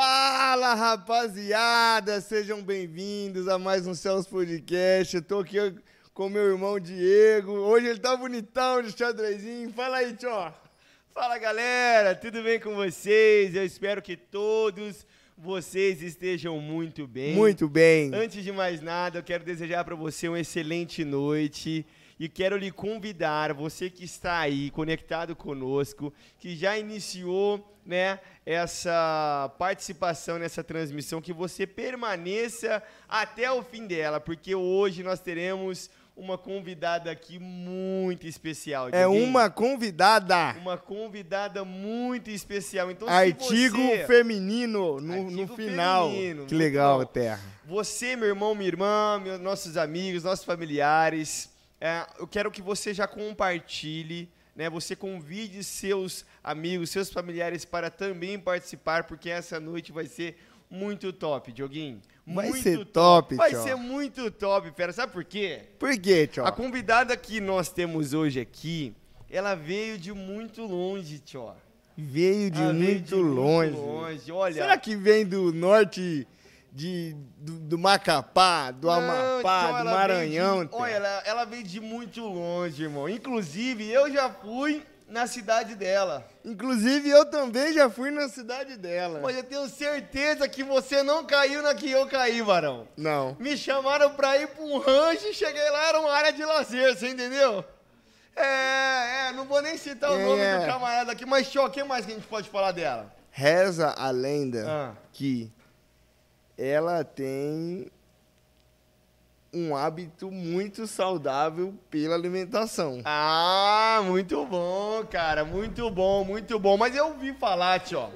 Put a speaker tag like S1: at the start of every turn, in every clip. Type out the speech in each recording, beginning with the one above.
S1: Fala rapaziada, sejam bem-vindos a mais um Celso Podcast. Eu tô aqui com meu irmão Diego. Hoje ele tá bonitão de xadrezinho. Fala aí, tchó.
S2: Fala galera, tudo bem com vocês? Eu espero que todos vocês estejam muito bem.
S1: Muito bem.
S2: Antes de mais nada, eu quero desejar para você uma excelente noite e quero lhe convidar, você que está aí conectado conosco, que já iniciou, né, essa participação nessa transmissão, que você permaneça até o fim dela, porque hoje nós teremos uma convidada aqui muito especial.
S1: É
S2: Diguinho.
S1: uma convidada.
S2: Uma convidada muito especial. Então, se
S1: Artigo
S2: você-
S1: feminino no, no
S2: Artigo
S1: final.
S2: feminino,
S1: que
S2: muito
S1: legal,
S2: bom.
S1: Terra.
S2: Você, meu irmão, minha irmã, meu- nossos amigos, nossos familiares, é, eu quero que você já compartilhe, né? Você convide seus amigos, seus familiares para também participar, porque essa noite vai ser muito top, Dioguinho.
S1: Vai
S2: muito
S1: ser top,
S2: Vai
S1: tchau.
S2: ser muito top, fera. Sabe por quê?
S1: Por quê, tchó?
S2: A convidada que nós temos hoje aqui, ela veio de muito longe, tio.
S1: Veio de,
S2: Ela Ah, veio
S1: muito, longe.
S2: longe. Olha,
S1: Será que vem do norte de, do, do Macapá, do
S2: Não,
S1: Amapá,
S2: então
S1: do
S2: ela
S1: Maranhão?
S2: veio de- olha,
S1: Terra?
S2: ela, ela veio de muito longe, irmão. Inclusive, eu já fui na cidade dela.
S1: Inclusive, eu também já fui na cidade dela.
S2: Mas eu tenho certeza que você não caiu na que eu caí, varão.
S1: Não.
S2: Me chamaram pra ir pra um rancho e cheguei lá, era uma área de lazer, você entendeu? É, é, não vou nem citar o
S1: É,
S2: nome
S1: é.
S2: do camarada aqui, mas, tio, o que mais que a gente pode falar dela?
S1: Reza a lenda
S2: Ah.
S1: que ela tem um hábito muito saudável pela alimentação.
S2: Ah, muito bom, cara. Muito bom, muito bom. Mas eu ouvi falar, tio,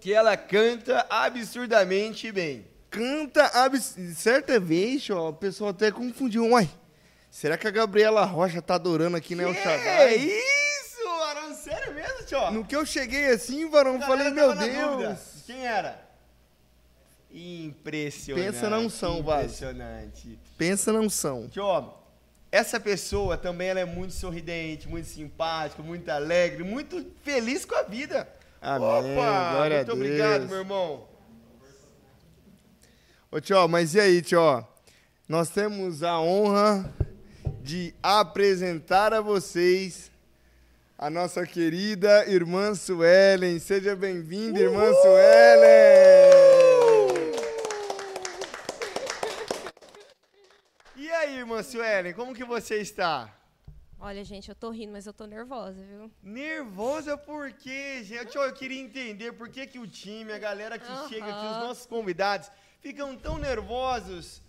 S2: que ela canta absurdamente bem.
S1: Canta abs... Certa vez, ó, o pessoal até confundiu. Uai, será que a Gabriela Rocha tá adorando aqui, né? o
S2: É
S1: Shaddai?
S2: isso, Arão? Sério mesmo, tio?
S1: No que eu cheguei assim, varão,
S2: Galera
S1: falei,
S2: tava
S1: meu
S2: na dúvida.
S1: Deus.
S2: Quem era? Impressionante.
S1: Pensa na unção, Vaz.
S2: Impressionante.
S1: Pensa não são.
S2: Tio, essa pessoa também ela é muito sorridente, muito simpática, muito alegre, muito feliz com a vida.
S1: Amém,
S2: Opa,
S1: glória a
S2: muito
S1: Deus.
S2: obrigado, meu irmão.
S1: Ô, tio, mas e aí, tio? Nós temos a honra de apresentar a vocês a nossa querida irmã Suelen. Seja bem-vinda, irmã Suelen!
S2: E aí, irmã Suelen, como que você está?
S3: Olha, gente, eu tô rindo, mas eu tô nervosa, viu?
S2: Nervosa por quê, gente? Ó, Eu queria entender por que, que o time, a galera que
S3: Aham.
S2: chega aqui, os nossos convidados, ficam tão nervosos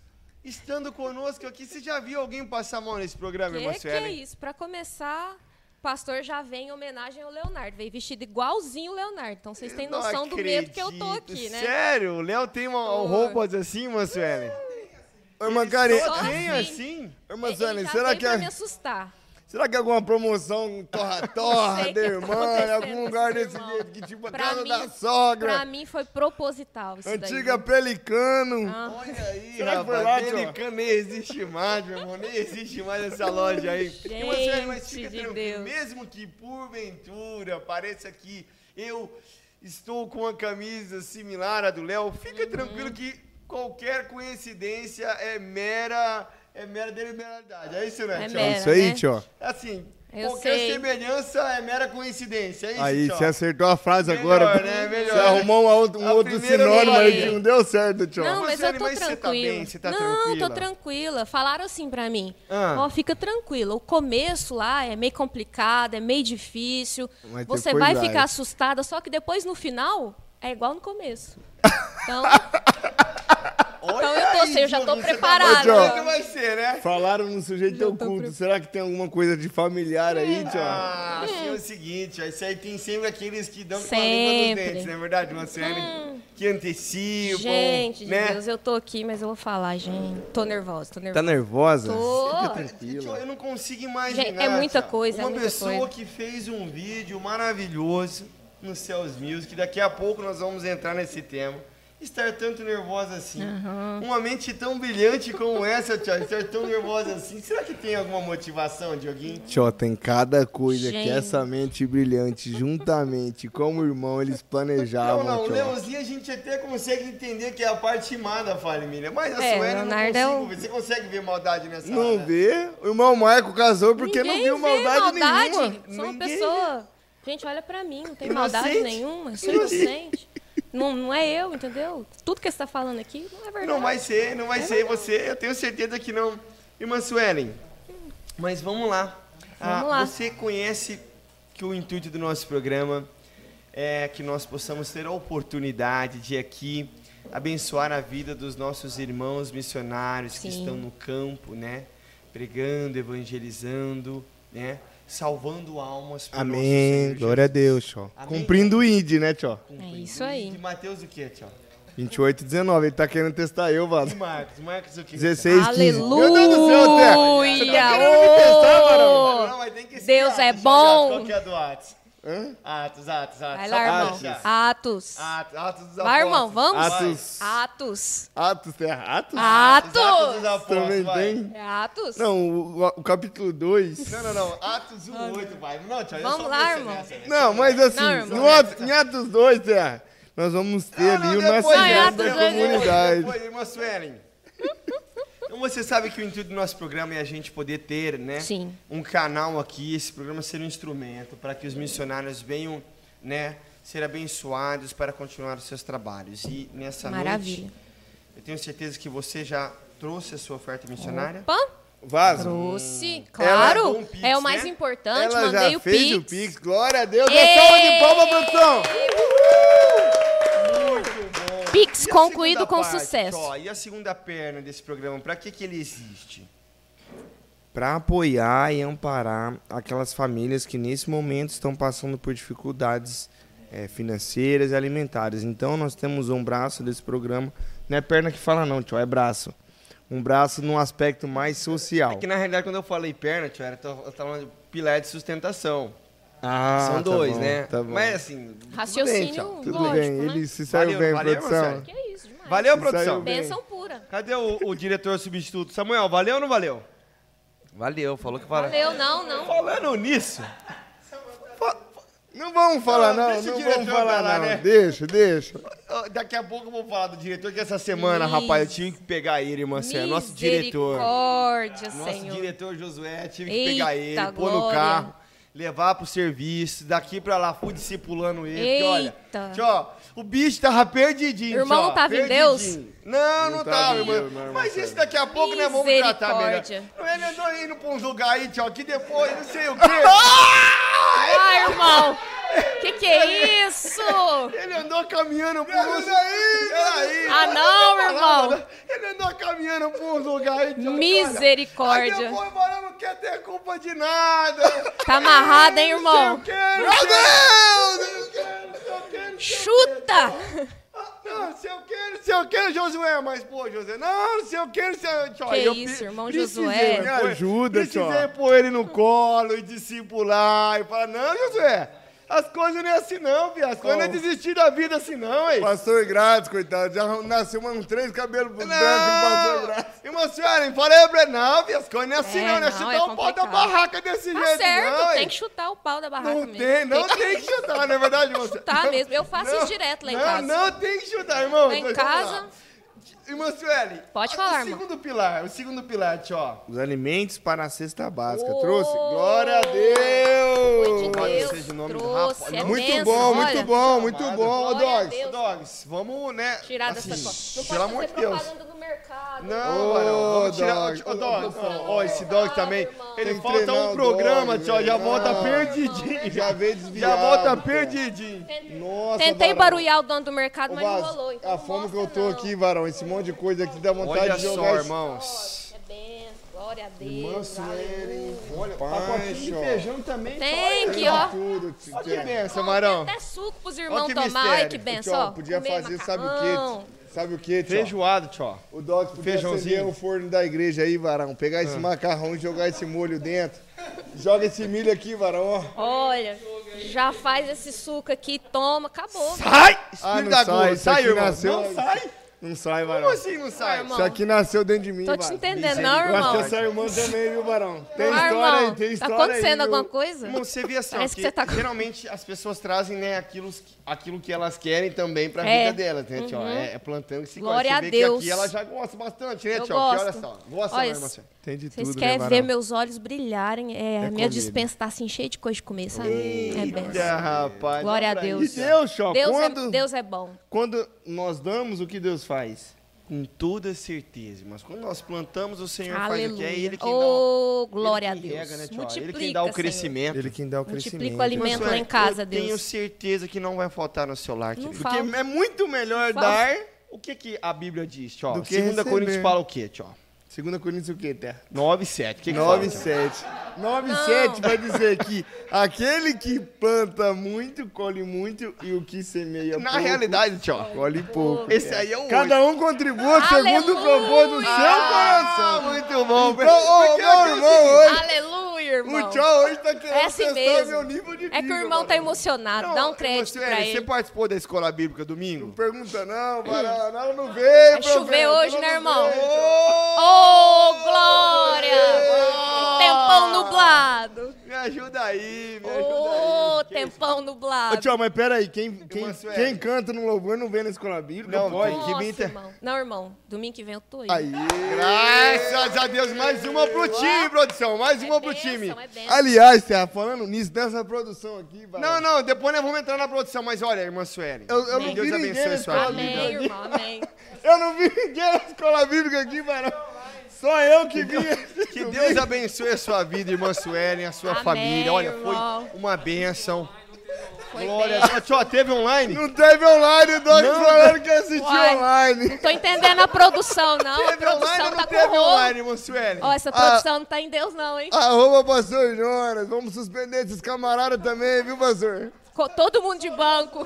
S2: estando conosco aqui. Você já viu alguém passar mal nesse programa, irmã
S3: Que, que é
S2: Suelen?
S3: isso? Pra começar, o pastor já vem em homenagem ao Leonardo. Veio vestido igualzinho o Leonardo. Então vocês têm
S2: Não
S3: noção do medo que eu tô
S2: acredito.
S3: aqui, né?
S2: Sério? O Léo tem uma,
S3: Tô. assim.
S2: roupas assim, irmã Suelen?
S1: Ô, irmã
S2: Ele
S1: Karen,
S2: só
S3: Só
S2: tem
S3: assim.
S2: assim?
S1: irmã
S3: Ele
S1: Suelen,
S3: já
S1: será
S3: veio
S1: que,
S3: pra
S1: é-
S3: me assustar.
S1: será que é alguma promoção
S3: Não
S1: torra-torra
S3: sei
S1: da
S3: o que tá
S1: irmã, em algum
S3: acontecendo
S1: lugar
S3: com esse
S1: desse
S3: irmão.
S1: jeito, que tipo, a
S3: Pra
S1: casa
S3: mim-
S1: da sogra?
S3: Pra mim foi proposital isso
S1: Antiga
S3: daí. viu?
S1: Pelicano.
S3: Ah,
S2: Olha aí,
S1: Será que foi
S2: rapaz,
S1: lá,
S2: Pelicano nem existe mais, meu irmão, nem existe mais essa loja aí. E você, mas fica
S3: Gente de
S2: tranquilo,
S3: Deus.
S2: mesmo que porventura pareça que eu estou com uma camisa similar à do Léo,
S3: Uhum.
S2: fica tranquilo que qualquer coincidência é mera, é mera deliberalidade, é isso, né,
S3: É
S2: tio?
S1: É
S3: mera.
S1: isso aí,
S3: né?
S1: tio.
S2: Assim,
S3: Eu
S2: qualquer
S3: sei.
S2: semelhança é mera coincidência, é isso,
S1: Aí,
S2: tio?
S1: você acertou a frase
S2: Melhor,
S1: agora.
S2: né? Melhor.
S1: Você arrumou uma outra- um
S2: A
S1: outro
S2: primeira não
S1: sinônimo aí
S3: valeu.
S1: que não deu certo, tio.
S3: Não, mas
S2: Luciane,
S3: eu tô
S2: mas você tá
S3: tranquila.
S2: bem? Você tá
S3: não,
S2: tranquila?
S3: tô tranquila. Falaram assim pra mim.
S2: Ah.
S3: Ó, fica tranquila. O começo lá é meio complicado, é meio difícil.
S1: Mas
S3: você
S1: depois
S3: vai
S1: vai.
S3: ficar assustada, só que depois no final é igual no começo. Então, Então eu tô
S2: aí,
S3: assim, eu já
S2: Diogo,
S3: tô
S2: você
S3: preparada.
S2: Tá vendo como vai ser, né?
S1: Falaram no sujeito
S3: Já tô
S1: oculto.
S3: pre-
S1: Será que tem alguma coisa de familiar aí, tio?
S2: Ah, assim é o seguinte, ó, isso aí tem sempre aqueles que dão com a língua
S3: Sempre. Ah.
S2: dos dentes, não é verdade, Marcelo? Que antecipam,
S1: Tipo,
S3: gente de
S2: né?
S3: Deus, eu tô aqui, mas eu vou falar, gente. Tô nervosa, tô nervosa.
S1: Tá nervosa?
S3: Tô.
S1: Fica
S2: Tio,
S1: tranquila.
S2: Eu não consigo imaginar.
S3: Gente, é muita
S2: tio.
S3: coisa, é
S2: Uma
S3: muita
S2: pessoa
S3: coisa.
S2: que fez um vídeo maravilhoso no Céus Music, daqui a pouco nós vamos entrar nesse tema. estar tanto nervosa assim? Uma mente tão brilhante como essa, Tio, estar tão nervosa assim. Será que tem alguma motivação, Dioguinho?
S1: Tchó, tem cada coisa que
S3: Gente.
S1: essa mente brilhante, juntamente com o irmão, eles
S2: Não,
S1: planejavam.
S2: não, o
S1: tchó.
S2: Leãozinho a gente até consegue entender que é a parte má da falha, Emília. Mas a
S3: É,
S2: Sueli
S3: Leonardo é
S2: não consigo
S3: um-
S2: ver. Você consegue ver maldade nessa
S1: Não
S2: hora? né?
S1: vê? O irmão Marco casou porque
S3: Ninguém
S1: não viu
S3: vê
S1: maldade, nenhuma.
S3: Sou uma
S1: Ninguém vê.
S3: pessoa. Gente, olha pra mim, não tem maldade
S2: Inocente.
S3: nenhuma, sou inocente. não, não é eu, entendeu? Tudo que você tá falando aqui não é verdade.
S2: Não vai ser, não vai
S3: É
S2: ser você. Eu tenho certeza que não. Irmã Suelen, mas vamos lá. Ah,
S3: Vamos lá.
S2: Você conhece que o intuito do nosso programa é que nós possamos ter a oportunidade de aqui abençoar a vida dos nossos irmãos missionários que
S3: Sim.
S2: estão no campo, né? Pregando, evangelizando, né? Salvando almas para nosso
S1: Amém.
S2: Senhor
S1: Glória a Deus, Tchó.
S2: Amém.
S1: Cumprindo o ID, né, Tchó?
S2: Jesus.
S3: É isso aí.
S2: De Mateus o quê, tchau?
S1: 28 19. Ele tá querendo testar eu,
S2: E
S1: Vaz.
S2: Marcos, Marcos o quê?
S1: 16, 15.
S3: Aleluia!
S1: Meu Deus do céu, Té. Você tá querendo me testar, varão?
S2: Não, mas tem que ser
S3: Deus é
S2: Josias.
S3: bom.
S2: Qual que é a do Atos?
S1: Hã?
S2: Atos, Atos, Atos.
S3: Vai
S2: Só
S3: lá,
S2: pra
S3: irmão.
S2: deixar.
S3: Atos.
S2: Atos, Atos dos
S3: Vai, irmão,
S2: Apóstolos.
S3: vamos?
S1: Atos.
S3: Atos.
S1: Atos, Terra. Atos?
S3: Atos.
S2: Atos dos
S1: Também
S2: Apóstolos, vai.
S1: tem?
S3: É Atos?
S1: Não, o, o capítulo 2.
S2: Não, não, não. Atos 1, 8, vai. Não, tchau,
S3: Vamos
S2: é só
S3: lá,
S2: você
S3: irmão.
S2: nessa, né?
S1: Não, mas assim,
S3: Não, irmão.
S1: no Atos- em Atos 2, Terra, nós vamos ter
S2: Não,
S1: ali
S2: não,
S1: uma
S2: depois,
S1: cidade
S3: depois,
S1: da
S3: depois,
S1: comunidade.
S2: Depois, irmã Suelen. Então você sabe que o intuito do nosso programa é a gente poder ter, né?
S3: Sim.
S2: Um canal aqui, esse programa ser um instrumento para que os missionários venham, né? Ser abençoados para continuar os seus trabalhos. E nessa
S3: Maravilha.
S2: noite, eu tenho certeza que você já trouxe a sua oferta missionária.
S3: Pã?
S1: Vaso.
S3: Trouxe, claro.
S2: mandou um pix,
S3: é o mais
S2: né?
S3: importante,
S1: Ela
S3: mandei
S1: já
S3: o
S1: fez
S3: pix.
S1: o Pix. Glória a Deus. Uma
S3: Ei!
S1: salva de palma, produção.
S3: Pix
S2: E a
S3: concluído
S2: segunda
S3: com
S2: parte,
S3: sucesso.
S2: ó, e a segunda perna desse programa, para que que ele existe?
S1: para apoiar e amparar aquelas famílias que nesse momento estão passando por dificuldades eh, financeiras e alimentares. Então nós temos um braço desse programa, não é perna que fala não, tio, é braço. Um braço num aspecto mais social.
S2: É que na realidade quando eu falei perna, tio, era- eu estava falando de pilar de sustentação.
S1: Ah,
S2: São
S1: tá
S2: dois,
S1: bom,
S2: né?
S1: tá bom.
S2: Mas assim.
S3: Raciocínio
S2: Tudo bem,
S1: Tudo
S2: tchau.
S3: lógico,
S1: bem,
S3: né?
S1: ele se saiu
S2: Valeu,
S1: bem,
S2: valeu,
S1: produção.
S2: Marcelo.
S3: Que é isso, demais.
S2: Valeu,
S1: Isso aí eu
S2: produção.
S1: vi.
S3: Bênção pura.
S2: Cadê o, o diretor substituto? Samuel, valeu ou não valeu? Valeu, falou que valeu.
S3: Valeu, não, não.
S2: Falando nisso,
S1: Não vamos falar
S2: Não,
S1: não,
S2: deixa
S1: não,
S2: o
S1: vamos
S2: diretor
S1: falar
S2: falar,
S1: não.
S2: né?
S1: Deixa, deixa.
S2: ó, daqui a pouco eu vou falar do diretor, que essa semana, rapaz, eu tive que pegar ele, irmã Célia, é nosso diretor.
S3: Misericórdia,
S2: Nosso
S3: Senhor.
S2: diretor Josué, tive que
S3: Eita
S2: pegar ele, pôr no
S3: glória.
S2: carro, levar pro serviço, daqui pra lá fui discipulando ele. porque,
S3: Eita.
S2: olha, tchau, o bicho tava perdidinho.
S3: Irmão
S2: tchau,
S3: não tava em
S2: perdidinho.
S3: Deus?
S2: Não, não,
S1: Não tava
S2: tava,
S1: em
S2: irmão.
S1: Deus, não, irmão
S2: Mas isso
S1: Sérgio.
S2: daqui a pouco nós vamos tratar melhor.
S3: Misericórdia.
S2: Não, Ele andou indo pra uns lugares aí, tchau, que depois, não sei o quê.
S3: Ah, irmão! Que que é isso?
S2: Ele andou caminhando por uns... Peraí,
S3: Ah, não,
S2: falando.
S3: irmão!
S2: Ele andou caminhando por uns lugares. tchau, que olha, Aí
S3: Misericórdia!
S2: depois, mano, eu não quer ter culpa de nada.
S3: Tá amarrado, hein, irmão?
S2: Não quero,
S1: Meu Deus!
S2: não quero, não quero, não quero.
S3: Chuta!
S2: Ah, Não, se eu quero, se eu quero, Josué, mas pô, Josué, não, se eu quero, se eu... Tchau,
S3: Que
S2: eu
S3: isso,
S2: pre-
S3: irmão
S2: precisei,
S3: Josué.
S2: né,
S1: Me ajuda,
S2: Precisei
S1: tchau.
S2: pôr ele no colo e discipular e falar, não, Josué, as coisas não é assim não, viado, as coisas não é
S1: Qual?
S2: desistir da vida assim não, hein.
S1: Pastor Grátis, coitado, já nasceu uns três cabelos brancos pastor Grátis.
S2: E uma senhora, hein, falei pra ele, não, viado, as coisas não é assim
S3: É,
S2: não, né,
S3: não,
S2: chutar
S3: é
S2: o pau da
S3: complicado.
S2: barraca desse
S3: Tá
S2: jeito não,
S3: certo,
S2: hein.
S3: tem que chutar o pau da barraca
S2: Não
S3: mesmo.
S2: tem, não tem que chutar, não é verdade, você?
S3: chutar mesmo. Eu faço isso direto lá em
S2: não,
S3: casa.
S2: Não, tem que chutar, irmão.
S3: Lá em
S2: Vamos
S3: casa.
S2: Irmã Sueli.
S3: Pode
S2: a-
S3: falar,
S2: O
S3: irmão.
S2: segundo pilar, o segundo pilar, tio.
S1: Os alimentos para a cesta básica.
S3: Oh!
S1: Trouxe? Glória a Deus!
S3: Foi de
S2: Olha,
S3: Deus,
S2: seja o nome do
S3: trouxe,
S2: rapaz.
S3: é
S1: Muito
S3: mesmo,
S1: bom,
S3: olha.
S1: muito bom, muito
S2: Amado.
S1: bom, ô,
S3: Glória a
S1: Dogs.
S3: Deus.
S2: Dogs, vamos, né?
S3: Tirar dessa
S2: assim,
S3: foto.
S2: Pelo amor de Deus.
S3: propaganda do mercado.
S2: Não,
S1: Ô,
S2: varão, vamos tirar. Ô,
S1: Dogs,
S2: tio, ô, Dogs,
S1: ô,
S2: ó, ó, esse Dogs também.
S3: irmão.
S2: Ele
S1: Tem que
S2: falta
S1: treinar
S2: um
S1: o
S2: programa,
S1: Dogs,
S2: tio, já
S1: velho.
S2: volta
S1: Não,
S2: perdidinho.
S1: Já veio
S2: Já
S1: desviado.
S2: volta
S1: pô.
S2: perdidinho.
S1: Nossa,
S3: Tentei
S1: varão.
S3: barulhar o dono do mercado,
S1: Ô,
S3: mas não
S1: Vaz,
S3: rolou. então
S1: a
S3: não
S1: fome que eu
S3: mostra,
S1: tô
S3: não.
S1: aqui, varão, esse monte de coisa aqui dá vontade
S2: Olha
S1: de
S2: só,
S1: jogar. esse-
S2: irmãos.
S3: É benção, glória a
S1: Irmã
S3: Deus.
S1: Sueli,
S3: aleluia.
S1: Olha,
S2: Pacotinho de
S1: pacotinho
S2: feijão também.
S3: Tem
S1: de
S3: que, ó.
S1: Tudo,
S2: Olha que benção,
S3: Tem
S2: Marão.
S3: até suco pros irmãos
S2: que
S3: tomar. Olha
S2: mistério.
S3: que
S1: Tchau,
S3: benção, ó.
S1: podia
S3: Comer
S1: fazer, sabe o
S3: macarrão.
S1: quê? Sabe o quê, tio?
S2: Feijoado, tio.
S1: O Doc podia
S2: Feijãozinho. Ah.
S1: acender o forno da igreja aí, varão. Pegar esse macarrão e jogar esse molho dentro. Joga esse milho aqui, varão, ó.
S3: Olha, Já faz esse suco aqui, toma, acabou.
S2: Sai!
S1: Ah, não
S2: Espírito
S1: sai,
S2: da Globo,
S1: isso aqui
S2: sai, irmão.
S1: nasceu-
S2: Não sai?
S1: Não sai,
S2: Como
S1: varão.
S2: assim não sai?
S3: irmão.
S1: Isso aqui nasceu dentro de mim,
S3: Tô te
S1: varão.
S3: entendendo, não,
S1: Eu acho que
S3: irmão?
S1: essa irmã também, viu, varão? Tem
S3: Ah,
S1: história
S3: irmão,
S1: aí, tem
S3: tá
S1: história
S3: acontecendo
S1: aí, viu?
S3: alguma coisa?
S2: Irmão, você vê assim, ó,
S3: Parece que
S2: porque
S3: você tá com-
S2: geralmente as pessoas trazem né, aquilo, aquilo que elas querem também pra
S3: É.
S2: vida delas, né, tio? É, é plantando que se colhe.
S3: Glória a
S2: Você vê
S3: Deus.
S2: que aqui ela já gosta bastante, né,
S3: Eu
S2: tio? Porque olha
S3: gosto.
S2: só, gosta,
S3: Olha
S2: né,
S3: isso.
S2: irmão? tio?
S1: Tem de
S3: Vocês
S1: tudo,
S3: querem
S1: né,
S3: ver
S1: varão?
S3: meus olha. olhos brilharem. É, a minha
S1: comida.
S3: dispensa tá assim cheia de coisa de comer, sabe? É benção.
S2: Eita, rapaz.
S3: Glória
S2: olha
S3: a
S2: pra
S1: E
S3: Deus.
S2: isso.
S1: Deus, ó,
S3: Deus,
S1: quando,
S3: é, Deus é bom.
S2: Quando nós damos, o que Deus faz? Com toda certeza, mas quando nós plantamos, o Senhor faz o que? É Ele quem
S3: Aleluia.
S2: dá o...
S3: Ô, glória a
S2: ele quem
S3: Deus.
S2: rega, né, tio? Ele
S3: Multiplica,
S2: quem dá o
S3: Senhor.
S2: crescimento.
S1: ele quem dá o
S3: Multiplica o
S1: crescimento.
S3: alimento.
S2: Mas,
S3: lá
S2: olha,
S3: em casa,
S2: eu
S3: Deus.
S2: tenho certeza que não vai faltar no seu lar, querido.
S3: falta.
S2: Porque é muito melhor
S3: Falta.
S2: dar. O que, que a Bíblia diz, tio?
S1: Do que
S2: 2
S1: receber.
S2: Coríntios fala o quê, tio?
S1: Segunda Coríntios o quê, Terra?
S2: 9 7. O que, que fala,
S1: 9
S2: tio?
S1: 7. 9 7 vai dizer que aquele que planta muito, colhe muito e o que semeia
S2: Na
S1: pouco,
S2: realidade, tio,
S1: colhe pouco.
S2: esse aí é o oito.
S1: Cada um contribua segundo o propósito do seu
S2: Ah,
S1: coração.
S2: muito bom.
S1: Então,
S3: é
S1: ô,
S2: Porque
S1: meu
S2: eu
S1: irmão,
S2: sei.
S1: hoje,
S3: Aleluia, irmão.
S1: o tchau hoje tá querendo
S3: assim. Ah, É assim
S1: testar
S3: mesmo.
S1: meu nível de
S3: É que o
S1: vida,
S3: irmão tá
S1: mano.
S3: emocionado.
S2: Não, é
S3: Dá um crédito
S2: você,
S3: pra
S2: Você
S3: ele.
S2: participou da escola bíblica domingo?
S1: Pergunta não, varão, não, não veio.
S3: Vai chover
S1: profeta,
S3: hoje,
S1: não
S3: né, irmão?
S1: veio.
S3: Ô,
S2: é.
S3: glória! Tempão nublado.
S2: Me ajuda aí, me
S3: Ô,
S2: ajuda aí.
S3: tempão
S1: Ô,
S3: nublado.
S1: tchau, mas peraí, quem, quem,
S2: Irmã Sueli.
S1: quem canta no louvor não vem na escola bíblica,
S2: Não,
S1: pode.
S2: tem que
S3: Nossa,
S2: me inter-
S3: irmão. Não, irmão. Domingo que vem eu tô aí.
S1: Aí.
S2: Graças a Deus, mais uma pro time, produção, mais uma pro time.
S3: É bênção.
S1: Aliás, Terra, falando nisso, dessa produção aqui, varão.
S2: Não, não, depois nós vamos entrar na produção, mas olha, irmã Sueli.
S1: Eu, eu não
S2: Deus
S1: vi ninguém na
S2: abençoe sua
S1: escola
S2: vida.
S3: Amém, irmão. Amém.
S1: Eu não vi ninguém na escola bíblica aqui, varão. Só eu que vi.
S2: Que Deus abençoe a sua vida, irmã Suelen, a sua
S3: Amém,
S2: família. Olha,
S3: irmão.
S2: foi uma bênção.
S3: Foi
S2: Glória
S3: bem.
S2: a Deus. Tio, teve online?
S1: Não teve online, dois
S2: Não.
S1: falando que assistiu
S3: Uai.
S1: online.
S3: Não tô entendendo a produção, não. A
S2: teve online
S3: produção
S2: ou
S3: tá
S2: não
S3: com
S2: teve
S3: rolo.
S2: online, Ah. irmã Suelen?
S3: Ó, essa produção não tá em Deus, não, hein?
S1: Arroba pastor Jonas, vamos suspender esses camaradas também, viu, pastor?
S3: Co- Todo mundo de banco.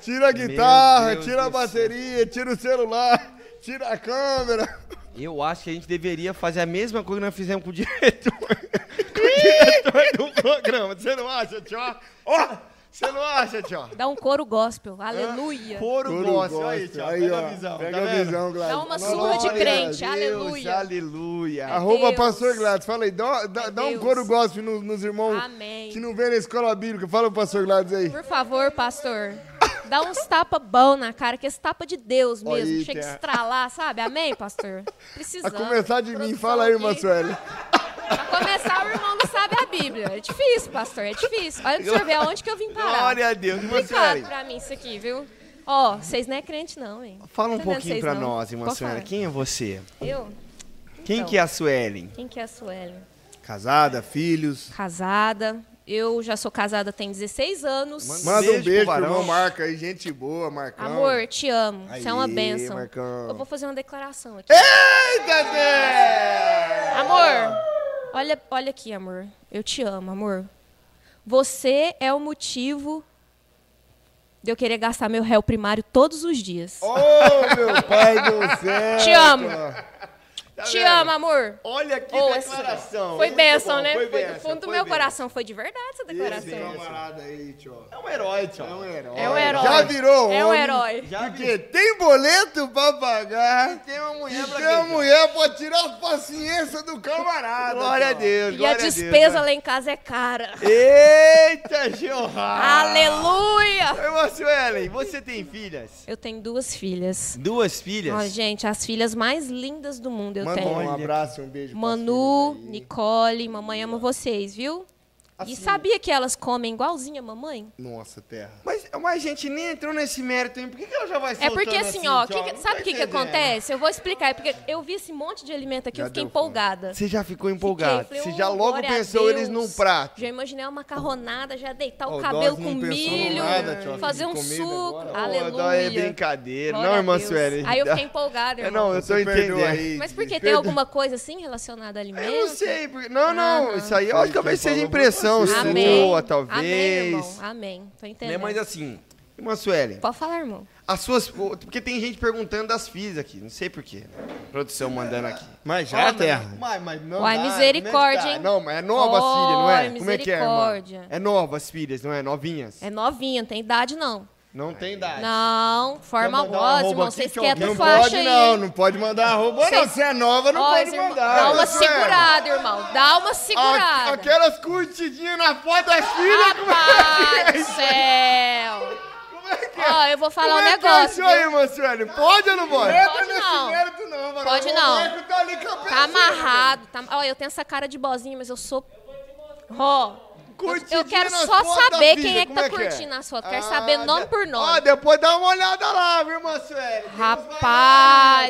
S1: Tira a guitarra,
S2: Deus
S1: tira a
S2: do
S1: bateria, tira o celular, tira a câmera.
S2: Eu acho que a gente deveria fazer a mesma coisa que nós fizemos com o diretor. com o diretor do programa. Você não acha, tio? Ó, você não acha, tio?
S3: Dá um coro gospel. Aleluia.
S2: Ah, Coro gospel. Aí, tio.
S1: Aí,
S2: pega
S1: ó,
S2: a visão.
S1: Pega
S2: tá
S1: a
S2: vendo?
S1: visão, Gladys.
S3: Dá uma
S1: Nossa,
S3: surra de
S1: olha.
S3: crente.
S2: Deus,
S3: Aleluia.
S2: Aleluia.
S1: Arroba
S3: Deus.
S1: pastor Gladys, fala aí, dá, dá, dá um
S3: Deus.
S1: coro gospel nos, nos irmãos
S3: Amém.
S1: que não vêm na escola bíblica. Fala o pastor Gladys aí.
S3: Por favor, pastor. Dá uns tapa bom na cara, que esse tapa é de Deus
S1: Ó,
S3: mesmo.
S1: aí,
S3: Chega a
S1: Terra.
S3: estralar, sabe? Amém, pastor?
S1: A
S3: Precisando.
S1: começar de mim,
S3: Produção
S1: fala aí,
S3: aqui.
S1: irmã Sueli.
S3: Pra começar, o irmão não sabe a Bíblia. É difícil, pastor, é difícil. Olha pra você ver aonde que eu vim parar.
S2: Glória a Deus. Irmã
S3: Complicado
S2: Suelen,
S3: pra mim isso aqui, viu? Ó, vocês não é crente não, hein?
S2: fala um
S3: Entendendo
S2: pouquinho
S3: vocês
S2: pra
S3: não.
S2: nós, irmã
S3: Pode
S2: Suelen.
S3: falar.
S2: Quem é você?
S3: Eu?
S2: Quem
S3: Então.
S2: que é a Suelen?
S3: Quem que é a Sueli?
S1: Casada, filhos.
S3: Casada. Eu já sou casada tem 16 anos.
S1: Manda
S2: Beijo
S1: um
S2: pro
S1: beijo pro
S2: varão.
S1: irmão Marca aí, gente boa, Marcão.
S3: Amor, te amo. Você é uma
S1: Aê,
S3: bênção.
S1: Marcão.
S3: Eu vou fazer uma declaração aqui.
S1: Eita, Zé!
S3: Amor, olha, olha aqui, amor. Eu te amo, amor. Você é o motivo de eu querer gastar meu réu primário todos os dias.
S1: Ô, meu pai do céu!
S3: Te amo.
S2: Tá
S3: te
S2: vendo?
S3: amo, amor.
S2: Olha que
S3: Oh, essa-
S2: declaração.
S3: Foi
S2: Muito
S3: bênção,
S2: bom,
S3: né? Foi,
S2: Foi
S3: do
S2: bênção,
S3: fundo do
S2: foi
S3: meu
S2: bênção.
S3: coração. Foi de verdade essa
S1: Esse
S3: declaração.
S1: camarada aí, tio.
S2: É um herói, tio.
S1: É um herói.
S3: É um herói.
S1: Já virou
S3: É um
S1: homem,
S3: herói.
S2: Já vi.
S1: Porque tem boleto pra pagar.
S2: Tem uma mulher
S1: E
S2: pra
S1: tem
S2: quem?
S1: a mulher pra tirar a paciência do camarada. então.
S2: Glória a
S1: tio.
S2: Deus, né?
S3: E a
S2: glória
S3: despesa
S2: Deus.
S3: lá em casa é cara.
S2: Eita, Jeová!
S3: Aleluia!
S2: Irmã Suelen, você tem filhas?
S3: Eu tenho duas filhas.
S2: Duas
S3: Ó,
S2: filhas?
S3: gente, as filhas mais lindas do mundo eu
S1: Manda
S3: tenho.
S1: um abraço, um beijo. pras
S3: Manu,
S1: filhas aí.
S3: Nicole, mamãe ama vocês, viu? E sabia que elas comem igualzinha a mamãe?
S1: Nossa, terra.
S2: Mas, mas, gente, nem entrou nesse mérito, hein? Por que, que ela já vai
S3: É porque
S2: soltando
S3: assim, ó,
S2: tio?
S3: que que-
S2: Não
S3: sabe
S2: tô
S3: o que, que
S2: entendendo.
S3: acontece? Eu vou explicar, é porque eu vi esse monte de alimento aqui,
S1: Já
S3: eu fiquei
S1: deu fome.
S3: empolgada.
S2: Você já ficou
S3: Fiquei,
S2: empolgado.
S3: falei,
S2: você
S3: "Oh,
S2: já logo
S3: glória a
S2: pensou eles
S3: Deus."
S2: num prato.
S3: Já imaginei uma macarronada, já deitar o
S1: Ó,
S3: cabelo
S1: Dawes não
S3: com
S1: pensou
S3: milho,
S1: nada, tio, aqui
S3: fazer
S1: de
S3: um
S1: comida
S3: suco.
S1: agora.
S2: Pô, dó, é
S3: Aleluia.
S2: brincadeira.
S3: Glória
S2: não,
S3: a
S2: irmã
S3: Deus.
S2: Suelen.
S3: Aí eu fiquei empolgada,
S2: É,
S3: irmão.
S2: não, eu tô
S1: Você perdoa
S2: entendendo.
S1: aí.
S3: Mas por que? Tem
S1: Perdoa.
S3: alguma coisa assim relacionada a alimento?
S2: Eu não sei. Porque... Não, não, Isso aí eu acho que talvez
S1: Quem
S2: seja
S1: falou foi você.
S2: impressão
S3: Amém.
S2: sua,
S3: assim. Amém,
S2: talvez.
S3: irmão. Amém. Tô
S2: né?
S3: entendendo.
S2: Mas assim, irmã Suelen,
S3: Pode falar, irmão.
S2: As suas. Porque tem gente perguntando das FIIs aqui, não sei porquê. Produção mandando aqui.
S4: Mas já,
S2: Ó,
S4: terra.
S2: Mas, é mas não
S3: Uai,
S2: dá, como é que
S3: misericórdia,
S2: tá?
S1: Ah,
S3: hein?
S2: Não, mas é nova as filhas, não é?
S3: Oi,
S2: Como é que é, irmã?
S3: misericórdia.
S2: É nova as filhas, não é? Novinhas.
S3: É novinha, não tem idade, não.
S2: Não tem idade.
S3: Não, forma
S2: mandar um
S3: alguma,
S2: arroba
S3: irmão.
S2: aqui
S3: Vocês
S2: que
S3: querem
S2: alguém-
S4: Não
S3: do
S4: pode,
S3: faixa aí.
S4: não. Não pode mandar arroba, não.
S3: Vocês-
S4: Se é nova, não
S3: Ó,
S4: pode
S3: os irmão-
S4: mandar.
S3: Dá uma
S4: Isso é-
S3: segurada, irmão. Dá uma
S4: A-
S3: segurada.
S4: Aquelas curtidinhas na foto das filhas. é como é que
S3: Rapaz
S4: é
S3: do
S4: isso?
S3: céu.
S4: Como é que é?
S3: Ó, eu vou falar um
S4: Como é que é
S3: negócio.
S4: isso aí,
S3: viu?
S4: Marciane? Pode ou não pode?
S3: Não pode, não.
S4: mérito, não. mano.
S3: Pode
S4: O
S3: não.
S4: Marco tá ali com a
S3: Tá
S4: pessoa.
S3: amarrado. Tá... Ó, eu tenho essa cara de bozinha, mas eu sou. Ó. eu-
S4: Curtidinha
S3: Eu quero
S4: nas
S3: só
S4: fotos da
S3: saber
S4: vida,
S3: quem é que
S4: como
S3: tá curtindo as fotos. Quero saber
S4: Ah,
S3: nome
S4: de-
S3: por
S4: Ó,
S3: nome.
S4: depois dá uma olhada lá, viu, Marciane? Tem uns
S3: Rapaz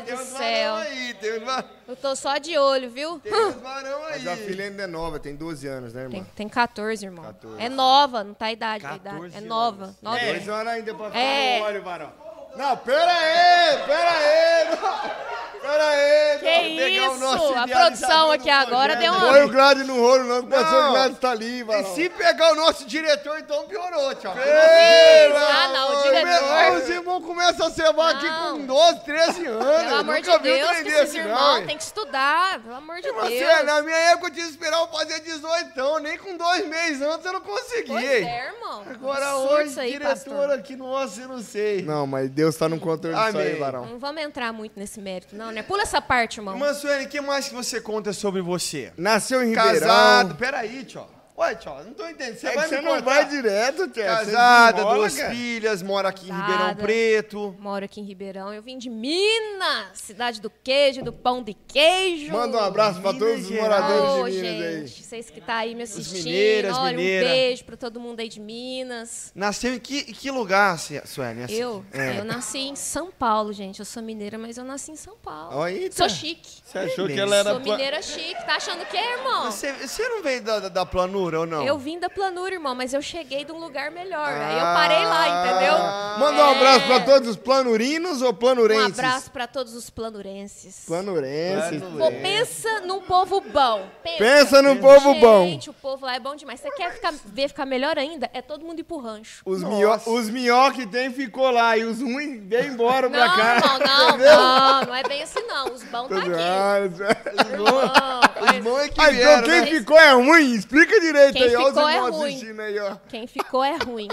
S4: varão, tem
S3: do
S4: uns
S3: céu.
S4: varão Aí, tem uns va-
S3: Eu tô só de olho, viu?
S4: tem uns varão aí.
S2: Mas a filha ainda é nova, tem 12 anos, né,
S3: Tem,
S2: irmã?
S3: tem 14, irmão.
S2: 14.
S3: É nova, não tá a idade, a idade.
S2: 14
S3: É
S2: anos.
S3: nova. nova.
S4: É, eles olham ainda pra ficar
S3: É.
S4: no olho, varão. Não, pera aí, pera aí. não. Pera aí.
S3: Que isso? A produção aqui agora deu
S4: Não
S3: uma.
S4: põe o Gladys no rolo, não, que pode ser o
S2: Não.
S4: Gladys tá ali,
S2: E
S4: varão.
S2: se pegar o nosso diretor, então piorou, tchau.
S3: Ah, não, o
S4: Meu,
S3: diretor.
S4: os irmãos começam a cebar aqui
S3: Não.
S4: com 12, 13 anos.
S3: Pelo amor de
S4: Nunca vi um
S3: Deus,
S4: trem
S3: que esses
S4: desse,
S3: irmãos
S4: não.
S3: têm que estudar. Pelo amor de
S4: Você, é
S3: Deus.
S4: na minha época eu tinha que esperar eu fazer 18, então, nem com dois meses antes eu não consegui.
S3: Pois é, irmão.
S4: Agora
S3: Absurdo
S4: hoje,
S3: isso aí,
S4: diretor
S3: pastor.
S4: aqui, nossa, eu não sei.
S2: Não, mas Deus tá no controle
S4: disso aí, varão.
S3: Não vamos entrar muito nesse mérito, não, né? Pula essa parte, irmão.
S2: Irmã Suene, o que mais que você conta sobre você?
S4: Nasceu em Ribeirão.
S2: Casado, peraí, tio. Ué, tio, não tô entendendo. Você
S4: É que
S2: vai
S4: você
S2: me
S4: não
S2: contar?
S4: vai direto, Tia.
S2: Casada, duas
S4: filhos.
S2: filhas, mora aqui em
S4: um
S3: Casada.
S2: Ribeirão Preto.
S3: Moro aqui em Ribeirão. Eu vim de Minas, cidade do queijo, do pão de queijo.
S4: Manda um abraço pra
S2: Minas
S4: todos os
S2: Gerais.
S4: moradores
S3: Ô,
S4: de Minas aí.
S3: gente, vocês que tá aí me assistindo.
S2: mineiras,
S3: Olha,
S2: mineira.
S3: um beijo pra todo mundo aí de Minas.
S2: Nasceu em que, em que lugar, Su- Suene? Assim,
S3: Eu,
S2: É.
S3: eu nasci em São Paulo, gente. Eu sou mineira, mas eu nasci em São Paulo.
S4: Ó, eita.
S3: Sou chique.
S4: Você é achou
S2: Bem,
S4: que ela era...
S3: Sou
S4: pla-
S3: mineira chique. Tá achando o quê, irmão?
S4: é
S2: Você, você não veio da, da, da planura ou não?
S3: Eu vim da planura, irmão, mas eu cheguei de um lugar melhor. Aí eu parei lá, entendeu?
S4: Ah. Manda um
S3: É.
S4: abraço pra todos os planurinos ou
S3: Um
S4: planurenses?
S3: abraço pra todos os planurenses.
S4: Planurenses.
S3: Pô, pensa num povo bom. Pensa,
S4: Pensa num povo bom.
S3: Gente, o povo lá é bom demais. Você quer ficar- ver ficar melhor ainda? É todo mundo ir pro rancho.
S4: Os,
S2: Nossa.
S4: mió, os mió que tem ficou lá e os ruins veio embora pra
S3: Não,
S4: cá.
S3: irmão, não, não, não é bem assim, não. Os bons tá aqui.
S4: Ah, isso é-
S3: Não, mas
S2: Bom é que
S4: Ah, então
S2: vieram,
S4: quem
S2: né?
S4: ficou é ruim? Explica direito
S3: Quem
S4: aí. Olha os
S3: ficou é
S4: irmãos
S3: ruim.
S4: assistindo aí, né, ó.
S3: quem ficou é ruim.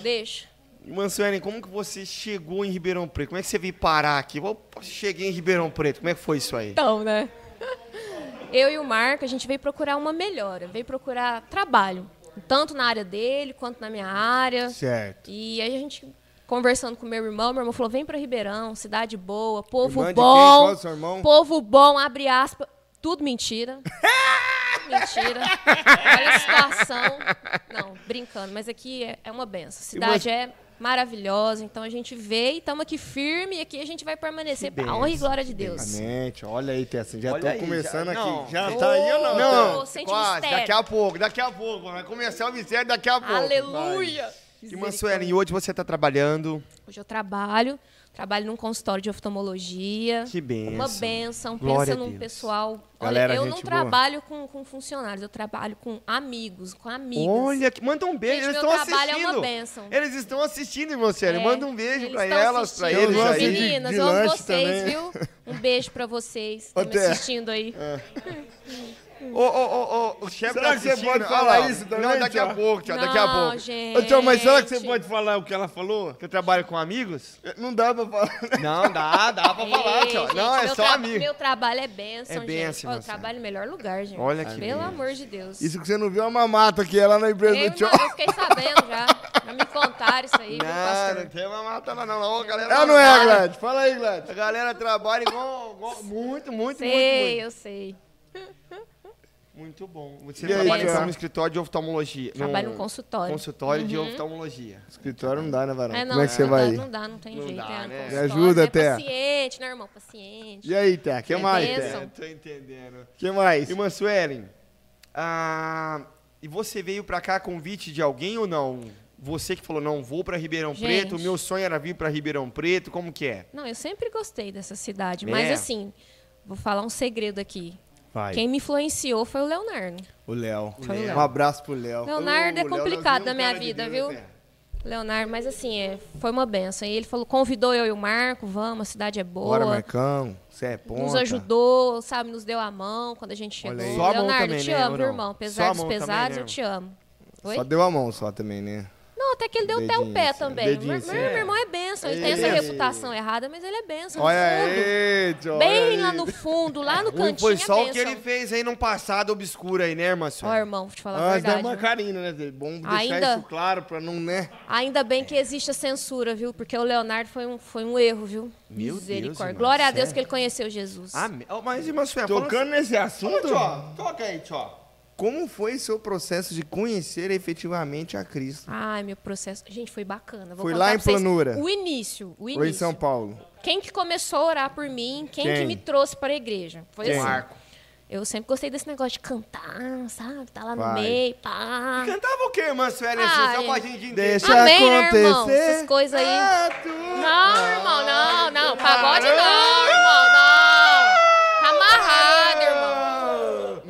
S3: Deixa.
S2: Irmã Suene, como que você chegou em Ribeirão Preto? Como é que você veio parar aqui? Eu cheguei em Ribeirão Preto, como é que foi isso aí?
S3: Então, né? Eu e o Marco, a gente veio procurar uma melhora, veio procurar trabalho, tanto na área dele quanto na minha área.
S4: Certo.
S3: E aí a gente conversando com meu irmão, meu irmão falou: "Vem para Ribeirão, cidade boa, povo
S4: Irmã de quem?
S3: bom".
S4: Qual é o seu irmão?
S3: Povo bom, abre aspas, tudo mentira. Tudo mentira. Olha a situação. Não, brincando, mas aqui é, é uma benção. Cidade é maravilhosa, então a gente veio, estamos aqui firme e aqui a gente vai permanecer para honra e glória de Deus.
S4: Exatamente. Olha aí, Tessa. Já
S2: Olha
S4: tô
S2: aí,
S4: começando
S2: já-
S4: aqui.
S2: não.
S4: Já tá aí ou não?
S3: Não.
S4: Tessa?
S3: sente um
S2: quase,
S3: mistério.
S2: daqui a pouco, daqui a pouco. Vai começar o mistério daqui a pouco.
S3: Aleluia.
S2: Vai. Irmã Suene, e hoje você tá trabalhando?
S3: Hoje eu trabalho, trabalho num consultório de oftalmologia.
S2: Que benção.
S3: Uma benção.
S2: Glória
S3: Pensa
S2: a
S3: num
S2: Deus.
S3: pessoal. Olha,
S2: Galera,
S3: eu
S2: gente
S3: não
S2: boa.
S3: trabalho com, com funcionários, eu trabalho com amigos, com amigas.
S2: Olha, que- manda um beijo,
S3: Gente,
S2: eles
S3: meu
S2: estão assistindo.
S3: trabalho é uma bênção.
S2: Eles estão assistindo, irmã Suene.
S3: É,
S2: Manda um beijo
S3: eles
S2: pra
S3: estão
S2: elas, pra
S3: assistindo.
S2: eles
S4: Eu gosto
S2: aí.
S4: de-
S3: Meninas,
S4: de
S3: eu amo
S4: lanche
S3: vocês,
S4: também.
S3: viu? Um beijo pra vocês.
S4: Ô,
S3: Estão me
S4: Té.
S3: assistindo aí.
S2: Ô, ô, ô, ô, o chefe
S4: Será
S2: tá
S4: que você
S2: assistindo?
S4: pode
S2: Olha
S4: falar
S2: lá.
S4: isso também,
S2: Não, daqui a
S4: tchau?
S2: pouco, tchau, daqui a
S3: Não,
S2: pouco.
S3: gente.
S4: Ô, tio, mas será que você pode falar o que ela falou?
S2: Que eu trabalho com amigos?
S4: Não dá pra falar. né?
S2: Não, dá, dá pra falar,
S3: Ei,
S2: tio.
S3: gente,
S2: Não, é
S3: meu
S2: só
S3: tra-
S2: amigo.
S3: Meu trabalho é benção,
S2: É
S3: gente.
S2: bênção,
S3: Ó, eu
S2: meu senhor.
S3: trabalho no melhor lugar, gente.
S2: Olha que
S3: Pelo
S2: bênção.
S3: amor de Deus.
S4: Isso que você não viu é uma mata aqui, ela na
S3: eu,
S4: empresa
S3: não-
S4: do tio.
S3: eu fiquei sabendo já. Já me contaram isso aí,
S2: Não,
S3: viu, pastor?
S2: não tem uma mata lá, não. Ô, galera,
S4: Ela não é,
S2: trabalha.
S4: Glad. Fala aí, Glad.
S2: A galera tá trabalha igual, igual- muito, muito, muito,
S3: Sei,
S2: muito.
S3: eu sei.
S2: Muito bom. Você
S4: E aí,
S2: trabalha
S4: Tiago?
S2: então no escritório de oftalmologia.
S3: Trabalho no consultório. Uhum.
S2: Consultório de oftalmologia.
S4: Escritório não dá, né, varão?
S3: É, não,
S4: Como é que você
S3: não
S4: vai?
S3: Dá, não dá, não tem
S2: Não
S3: jeito.
S2: dá,
S3: é,
S2: né?
S4: Me ajuda,
S3: é
S4: Té.
S3: Paciente, né, irmão? Paciente.
S4: E aí, Té? que
S3: É
S4: mais,
S3: bênção.
S4: Té?
S2: É, tô entendendo.
S4: que mais?
S2: Irmã Suelen, ah, e você veio pra cá a convite de alguém ou não? Você que falou, não, vou pra Ribeirão
S3: Gente.
S2: Preto, meu sonho era vir pra Ribeirão Preto, como que é?
S3: Não, eu sempre gostei dessa cidade,
S2: É.
S3: mas assim, vou falar um segredo aqui.
S4: Vai.
S3: Quem me influenciou foi o Leonardo.
S4: O Léo.
S3: Léo.
S4: Um abraço pro Léo.
S3: Leonardo é
S4: Ô, Léo,
S3: complicado
S4: nós
S3: na minha
S4: vimos um cara de
S3: vida,
S4: Deus,
S3: viu?
S4: né?
S3: Leonardo, mas assim, é, foi uma benção. E ele falou, convidou eu e o Marco, vamos, a cidade é boa.
S4: Bora, Marcão. Você é ponta.
S3: nos ajudou, sabe, nos deu a mão quando a gente chegou.
S4: Olha aí.
S2: Só a mão
S3: Leonardo,
S2: também,
S3: te
S2: né,
S3: amo,
S2: Bruno?
S3: meu irmão.
S2: Só a
S3: Apesar dos
S2: mão também,
S3: pesados,
S2: né,
S3: eu te amo. Oi?
S4: Só deu a mão só também, né?
S3: Não, até que ele deu até o
S4: Dedinho,
S3: pé
S4: assim,
S3: também.
S4: dedinho,
S3: meu,
S4: assim,
S3: meu- meu
S4: é.
S3: irmão é benção, ele
S4: Ele
S3: tem essa
S4: é.
S3: reputação errada, mas ele é benção. no
S4: Olha
S3: fundo.
S4: aí, Tio.
S3: Bem
S4: olha
S3: lá
S4: aí.
S3: no fundo, lá no
S2: Não
S3: cantinho
S2: foi só
S3: é
S2: o que ele
S3: benção.
S2: fez aí num passado obscuro aí, né, irmã? Sueli?
S3: Ó, irmão, vou te falar a
S4: Antes Ah, dá
S3: verdade.
S4: uma
S3: viu?
S4: carina, né? Zé? Bom deixar
S3: Ainda-
S4: isso claro pra não, né?
S3: Ainda bem que existe a censura, viu? Porque o Leonardo foi um, foi um erro, viu?
S2: Meu Deus, irmão,
S3: Glória a
S2: sério?
S3: Deus que ele conheceu Jesus.
S4: Ah,
S2: Amém. Ó, Ah, oh, Mas, irmã Sué,
S4: Tocando nesse assunto,
S2: Tchó, toca aí, tchó.
S4: como foi seu processo de conhecer efetivamente a Cristo?
S3: Ai, meu processo. Gente, foi bacana. Vou
S4: Foi
S3: contar
S4: lá
S3: pra
S4: em
S3: vocês
S4: Planura?
S3: O início. O início.
S4: Ou em São Paulo?
S3: Quem que começou a orar por mim? Quem, que
S4: Quem?
S3: me trouxe para a igreja? Foi
S4: Quem?
S3: assim.
S2: Marco.
S3: Eu sempre gostei desse negócio de cantar, sabe? Tá lá no
S4: Vai.
S3: meio, pá.
S2: Cantava o quê, irmã Sué?
S3: Ah,
S2: assim, só
S3: é.
S2: pra gente entender.
S4: Deixa
S3: Amém, né,
S4: acontecer. É
S3: irmão? Essas coisas aí. Não, irmão, não, não. Pagode não, irmão, não. Tá amarrado, irmão.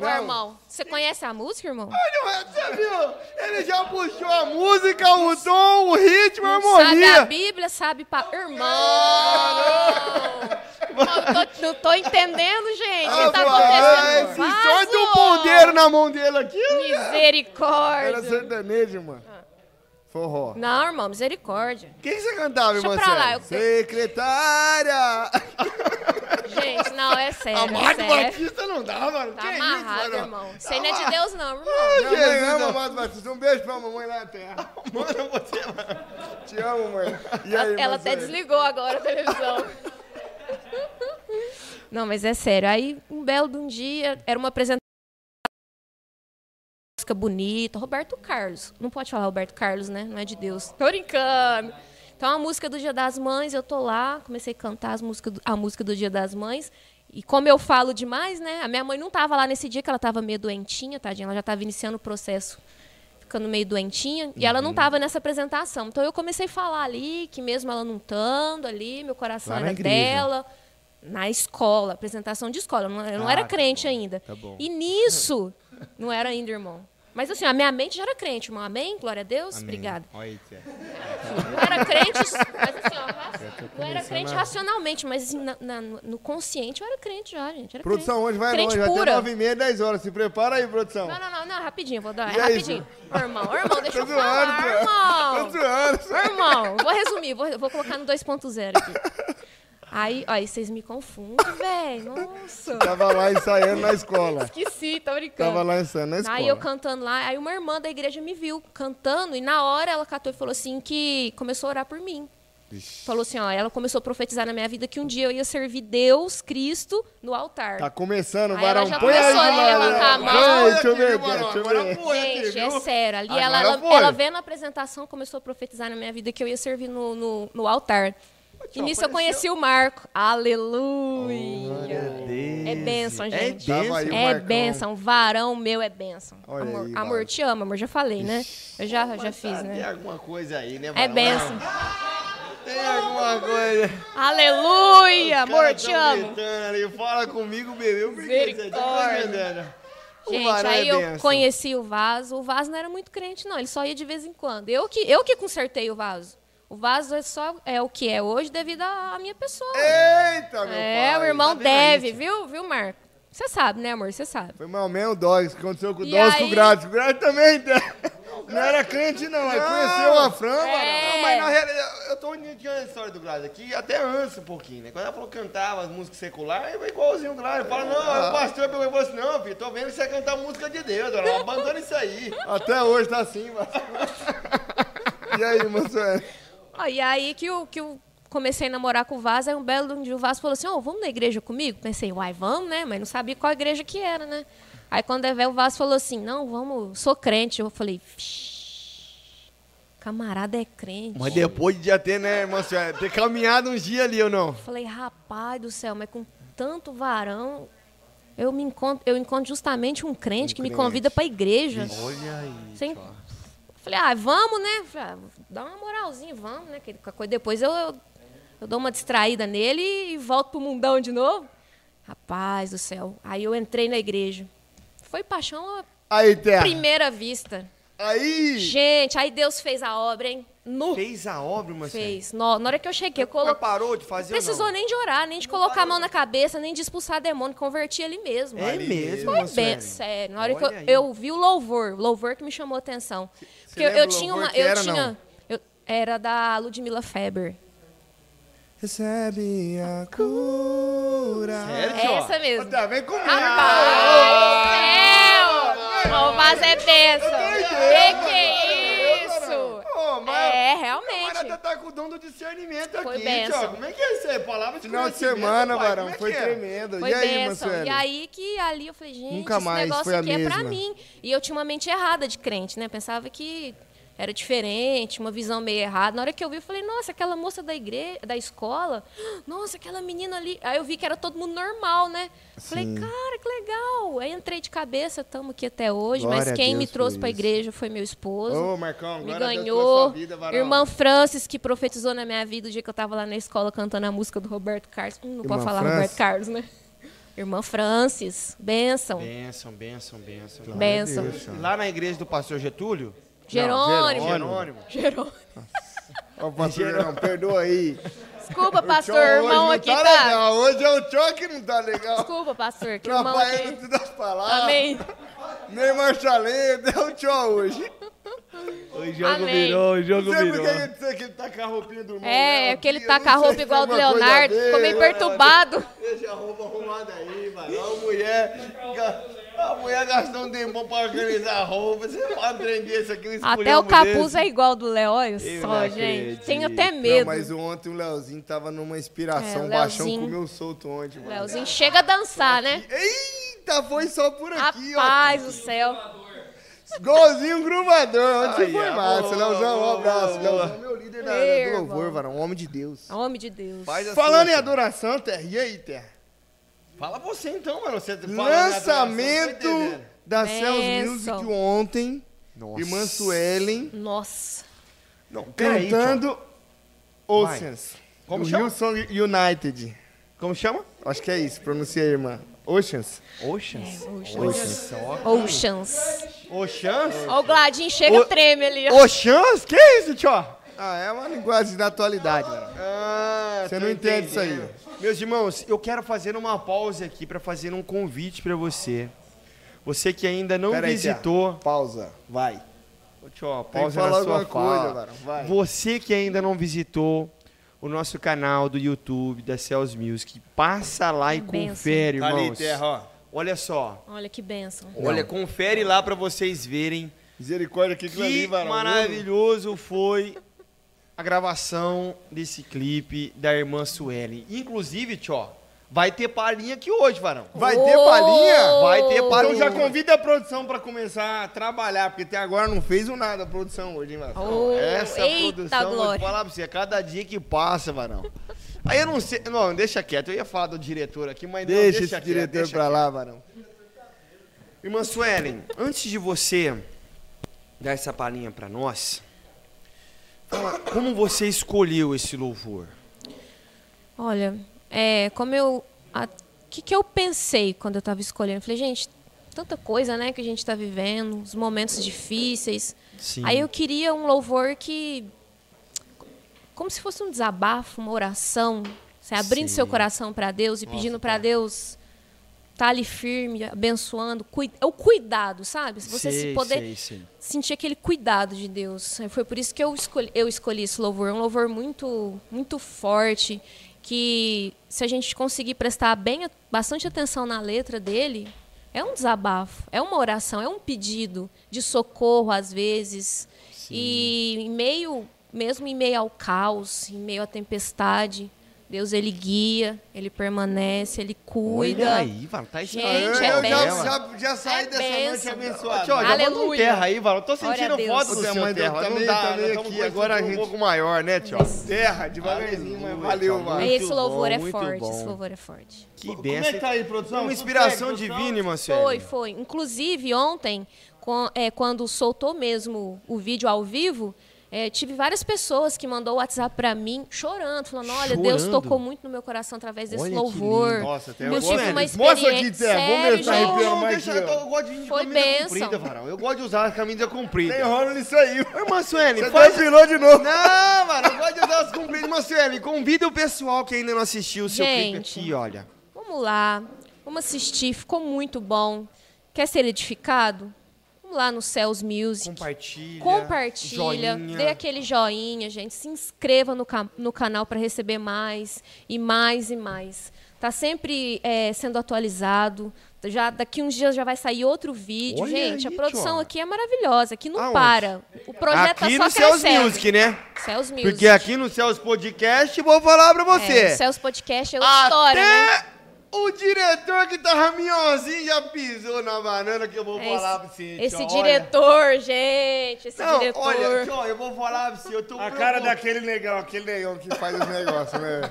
S3: Ô, irmão, você conhece a música, irmão?
S4: Você viu? Ele já puxou a música, o tom, o ritmo, a
S3: Não sabe a
S4: harmonia.
S3: Bíblia, sabe pa... Irmão! Não tô, não tô entendendo, gente. O que tá
S4: Ah,
S3: acontecendo?
S4: Esse som de um
S3: Vaso!
S4: pondeiro na mão dele aqui. Era
S3: Misericórdia! Ah.
S4: sertanejo, mano. Forró.
S3: Não, irmão, misericórdia.
S4: O que, que você cantava,
S3: Deixa
S4: irmã
S3: pra lá,
S4: Célia? Secretária!
S3: Gente, não, é sério. é
S4: Amado
S3: sério.
S4: Batista não dá, mano.
S3: Tá
S4: que
S3: amarrado,
S4: isso, mano? Tá
S3: irmão. Isso aí não é de Deus, não, irmão.
S4: Eu te
S2: Jesus,
S4: amo,
S2: não.
S4: Amado Batista. Um beijo pra mamãe lá na terra.
S2: Mano, você, mano.
S4: Te amo, mãe. E aí,
S3: Ela
S4: irmã
S3: até
S4: Célia?
S3: desligou agora a televisão. Não, mas é sério. Aí, um belo de um dia, era uma apresentação música bonita, Roberto Carlos. Não pode falar Roberto Carlos, né? Não é de Deus. Tô brincando. Então, a música do Dia das Mães, eu tô lá, comecei a cantar as músicas do- a música do Dia das Mães. E como eu falo demais, né? A minha mãe não tava lá nesse dia, que ela tava meio doentinha, tadinha. Ela já tava iniciando o processo, ficando meio doentinha. E ela
S4: Uhum.
S3: não tava nessa apresentação. Então, eu comecei a falar ali, que mesmo ela não estando ali, meu coração
S4: Lá na
S3: era
S4: igreja.
S3: dela. Na escola, apresentação de escola. Eu não, eu não
S4: Ah,
S3: era
S4: tá
S3: crente
S4: bom.
S3: ainda.
S4: Tá bom.
S3: E nisso, não era ainda, irmão. Mas assim, a minha mente já era crente, irmão. Amém? Glória a Deus? Obrigada.
S4: Olha aí, Tia.
S3: Não era crente, mas assim, ó, raci- não era crente racionalmente, mas assim, na- na- no consciente eu era crente já, gente. Era
S4: Produção,
S3: crente.
S4: hoje vai
S3: crente
S4: longe. Vai
S3: pura.
S4: ter 9 e meia, 10 horas. Se prepara aí, produção.
S3: Não, não, não, não, rapidinho, vou dar.
S4: E
S3: É
S4: aí,
S3: rapidinho. Ô, irmão, ô, irmão, deixa
S4: Tô
S3: eu
S4: zoando,
S3: falar,
S4: Tia.
S3: irmão.
S4: Tô zoando.
S3: Ô, irmão, vou resumir, vou, vou colocar no 2.0 aqui. Aí, ó, aí vocês me confundem, velho. Nossa.
S4: Tava lá ensaiando na escola.
S3: Esqueci, tô brincando.
S4: Tava lá ensaiando na escola.
S3: Aí eu cantando lá, aí uma irmã da igreja me viu cantando, e na hora ela catou e falou assim que começou a orar por mim. Falou assim, ó, ela começou a profetizar na minha vida que um dia eu ia servir Deus, Cristo, no altar.
S4: Tá começando,
S3: Aí
S4: varão.
S3: ela já
S4: Põe aí,
S3: começou né? a
S4: varão.
S3: levantar a mão.
S4: Põe, Deixa eu ver,
S2: Agora
S4: deixa eu
S2: foi,
S4: ver.
S2: viu?
S3: Gente, é sério. Ali
S4: Agora
S3: ela, ela,
S4: foi.
S3: ela vendo a apresentação começou a profetizar na minha vida que eu ia servir no, no, no altar. E nisso eu conheci o Marco. Aleluia! É bênção, gente.
S4: Tava
S2: um
S4: aí o
S3: É
S4: Marcão.
S3: bênção, varão meu é bênção.
S4: Olha
S3: Amor,
S4: aí,
S3: amor
S4: Marco.
S3: te amo, amor, já falei, né? Eu já, já fiz,
S2: Tem
S3: né?
S2: alguma coisa aí, né,
S3: É
S2: varão?
S3: bênção.
S2: Tem alguma coisa. é
S3: Aleluia, amor, te
S2: Cara, tão
S3: amo.
S2: gritando ali, fala comigo, bebê. Eu briguei, você tá
S3: Misericórdia.
S2: entendendo? O
S3: Gente,
S2: varão
S3: aí
S2: é
S3: eu
S2: bênção.
S3: conheci o vaso. O vaso não era muito crente, não. Ele só ia de vez em quando. Eu que, eu que consertei o vaso. O vaso é só é o que é hoje devido à à minha pessoa.
S4: Eita, meu
S3: É,
S4: pai.
S3: o irmão
S2: Tá vendo aí,
S3: deve,
S2: tia?
S3: viu, viu, Marco? Você sabe, né, amor? Você sabe.
S4: Foi mal mesmo o Dogs, que aconteceu com o
S3: E
S4: Dogs com o
S3: aí?
S4: Grátis. O Grátis também tá- não era crente, não. Aí conheceu a Fran,
S3: É.
S2: Não, mas na realidade, eu tô entendendo a história do Gladio aqui, até antes um pouquinho, né? Quando ela falou que cantava as músicas seculares, eu igualzinho o Gladio. Fala, não,
S4: Ah.
S2: o pastor pegou e falou assim, não, filho, tô vendo que você cantar música de Deus, ela abandona isso aí.
S4: mano. Até hoje tá assim, mas... E aí, é? irmã Sueli?
S3: Ó, e aí que eu, que eu comecei a namorar com o Vaso, aí um belo dia o Vaso falou assim, ô, vamos na igreja comigo? Pensei, uai, vamos, né? Mas não sabia qual igreja que era, né? Aí quando é velho, o Vaso falou assim, não, vamos, sou crente. Eu falei, "Vixe, camarada é crente.
S2: Mas depois de já ter,
S4: É,
S2: né, irmã senhora, ter caminhado uns dias ali ou não?
S3: Falei, rapaz do céu, mas com tanto varão, eu me encontro, eu encontro justamente um crente que me convida pra igreja.
S2: Olha aí.
S3: Sem- Falei, ah, vamos, né? Falei, ah, dá uma moralzinha, vamos, né? Que qualquer coisa depois eu, eu, eu dou uma distraída nele e volto pro mundão de novo. Rapaz do céu. Aí eu entrei na igreja. Foi paixão à
S4: Aí, Terra.
S3: primeira vista.
S4: Aí...
S3: Gente, aí Deus fez a obra, hein? Nu.
S2: Fez a obra, uma
S3: Fez. No- na hora que eu cheguei, eu colo...
S2: Mas parou de fazer ou
S3: precisou
S2: não?
S3: nem de orar, nem de colocar a mão na cabeça, nem de expulsar demônio, converti ele mesmo.
S2: É
S4: Ali
S2: mesmo,
S4: mesmo.
S3: Foi
S2: Mansueli?
S3: bem, sério. Na hora que
S2: Olha aí.
S3: eu, eu vi o louvor, o louvor que me chamou a atenção. Porque eu,
S4: lembra
S3: eu
S4: o
S3: tinha
S4: louvor
S3: uma.
S4: que
S3: Eu
S4: era,
S3: tinha.
S4: não?
S3: eu- era da Ludmilla Feber.
S4: Recebe a Ah, cura.
S2: Sério?
S3: É
S2: Aqui, ó.
S3: essa mesmo.
S4: Tá, vem comigo.
S2: é?
S3: Rapaz! Meu! Vamos fazer bênção. Que que é isso?
S2: Ô, mas-
S3: É,
S2: A camarada
S3: realmente.
S2: tá com o dom do discernimento
S3: Foi
S2: aqui,
S3: bênção.
S2: Tiago. Como é que é isso aí? Palavra de
S4: Final de
S2: conhecimento,
S4: semana,
S2: pai.
S4: varão.
S2: Como é
S4: foi
S2: que é?
S4: tremendo.
S3: Foi
S4: e aí,
S3: bênção.
S4: Mansueli?
S3: E aí que ali eu falei, gente,
S4: Nunca mais,
S3: esse
S4: foi
S3: negócio
S4: a
S3: aqui é pra
S4: mesma.
S3: mim. E eu tinha uma mente errada de crente, né? Pensava que era diferente, uma visão meio errada. Na hora que eu vi, eu falei, nossa, aquela moça da igreja, da escola, nossa, aquela menina ali. Aí eu vi que era todo mundo normal, né? Falei, cara, que legal. Aí entrei de cabeça, estamos aqui até hoje,
S4: Glória a
S3: mas quem
S4: Deus
S3: me
S4: por
S3: trouxe para a
S4: isso.
S3: igreja foi meu esposo.
S4: Ô, Marcão,
S3: Me
S4: glória a Deus pela
S3: ganhou.
S4: sua vida, varão.
S3: Irmã Francis, que profetizou na minha vida o dia que eu tava lá na escola cantando a música do Roberto Carlos. Hum, não
S4: Irmã
S3: pode falar
S4: Francis?
S3: Roberto Carlos, né? Irmã Francis, benção.
S2: Bênção, bênção, bênção.
S3: Benção.
S4: Deus, cara.
S2: Lá na igreja do pastor Getúlio?
S3: Jerônimo.
S2: Jerônimo.
S3: Jerônimo.
S4: Ó, pastor, não, perdoa aí.
S3: Desculpa, pastor,
S4: Tchau,
S3: irmão
S4: hoje
S3: aqui,
S4: não
S3: tá?
S4: tá, legal. Hoje é o tchau que não tá legal.
S3: Desculpa, pastor, que irmão
S4: Atrapalhando
S3: aqui.
S4: tudo as palavras.
S3: Amém.
S4: Neymar Chalé, deu um tchau hoje.
S2: O
S3: jogo Amém. virou,
S2: o jogo
S4: Sempre que ele disse que ele tá com a roupinha do né? irmão
S3: É,
S4: dela
S3: é que ele
S4: aqui,
S3: tá
S4: eu
S3: com a
S4: não sei
S3: roupa
S4: se
S3: igual
S4: tem
S3: do
S4: alguma coisa a
S3: Leonardo,
S4: ver.
S3: ficou meio perturbado.
S2: né? Deixa a roupa arrumada aí, vai. Ó, A mulher, a mulher gastou um tempão pra organizar a roupa. Você pode prender isso aqui, um
S3: Até
S2: esculhambo
S3: o capuz
S2: desse.
S3: é igual do Léo, olha
S2: Eu
S3: só,
S2: não
S3: gente.
S2: acredito.
S3: Tenho até
S4: Não,
S3: medo.
S4: mas ontem o Leozinho tava numa inspiração,
S3: É, o
S4: baixão
S3: Leozinho.
S4: comeu solto ontem, mano.
S3: Léozinho chega a dançar, né?
S4: Eita, foi só por aqui,
S3: Rapaz do céu.
S4: ó. Golzinho gruvador, ontem
S2: Ai,
S4: foi
S2: amor,
S4: massa. Leozão, um
S2: amor,
S4: abraço.
S2: amor.
S4: Leozão é meu líder da,
S3: Ei,
S4: do louvor,
S3: irmão.
S4: varão, um homem de Deus.
S3: Homem de Deus.
S2: Faz a
S4: Falando em
S2: sua.
S4: adoração, Terra, e aí, Terra?
S2: Fala você então, mano. Você fala em adoração,
S4: Lançamento
S2: você tá entendendo.
S4: da Cells
S3: Benção.
S4: Music ontem.
S2: Nossa.
S4: Irmã Suelen
S3: Nossa.
S2: Não, peraí, tio.
S4: cantando Oceans.
S2: Como
S4: do
S2: chama?
S4: Hillsong United.
S2: Como chama?
S4: Acho que é isso, pronuncia aí, irmã. Oceans.
S2: Oxans.
S3: Oceans. Oceans.
S2: Oxans?
S3: Ó, o Gladinho chega
S2: Ô-
S3: e treme ali. ó.
S2: Oxans? Que isso, tio?
S4: Ah, é uma linguagem da atualidade, mano.
S2: Ah,
S4: Você
S2: tô
S4: não entende isso aí.
S2: entendendo. Meus irmãos, eu quero fazer uma pausa aqui pra fazer um convite pra você. Você que ainda não
S4: Pera aí, Tia.
S2: visitou.
S4: Pausa, vai.
S2: Ô, Tio,
S4: Tem que
S2: pausa
S4: falar
S2: na
S4: alguma
S2: sua
S4: coisa,
S2: fala.
S4: mano. Vai.
S2: Você que ainda não visitou o nosso canal do YouTube da Cells Music, passa lá e
S3: Que benção.
S2: confere,
S4: Tá ali,
S2: irmãos.
S4: Terra, ó.
S2: Olha só.
S3: Olha que benção.
S2: Olha, confere lá pra vocês verem
S4: Misericórdia, que,
S2: Que
S4: aquilo ali, varão.
S2: maravilhoso foi a gravação desse clipe da irmã Sueli. Inclusive, tio, vai ter palhinha aqui hoje, varão.
S4: Vai ter palhinha?
S2: Vai ter
S4: Então
S2: palhinha.
S4: já convida a produção pra começar a trabalhar, porque até agora não fez o nada a produção hoje, hein, varão?
S3: Oh,
S2: Essa
S3: eita,
S2: produção, vou te
S3: Glória.
S2: falar pra você, é cada dia que passa, varão. Aí eu não sei, não, deixa quieto, eu ia falar do diretor aqui, mas não,
S4: Deixa esse
S2: quieto,
S4: diretor
S2: deixa
S4: pra lá, varão.
S2: Irmã Suelen, antes de você dar essa palhinha pra nós, fala como você escolheu esse louvor?
S3: Olha, é, como eu. a- O que, que eu pensei quando eu estava escolhendo? Eu Falei, gente, tanta coisa né, que a gente está vivendo, os momentos difíceis.
S2: Sim.
S3: Aí eu queria um louvor que. Como se fosse um desabafo, uma oração. Você abrindo
S2: Sim.
S3: seu coração para Deus e
S2: Nossa,
S3: pedindo
S2: cara.
S3: para Deus estar ali firme, abençoando. cui- é o cuidado, sabe? Se Você se
S2: Sei,
S3: poder
S2: sei, sei.
S3: sentir aquele cuidado de Deus. Foi por isso que eu escolhi, eu escolhi esse louvor. É um louvor muito, muito forte. Que se a gente conseguir prestar bem, bastante atenção na letra dele, é um desabafo, é uma oração, é um pedido de socorro às vezes. E em meio, mesmo em meio ao caos, em meio à tempestade, Deus ele guia, ele permanece, ele cuida.
S2: Olha aí, mano, tá
S3: Gente,
S4: Eu,
S3: é
S4: eu já,
S3: benção.
S4: já, já saí
S3: É
S4: dessa noite
S3: benção.
S4: abençoada.
S2: Tio, já manda um
S3: Aleluia.
S2: terra aí, Val. Eu tô
S3: Glória
S2: sentindo
S3: a Deus.
S2: foto do
S4: Ô,
S2: seu
S4: tamanho
S2: terra.
S4: também,
S2: Não dá,
S4: também
S2: nós estamos
S4: aqui,
S2: com
S4: agora a
S2: um
S4: gente-
S2: pouco maior, né, tio?
S4: Terra, devagarzinho, mas
S2: Aleluia,
S4: valeu,
S2: tio.
S4: varão.
S3: Aí
S2: Muito
S3: esse louvor
S2: bom,
S3: é
S2: muito
S3: forte,
S2: bom.
S3: esse louvor é forte.
S2: Que
S4: Como é que
S2: benção.
S4: tá aí, produção?
S2: Uma inspiração
S4: Consegue,
S2: divina, irmã Sueli.
S3: Foi, foi. Inclusive, ontem, com- é, quando soltou mesmo o vídeo ao vivo, É, tive várias pessoas que mandou WhatsApp pra mim chorando, falando: olha, Deus
S2: Chorando?
S3: tocou muito no meu coração através desse
S2: Olha que
S3: louvor.
S2: lindo.
S4: Nossa, até
S3: eu
S4: agora-
S3: tive uma
S4: Mostra aqui,
S3: experiência.
S4: Zé, vamos ver
S3: Sério,
S4: se tá arrepiando.
S3: gente.
S4: Não,
S2: mais
S4: deixa- eu
S2: gosto de
S3: Foi camisa bênção. comprida,
S2: Varal. Eu gosto de usar camisa comprida.
S4: Tem rola nisso aí.
S2: Irmã Sueli,
S4: Você
S2: faz...
S4: transpilou de novo.
S2: Não, mano, eu gosto de usar as compridas. Irmã Sueli, convida o pessoal que ainda não assistiu o seu clipe
S3: Gente.
S2: aqui, olha.
S3: Vamos lá, vamos assistir, ficou muito bom. Quer ser edificado? Vamos lá no Céus Music.
S2: Compartilha.
S3: Compartilha,
S2: joinha.
S3: dê aquele joinha, gente. Se inscreva no, ca- no canal para receber mais e mais e mais. Tá sempre é, sendo atualizado. Já daqui uns dias já vai sair outro vídeo,
S2: Olha
S3: gente.
S2: aí,
S3: a produção
S2: Tio.
S3: aqui é maravilhosa, aqui não
S2: Aonde?
S3: para. O projeto
S2: Aqui
S3: tá
S2: no
S3: só
S2: Céus
S3: crescendo.
S2: Music, né?
S3: Céus Music.
S2: Porque aqui no Céus Podcast, vou falar pra você.
S3: É, o Céus Podcast é outra
S2: Até
S3: história, né?
S2: o diretor que tava minhãozinho já pisou na banana que eu vou
S3: É
S2: falar pra você.
S3: esse esse
S2: tio,
S3: diretor, gente, esse
S2: Olha. Não,
S3: diretor.
S2: olha, tio, eu vou falar pra você. Eu tô
S4: A cara
S2: preocupado.
S4: daquele negão, aquele negão que faz os negócios, né?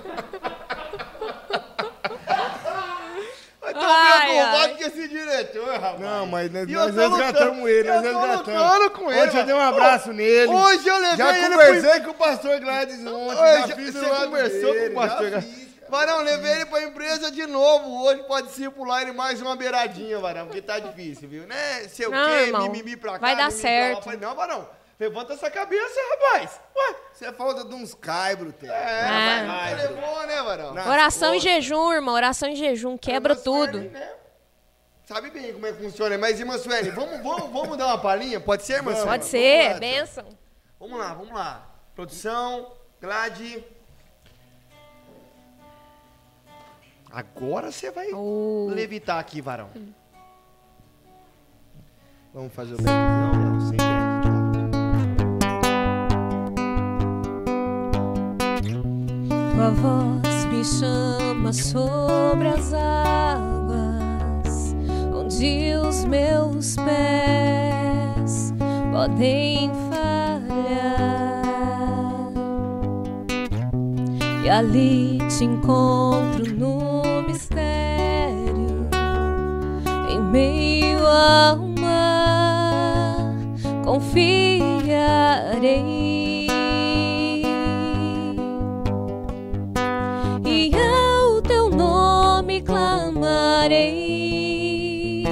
S2: Eu tô
S3: Ai,
S2: preocupado
S3: ai.
S2: com esse diretor, rapaz.
S4: Não, mas né? nós,
S2: E
S4: nós
S2: eu tô lutando-
S4: resgatamos ele, nós
S2: eu tô
S4: resgatamos.
S2: lutando com ele,
S4: Ontem eu
S2: mano.
S4: dei um abraço nele.
S2: Hoje eu levei
S4: já
S2: ele pro-
S4: conversei com o pastor Gladys
S2: Ô,
S4: ontem. já
S2: já-
S4: fiz o
S2: Você
S4: lado
S2: conversou
S4: dele,
S2: com o pastor.
S4: já
S2: Gar-
S4: fiz, cara.
S2: Varão, levei ele pra empresa de novo. Hoje pode circular ele mais uma beiradinha, Varão, porque tá difícil, viu? Né? Sei o
S3: Não,
S2: quê,
S3: Ah, irmão,
S2: mimimi pra cá.
S3: vai dar
S2: mimimi pra
S3: certo.
S2: lá. Falei, não, Varão, levanta essa cabeça, rapaz. Ué,
S4: Você é falta de uns caibros, Té.
S2: é,
S3: Ah.
S2: rapaz, você levou, né, Varão?
S4: Não,
S3: Oração em jejum, irmão, oração em jejum, quebra
S2: Irmã Sueli,
S3: tudo.
S2: né? Sabe bem como é que funciona, mas, irmã Sueli, vamos, vamos, vamos dar uma palhinha? Pode ser, irmã Sueli?
S3: Pode
S2: Vamos
S3: ser,
S2: lá,
S3: bênção.
S2: Vamos lá, vamos lá. Produção, Glad. Agora você vai
S3: Oh.
S2: levitar aqui, varão. Vamos fazer o bem. Não, não, sem ideia.
S3: Tua voz me chama sobre as águas, onde os meus pés podem falhar. E ali te encontro no mistério, em meio ao mar, confiarei e ao teu nome clamarei.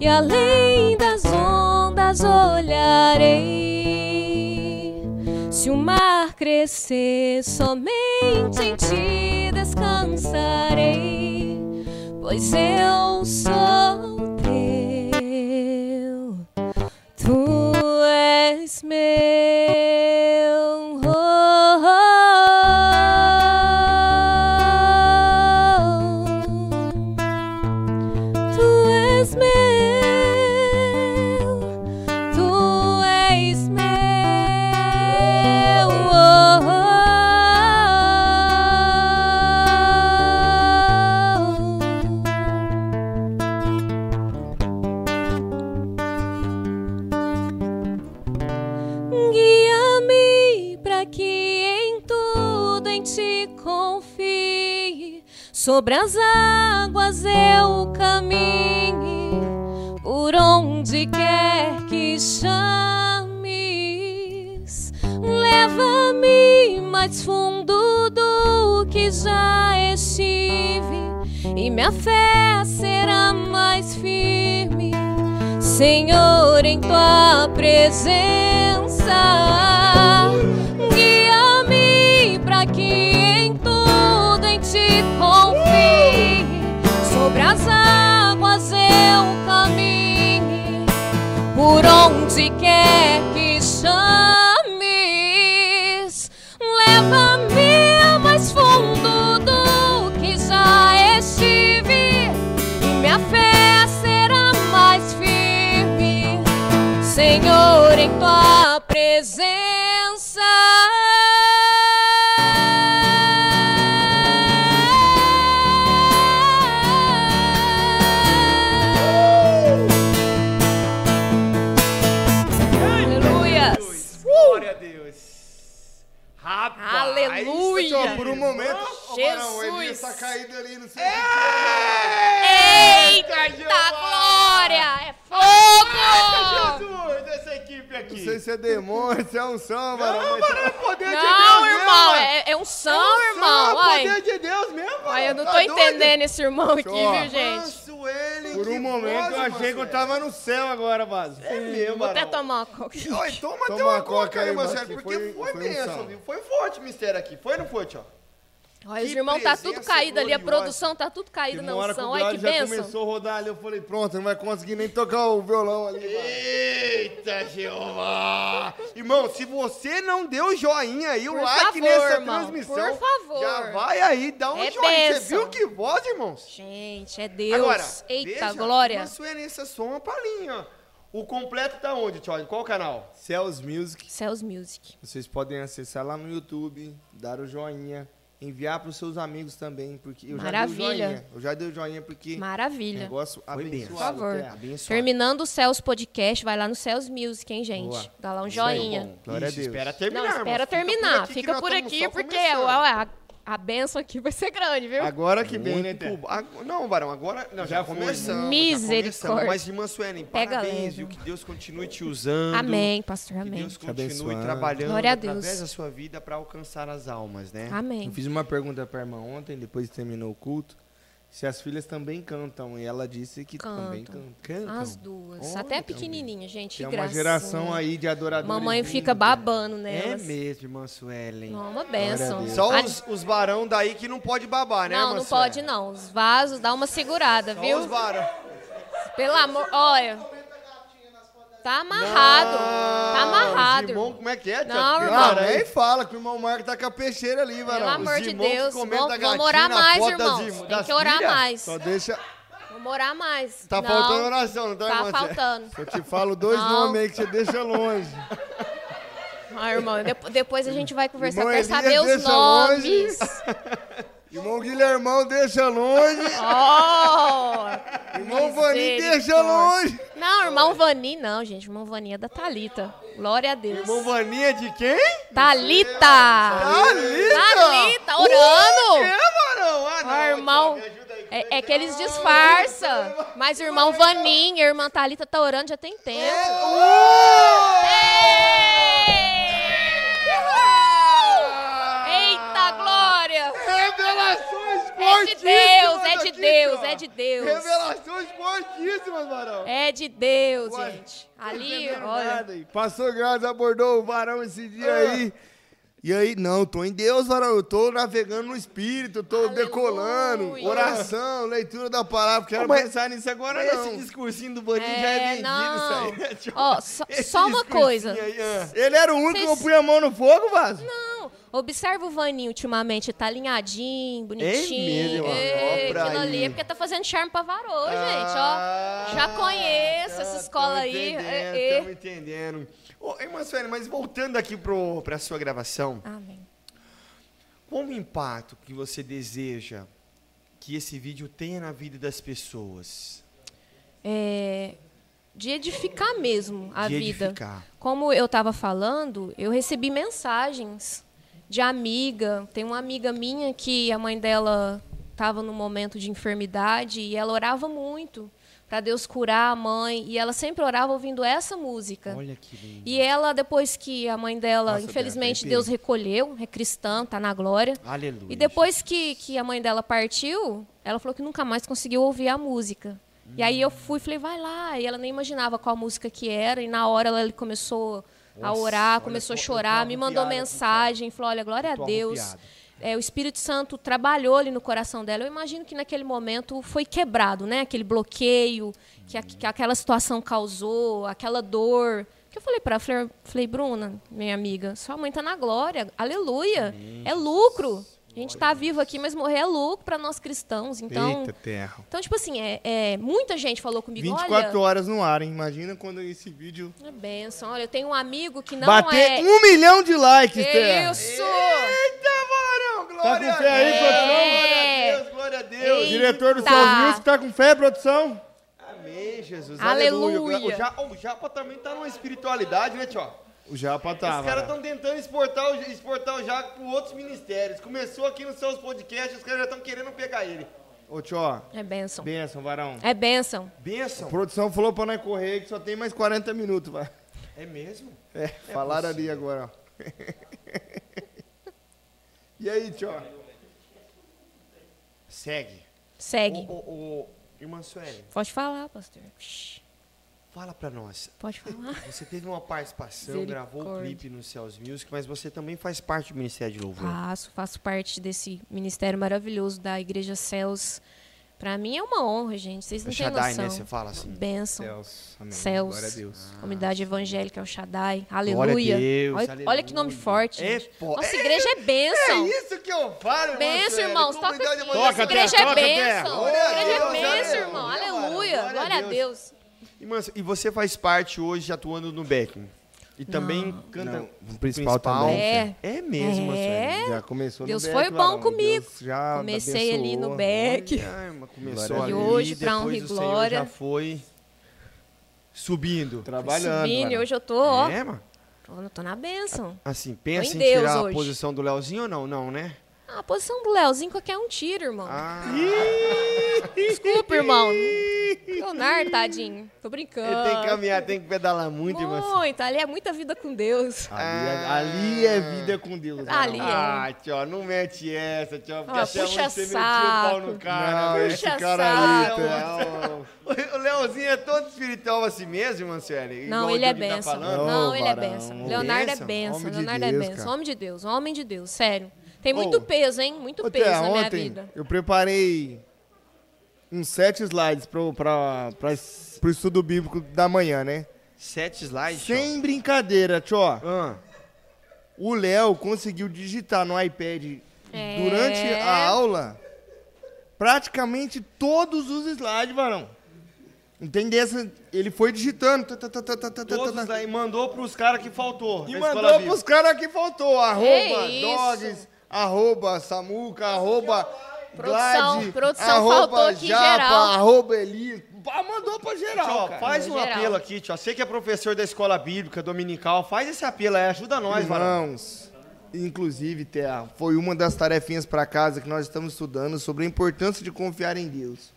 S3: E além das ondas olharei. Se o mar crescer, somente em ti descansarei, pois eu sou teu tu és meu. Oh, Tu és meu. Tu és meu. oh. Guia-me para que em tudo em ti confie. Sobre as águas eu caminhe, por onde quer que chames. Leva-me mais fundo do que já estive, e minha fé será mais firme. Senhor, em tua presença, guia-me para que em tudo em ti confie. Sobre as águas eu caminhe, por onde quer que chames. Leva-me a mais fundo do que já estive, e minha fé será mais firme, Senhor, em tua presença. Aleluias.
S2: Glória a Deus. Rapaz.
S3: Aleluia.
S4: Tio, por um momento, tá o varão,
S2: tá
S3: Jesus.
S4: ele está caído ali no seu...
S3: Eita,
S2: Jeová.
S3: área! É fogo!
S2: Jesus, essa equipe aqui.
S4: Não sei se é demônio, se é um samba.
S2: Não,
S4: mas-
S2: mano, é poder de Deus
S3: Não,
S2: mesmo,
S3: irmão,
S2: mano.
S3: é, é um são,
S2: Não,
S3: irmão. Ai,
S2: poder é de Deus mesmo.
S3: ai, eu não
S2: mano.
S3: tô
S2: Tá doido?
S3: entendendo esse irmão aqui,
S4: Ó.
S3: viu, gente?
S2: Mansuelen, é
S4: Por
S2: que
S4: um momento
S2: voz,
S4: eu achei que eu
S2: Mansuelen.
S4: tava no céu agora, Basso.
S2: É mesmo,
S3: Vou até
S2: Barão.
S3: tomar uma coca.
S2: Oi, toma,
S4: Toma
S2: até uma
S4: uma coca
S2: coca aí,
S4: aí,
S2: Marcelo,
S4: Marquinhos.
S2: porque
S4: Foi-
S2: foi,
S4: foi um
S2: bênção,
S4: sal.
S2: viu? Foi forte o mistério aqui. Foi ou não foi, tio?
S3: Olha, os
S2: Que
S3: irmãos tá
S2: presença
S3: tudo caído ali, a
S2: gloriosa.
S3: produção tá tudo caído na
S4: Na hora que
S3: unção.
S4: o
S3: Olha que
S4: Bial já
S3: benção.
S4: começou a rodar ali, eu falei, pronto, não vai conseguir nem tocar o violão ali. Basso.
S2: Eita, Jeová! Ah, Irmão, se você não deu joinha aí, o
S3: Por
S2: like
S3: favor,
S2: nessa
S3: irmão,
S2: transmissão,
S3: por favor.
S2: já vai aí, dá um
S3: É
S2: joinha. Você
S3: bênção.
S2: viu que voz, irmãos?
S3: Gente, é Deus.
S2: Agora,
S3: Eita,
S2: veja,
S3: glória.
S2: Mansuelen, essa som uma palhinha. O completo tá onde, tio? Em qual canal?
S4: Céus Music.
S3: Céus Music.
S4: Vocês podem acessar lá no YouTube, dar o joinha, enviar para os seus amigos também, porque eu já dei
S3: Maravilha.
S4: o joinha. Eu já dei o joinha porque
S3: Maravilha.
S4: negócio abençoado.
S2: benção.
S3: Por favor.
S4: até.
S3: Terminando o Céus Podcast, vai lá no Céus Music, hein, gente?
S4: Boa.
S3: Dá lá um
S4: Isso aí,
S3: joinha.
S4: bom. Glória a
S2: Isso,
S4: Deus.
S2: Espera
S3: Não,
S2: terminar,
S3: espera
S2: irmãos.
S3: terminar. Fica
S2: que
S3: por
S2: nós
S3: aqui,
S2: estamos só
S3: porque
S2: começando.
S3: ó, a, a benção aqui vai ser grande, viu?
S4: Agora que vem, né,
S2: Muito
S4: Té?
S2: bom. Ago- Não, Barão, agora nós já,
S4: Já foi, né?
S2: começamos. já começamos.
S3: Misericórdia.
S2: Mas, irmã Suelen,
S3: Pega
S2: parabéns,
S3: leve.
S2: viu? Que Deus continue te usando.
S3: Amém, pastor,
S2: Que
S3: amém.
S2: Deus continue
S4: abençoando.
S2: trabalhando
S3: Glória a Deus.
S2: através da sua vida para alcançar as almas, né?
S4: Eu
S3: Amém.
S4: fiz uma pergunta para a irmã ontem, depois que terminou o culto, se as filhas também cantam, e ela disse que também
S3: Cantam.
S4: cantam. cantam.
S3: As duas.
S4: Olha,
S3: Até a pequenininha, gente.
S4: Tem
S3: que
S4: É uma
S3: gracinha.
S4: geração aí de adoradores.
S3: Mamãe
S4: lindos,
S3: fica
S4: né?
S3: babando
S2: É
S3: nelas.
S2: mesmo, irmã Suelen.
S3: Não, uma benção.
S4: Glória a
S2: Só
S3: A-
S2: os, os barão daí que não pode babar, né,
S3: Não,
S2: irmã
S3: não
S2: Suelen?
S3: pode não. Os vasos, dá uma segurada,
S2: Só
S3: viu?
S2: os barão.
S3: Pelo amor... Olha. Tá amarrado. tá
S2: Ah,
S3: amarrado.
S2: os irmão, como é que é, tia?
S3: Não,
S2: Que
S3: irmão.
S4: Ah,
S2: barão, hein?
S4: nem fala que o irmão Marco tá com a peixeira ali, varão.
S3: Pelo amor
S2: Os
S3: de
S2: irmãos que
S3: Deus.
S2: comem da
S3: Vamos,
S2: gatinha
S3: vamos orar
S2: na
S3: mais,
S2: foto das
S3: irmãos.
S2: irmã-
S3: Tem
S2: das
S3: que orar
S2: filhas?
S3: mais.
S4: Só deixa...
S3: Vamos orar mais.
S4: Tá
S3: não,
S4: faltando oração, não tá,
S3: Tá
S4: irmã?
S3: faltando.
S4: Eu te falo dois
S3: Não.
S4: nomes aí que você deixa longe.
S3: Ah, irmão, depo- depois a gente vai conversar
S4: Irmão
S3: pra
S4: Elias,
S3: saber os
S4: deixa
S3: nomes.
S4: longe. Irmão Guilhermão, deixa longe.
S3: Oh!
S4: Irmão Vani, deixa
S3: misericórdia.
S4: longe.
S3: Não, irmão Vani não, gente. Irmão Vani é da Thalita. Glória a Deus.
S2: Irmão Vaninha de quem?
S3: Thalita!
S2: Thalita!
S3: Thalita,
S2: É,
S3: orando!
S2: Barão! Ah, não,
S3: Ó, irmão,
S2: tia, me ajuda aí.
S3: é, é que eles disfarçam. Mas o irmão Vaninha, a irmã Thalita tá orando já tem tempo. Eita, glória!
S2: Revelações
S3: É de
S2: fortíssimas
S3: Deus, é de
S2: aqui,
S3: Deus,
S2: ó.
S3: é de Deus.
S2: Revelações fortíssimas, Barão.
S3: É de Deus,
S4: Ué,
S3: gente.
S4: Não
S3: Ali,
S4: entenderam
S3: olha.
S4: nada aí. Passou graça, abordou o varão esse dia
S3: Ah.
S4: aí. E aí, não, tô em Deus, varão. Eu tô navegando no espírito, tô
S3: Aleluia.
S4: decolando. Oração, leitura da palavra. Quero
S2: Mas-
S4: pensar nisso agora,
S2: Mas
S4: não.
S2: esse discursinho do Vaninho já é
S3: É,
S2: vendido,
S3: não.
S2: isso aí. Tio,
S3: Ó, só,
S2: esse
S3: só uma
S2: discursinho
S3: coisa.
S2: aí, ah.
S4: Ele era o único
S3: Vocês-
S4: que eu punha a mão no fogo, Vaso?
S3: Não, observa o Vaninho ultimamente, tá alinhadinho, bonitinho.
S2: É mesmo, ó,
S3: Ei,
S2: pra
S3: aquilo ali
S2: aí.
S3: é porque tá fazendo charme pra varô,
S2: Ah,
S3: gente, ó. Já conheço essa escola aí. é, é.
S2: Estamos entendendo. Ô, irmã Sueli, mas voltando aqui pro, pra sua gravação,
S3: Amém.
S2: qual o impacto que você deseja que esse vídeo tenha na vida das pessoas?
S3: é, de edificar mesmo a
S2: De
S3: vida.
S2: edificar.
S3: Como eu estava falando, eu recebi mensagens de amiga. Tem uma amiga minha que a mãe dela estava num momento de enfermidade e ela orava muito para Deus curar a mãe. E ela sempre orava ouvindo essa música.
S2: Olha que lindo.
S3: E ela, depois que a mãe dela,
S4: Nossa,
S3: infelizmente,
S4: Beata,
S3: Deus recolheu, é cristã, tá na glória.
S2: Aleluia.
S3: E depois que, que a mãe dela partiu, ela falou que nunca mais conseguiu ouvir a música. E aí eu fui e falei, vai lá. E ela nem imaginava qual música que era. E na hora ela começou a
S2: Nossa,
S3: orar,
S2: olha,
S3: começou a
S2: eu tô
S3: chorar, me mandou
S2: arrepiado aqui,
S3: mensagem, falou, olha, glória a
S2: tô
S3: Deus.
S2: arrepiado.
S3: É, o Espírito Santo trabalhou ali no coração dela. Eu imagino que naquele momento foi quebrado, né? Aquele bloqueio que, a- que aquela situação causou, aquela dor. Que eu falei para ela, falei, falei, Bruna, minha amiga, sua mãe tá na glória, aleluia, é lucro. A gente tá vivo aqui, mas morrer é lucro para nós cristãos. Então,
S4: Eita, terra.
S3: então tipo assim, é, é, muita gente falou comigo,
S4: 24
S3: olha,
S4: horas no ar, hein? Imagina quando esse vídeo
S3: é benção, olha, eu tenho um amigo que não é...
S4: bater um milhão de likes,
S3: que
S4: terra. Tá
S3: isso!
S2: Eita, varão! Glória
S4: com fé aí,
S2: a Deus! Glória a
S4: produção?
S2: Deus, glória a Deus!
S4: O diretor do
S3: É. Eita.
S4: Céus Music tá com fé, produção?
S2: Amém, Jesus.
S3: Aleluia.
S2: O, Japa, o Japa também tá numa espiritualidade, né, tio?
S4: O Japa tá,
S2: Os caras
S4: varão.
S2: estão tentando exportar o, exportar o Japa para outros ministérios. Começou aqui nos seus podcasts, os caras já estão querendo pegar ele.
S4: Ô, Tchó,
S3: É benção.
S4: benção, varão.
S3: É benção.
S4: A
S2: Benção.
S4: produção falou pra nós correr que só tem mais 40 minutos, vai.
S2: É mesmo?
S4: É, falaram ali agora, ó. E aí, Tchó?
S2: Segue.
S3: Segue.
S2: Ô, ô, ô, irmã Suelen,
S3: Pode falar, pastor. Shhh,
S2: fala pra nós.
S3: Pode falar.
S2: Você teve uma participação, gravou o
S3: Misericórdia.
S2: clipe no Céus Music, mas você também faz parte do Ministério de
S4: É.
S2: Louvor.
S3: Faço, faço parte desse ministério maravilhoso da Igreja Céus. Pra mim é uma honra, gente. Vocês não
S2: É
S3: têm
S2: Shaddai, né? Você
S3: noção.
S2: fala assim.
S3: Benção.
S4: Céus. Amém.
S3: Céus.
S4: Glória a Deus. Ah,
S3: Comunidade evangélica, é o Shaddai.
S2: Glória a
S3: Aleluia.
S2: Deus,
S3: olha,
S2: aleluia.
S3: olha que nome forte.
S2: É
S3: gente.
S2: fo-
S3: Nossa igreja é bênção.
S4: É isso que eu falo, irmão.
S3: Benção,
S4: Sueli.
S3: irmãos. Toca
S4: Comunidade
S3: aqui.
S4: evangélica.
S3: Nossa igreja
S2: Toca,
S3: é
S2: toca,
S3: bênção.
S4: Glória a
S3: igreja é
S4: Deus,
S3: bênção,
S4: aleluia.
S3: irmão.
S2: Glória,
S3: Aleluia.
S2: glória a
S3: Glória a
S2: Deus.
S3: Deus.
S2: Irmã, e você faz parte hoje atuando no backing. E também canta.
S4: Não, o principal também.
S3: É.
S2: É mesmo, irmã
S3: É.
S4: Já começou
S3: Deus
S4: no
S3: foi
S4: Beck,
S3: bom
S4: varão.
S3: comigo.
S4: Deus já
S3: Comecei ali no
S4: abençoou.
S3: back.
S2: Suelen. Ai, mas
S4: Glória
S2: começou
S4: a
S2: ali,
S4: Deus.
S3: é E hoje, pra
S2: depois
S3: honra e
S2: o Senhor
S3: glória.
S2: já foi subindo.
S4: Trabalhando.
S3: Subindo,
S4: varão.
S3: hoje eu tô, ó.
S2: É, mano?
S3: Tô, tô na bênção.
S2: Assim, pensa
S3: Tô
S2: em,
S3: em Deus
S2: tirar a
S3: hoje.
S2: posição do Leozinho ou não? Não, né?
S3: Ah, a posição do Leozinho qualquer um tiro, irmão.
S2: Ah,
S3: Desculpa, irmão. Leonardo, tadinho. Tô brincando.
S2: ele tem que caminhar, tem que pedalar muito, irmã. Suelen.
S3: Muito, ali é muita vida com Deus.
S4: Ali, é- ali é
S3: Ah.
S4: vida com Deus. varão.
S3: Ali é.
S2: Ah, tio, não mete essa, tio, porque
S3: Ah,
S2: até
S3: puxa
S2: onde você metiu o pau
S3: saco.
S2: no cara. Ah,
S4: Não,
S2: velho.
S4: esse
S3: Puxa
S4: cara ali,
S3: saco.
S4: tá-
S2: O Leozinho é todo espiritual assim mesmo, Manciele?
S3: Não, ele é
S2: tá
S3: benção.
S4: falando.
S3: não,
S4: Ô,
S3: ele é
S4: varão.
S3: benção. Leonardo
S2: Benção?
S3: é benção.
S4: Homem de
S3: Leonardo
S4: Deus,
S3: é benção.
S4: cara.
S3: Homem de Deus, homem de Deus, sério. Tem muito
S4: Ô.
S3: peso, hein? Muito
S4: Ô,
S3: peso
S4: Thea,
S3: na minha
S4: ontem
S3: vida.
S4: eu preparei uns sete slides pro, pra, pra, pro estudo bíblico da manhã, né?
S2: Sete slides, Sim.
S4: Sem brincadeira, tchó.
S2: Ah,
S4: O Léo conseguiu digitar no iPad
S3: É.
S4: durante a aula praticamente todos os slides, varão. Entendeu? Essa- Ele foi digitando. tá, tá, tá, tá, tá, tá, tá, tá.
S2: todos aí, mandou pros caras que faltou.
S4: E
S2: na
S4: mandou
S2: Tá escola
S4: pros caras que faltou. Arroba
S3: Que isso?
S4: dogs, arroba samuca, arroba
S3: Produção,
S4: glad,
S3: produção faltou
S4: arroba
S3: aqui geral.
S4: arroba eli. Pá, Mandou pra geral,
S2: Tio,
S4: cara.
S2: faz um
S3: No geral.
S2: apelo aqui, tio. Você que é professor da escola bíblica dominical, faz esse apelo aí, ajuda nós, varão.
S4: Irmãos, inclusive, Thea, foi uma das tarefinhas pra casa que nós estamos estudando sobre a importância de confiar em Deus.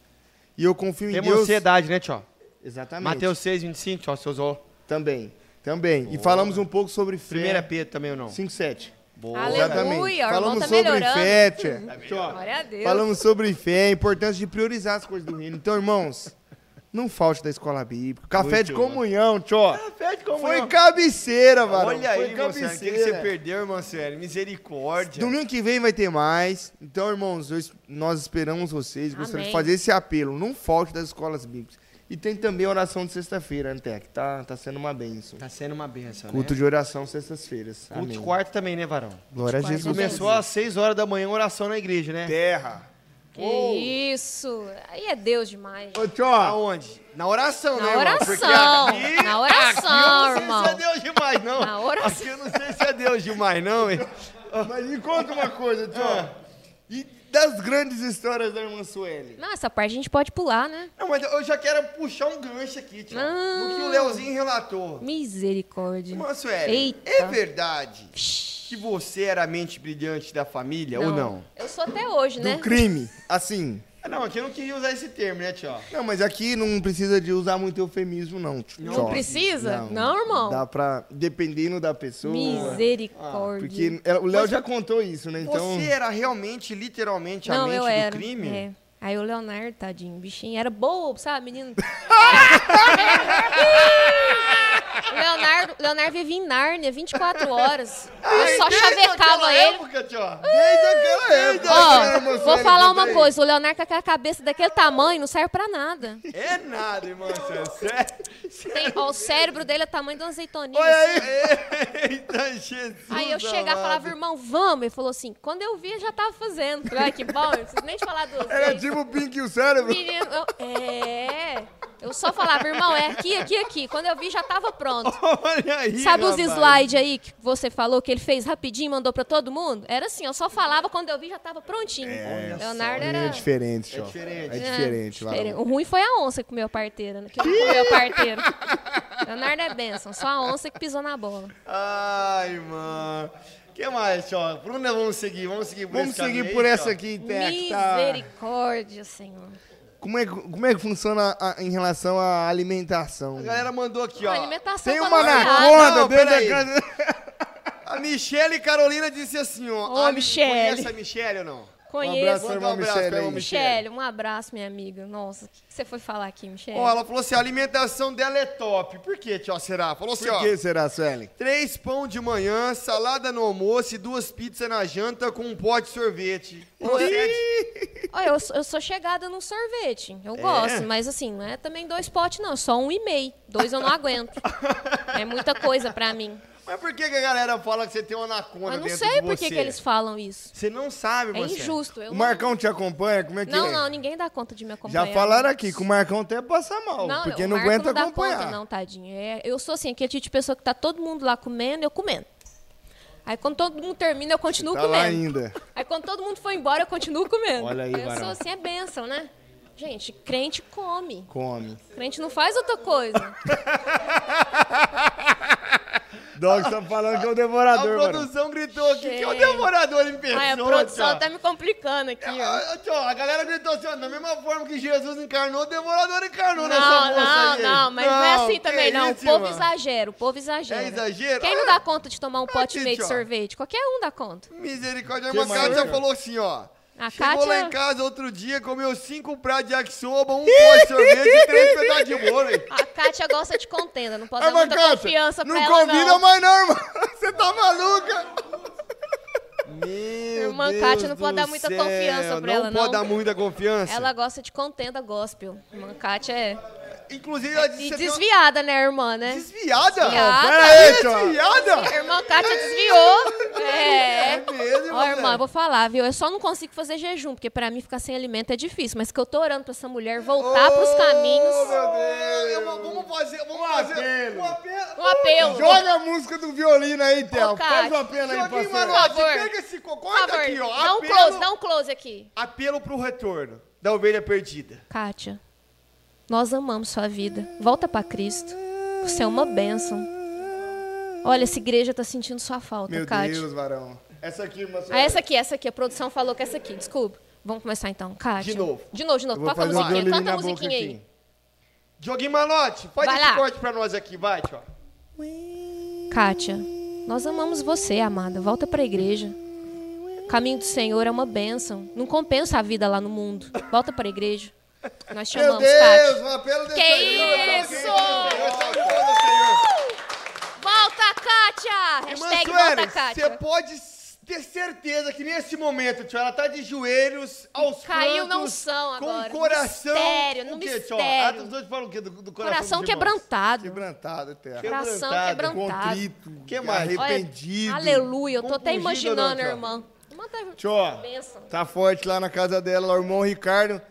S4: E eu confio em
S2: Temos
S4: Deus.
S2: ansiedade, né, tio?
S4: Exatamente.
S2: Mateus 6, 25, tio, você usou.
S4: Também, também. E falamos um pouco sobre fé.
S2: Primeira Pedro também ou não?
S4: 5, 7.
S2: Boa.
S3: Aleluia, o irmão
S4: Falamos
S3: tá
S4: sobre
S3: melhorando.
S4: fé, tia.
S3: Glória a Deus.
S4: Falamos sobre fé, a importância de priorizar as coisas do reino. Então, irmãos, não falte da escola bíblica. Café
S2: Muito
S4: de
S2: bom.
S4: comunhão, tchó.
S2: Café de comunhão.
S4: Foi cabeceira, varão.
S2: Olha aí,
S4: Foi
S2: irmão Sueli, o que, que você perdeu, irmão Sueli? Misericórdia.
S4: Domingo que vem vai ter mais. Então, irmãos, eu es- nós esperamos vocês. Gostaria de
S3: Amém.
S4: fazer esse apelo. Não falte das escolas bíblicas. E tem também a oração de sexta-feira, Antec. Tá, tá sendo uma bênção.
S2: Tá sendo uma benção, né?
S4: Culto de oração sextas-feiras.
S2: Culto de
S4: Amém.
S2: quarto também, né, varão?
S4: Glória a
S3: Quarta
S4: Jesus.
S3: também.
S2: Começou às 6 horas da manhã oração na igreja, né?
S4: Terra.
S3: Que isso. Aí é Deus demais.
S4: Ô, tchó.
S2: Aonde? Na oração, né,
S3: Na
S2: irmão?
S3: oração.
S2: Porque
S3: Na oração,
S2: eu não
S3: irmão.
S2: sei se é Deus demais, não.
S3: Na oração.
S2: Aqui eu não sei se é Deus demais, não, hein?
S4: Mas me conta uma coisa, tchó. E das grandes histórias da irmã Sueli?
S3: Não, essa parte a gente pode pular, né?
S2: Não, mas eu já quero puxar um gancho aqui, tio.
S3: Não.
S1: Ah,
S2: No que o Leozinho relatou.
S3: Misericórdia.
S2: Irmã Sueli,
S3: Eita.
S2: é verdade que você era a mente brilhante da família ou não?
S3: Eu sou até hoje, né?
S4: Do crime. Assim.
S2: Ah, Não, aqui eu não queria usar esse termo, né, tio?
S4: Não, mas aqui não precisa de usar muito eufemismo, não. tchó.
S3: Não precisa? Não, irmão.
S4: Dá pra... Dependendo da pessoa.
S3: Misericórdia.
S4: Ah, Porque ela- o Léo
S2: Mas-
S4: já contou isso, né? Então.
S2: Você era realmente, literalmente, a
S3: Não,
S2: mente
S3: eu
S2: do
S3: era.
S2: crime?
S3: é. Aí o Leonardo, tadinho, bichinho, era bobo, sabe, menino? o Leonardo, o Leonardo vivia em Nárnia 24 horas. Eu só
S2: Desde
S3: chavecava
S2: aquela
S3: ele.
S2: época, tio.
S4: Desde aquela
S2: é
S4: época, né,
S3: Ó,
S4: irmã
S3: vou
S4: Sueli,
S3: falar
S4: conta
S3: uma
S4: aí.
S3: coisa, o Leonardo com aquela cabeça daquele tamanho não serve pra nada.
S2: É nada, irmão. Você é sério?
S3: Tem- ó, o cérebro dele é o tamanho de uma azeitoninha. assim.
S2: Olha aí. Eita, Jesus.
S3: Aí eu chegava e falava, irmão, vamos. Ele falou assim, quando eu vi, eu já tava fazendo. Falei, ai, que bom, não preciso nem te falar duas
S4: Era
S3: vezes.
S4: tipo o Pink e o cérebro.
S3: Menino, eu- é. Eu só falava, irmão, é aqui, aqui, aqui. Quando eu vi, já tava pronto.
S2: Olha aí.
S3: Sabe os
S2: rapaz.
S3: slides aí que você falou, que ele fez rapidinho e mandou pra todo mundo? Era assim, eu só falava, quando eu vi, já tava prontinho. Leonardo era...
S4: É diferente, ó. É
S2: diferente.
S4: É
S3: É,
S4: diferente, vai.
S3: diferente. O ruim foi a onça que comeu a parteira, né? Que comeu a parteira. Leonardo é benção, só a onça que pisou na bola.
S2: Ai, mano. Que que mais, Tio? Por onde nós vamos seguir? Vamos seguir por
S4: Vamos
S2: esse caminho
S4: seguir
S2: aí,
S4: por
S2: Tio?
S4: essa aqui, Té, que tá...
S3: Misericórdia, Senhor.
S4: Como é, que- como é que funciona a- em relação à alimentação?
S2: A galera mandou aqui, ó.
S3: A alimentação
S4: Tem
S3: tá
S4: uma Um
S3: balanceada.
S4: anaconda
S2: não,
S4: dentro da
S2: peraí.
S4: casa...
S2: A Michelle Carolina disse assim, ó.
S3: Ô,
S2: Ali-
S3: Michelle.
S2: Conhece a Michelle ou não?
S3: Conheço.
S2: Manda
S4: pra irmã
S2: um abraço pra
S4: Michelle aí.
S2: irmã
S3: Michele, um abraço, minha amiga. Nossa, o que que você foi falar aqui, Michele?
S2: Ó, ela falou assim, a alimentação dela é top. Por quê, Tio? Será? Falou assim,
S4: Por
S2: ó.
S4: que será, Suelen?
S2: Três pão de manhã, salada no almoço e duas pizzas na janta com um pote de sorvete.
S3: Olha, eu, sou- eu sou chegada num sorvete.
S4: É?
S3: Eu gosto, mas assim, não é também dois potes, não. Só um e meio. Dois eu não aguento. é muita coisa pra mim.
S2: Mas por que, que a galera fala que você tem uma anaconda
S3: Eu não
S2: dentro
S3: sei
S2: de
S3: por que,
S2: você?
S3: que eles falam isso.
S2: Você não sabe,
S3: É
S2: você.
S3: injusto. Eu
S4: O Marcão te acompanha? Como é que
S3: não,
S4: é?
S3: não, não, ninguém dá conta de me acompanhar.
S4: Já falaram aqui que o Marcão até passa mal,
S3: Não,
S4: porque
S3: o
S4: não
S3: Marco
S4: aguenta
S3: não dá
S4: acompanhar.
S3: conta, não, tadinho. É, eu sou assim, aquele tipo de pessoa que tá todo mundo lá comendo, eu comendo. Aí quando todo mundo termina, eu continuo
S4: tá
S3: comendo.
S4: lá ainda.
S3: Aí quando todo mundo foi embora, eu continuo comendo.
S2: Olha aí,
S3: eu
S2: varão.
S3: sou assim, é bênção, né? Gente, crente come.
S4: Come.
S3: Crente não faz outra coisa.
S4: Dog tá falando que é o
S2: A
S4: devorador, mano.
S2: produção gritou aqui, que é o
S3: Gente.
S2: devorador em pessoa,
S3: Ai, a produção
S2: tio.
S3: tá me complicando aqui, ó.
S2: Ah, tio, a galera gritou assim, ó, da mesma forma que Jesus encarnou, o devorador encarnou nessa
S3: Não,
S2: Ah, moça
S3: não,
S2: aí.
S3: não, mas não, é assim
S2: que
S3: também, não. O
S2: isso,
S3: povo
S2: irmão.
S3: exagera, o povo exagera.
S2: É exagero?
S3: Quem não
S2: Olha.
S3: dá conta de tomar um pote e meio de
S2: Aqui, ó.
S3: sorvete? Qualquer um dá conta.
S2: Misericórdia, a
S4: Que
S2: irmã
S4: mais,
S2: Kátia
S4: cara?
S2: falou assim, ó.
S3: A
S2: Chegou lá
S3: Kátia-
S2: em casa outro dia, comeu cinco pratos de yakisoba, um pote de sorvete e três pedaços de bolo. hein?
S3: A Kátia gosta de contenda, não pode
S4: Ai,
S3: dar
S4: mas,
S3: muita
S4: Cátia,
S3: confiança pra
S4: não
S3: ela,
S4: convida
S3: não.
S4: mais não, irmão. Você tá maluca.
S2: Meu
S3: Irmã
S2: Deus
S3: Kátia não
S2: do
S3: pode dar muita
S2: céu,
S3: confiança pra ela,
S2: Não pode
S3: não.
S2: dar muita confiança.
S3: Ela gosta de contenda gospel. Irmã Kátia é
S2: Inclusive, ela disse
S3: e
S2: que você tem
S3: desviada, né, irmã,
S2: uma-
S3: né?
S2: desviada.
S3: Desviada.
S4: Pera aí, tio.
S2: Desviada.
S3: A irmã Kátia desviou.
S2: É
S3: É.
S2: mesmo,
S3: Ó, irmã,
S2: velho.
S3: eu vou falar, viu? Eu só não consigo fazer jejum, porque pra mim ficar sem alimento é difícil. Mas que eu tô orando pra essa mulher voltar pros
S2: Ô, meu
S3: caminhos.
S2: Deus. Eu vou- Vamos fazer, vamos fazer.
S4: apelo.
S2: Um apelo.
S3: Um apelo.
S4: Joga a música do violino aí, Theo.
S3: Cátia,
S4: Faz uma pena aí,
S2: Joguinho,
S4: parceiro.
S2: Manoel,
S3: Por favor.
S2: pega esse cocô
S3: Por favor,
S2: aqui, ó.
S3: dá um
S2: apelo-
S3: close, dá um close aqui.
S2: Apelo pro retorno da ovelha perdida.
S3: Kátia, nós amamos sua vida. Volta pra Cristo. Você é uma bênção. Olha, essa igreja tá sentindo sua falta,
S4: Meu
S3: Kátia.
S4: Deus, varão. Essa aqui, irmã
S3: Ah,
S4: Suelen.
S3: essa aqui, essa aqui. A produção falou que é essa aqui. Desculpa. Vamos começar então, Kátia.
S2: De novo.
S3: De novo, de
S4: Eu
S3: novo.
S4: vou
S3: Toca a
S4: fazer o
S3: musiquinha.
S4: violino
S3: Canta
S4: na
S3: a
S4: boca
S3: musiquinha aí.
S4: aqui.
S2: Joguinho Malote, faz
S3: Vai
S2: esse
S3: lá.
S2: corte pra nós aqui, vai, tio.
S3: Kátia, nós amamos você, amada. Volta pra igreja. O caminho do Senhor é uma bênção. Não compensa a vida lá no mundo. Volta pra igreja. Nós te
S4: Meu
S3: amamos,
S4: Deus,
S3: Kátia.
S4: um apelo desse
S3: Que isso! Volta, Kátia! Hashtag volta,
S2: você é
S3: Kátia.
S2: pode ter certeza que nesse momento, tio, ela tá de joelhos aos
S3: Caiu na
S2: cantos,
S3: unção
S2: com
S3: agora,
S2: o
S3: no
S2: coração...
S3: mistério, no
S2: o quê, tio?
S3: mistério.
S2: Ah, os dois falam o quê? Do, do coração
S3: Coração
S2: dos irmãos?
S3: quebrantado.
S4: Quebrantado, Theo.
S2: Quebra-
S3: Coração
S2: quebrantado,
S3: quebrantado.
S4: Contrito,
S2: Que mais?
S3: Olha,
S4: arrependido.
S3: aleluia, eu tô até
S2: Compungido,
S3: imaginando,
S2: não, tio?
S3: irmã. Irmã tá-
S4: Tchó,
S3: Bênção.
S4: tá forte lá na casa dela, lá, o irmão Ricardo.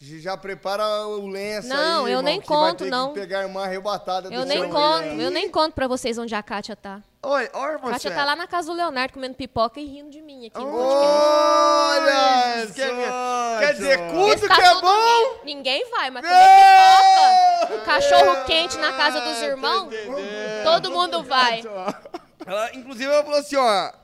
S4: j- Já prepara o lenço aí,
S3: Não, eu
S4: irmão,
S3: nem
S4: que vai
S3: conto,
S4: ter que
S3: não.
S4: pegar a irmã arrebatada do
S3: Eu nem
S4: chão
S3: conto,
S4: aí.
S3: eu nem conto pra vocês onde a Kátia tá.
S2: Olha, olha você.
S3: A Kátia tá lá na casa do Leonardo comendo pipoca e rindo de mim aqui. no podcast.
S4: Olha
S2: Quer dizer-
S4: só,
S2: quer dizer,
S4: tchó.
S2: cu- Tudo
S3: Esse tá
S2: que é
S3: todo-
S2: bom?
S3: Ninguém vai, mas
S4: Não!
S3: comer pipoca, um cachorro quente na casa
S2: Ah,
S3: dos irmãos, todo mundo vai.
S2: Ela, inclusive, ela falou assim, ó.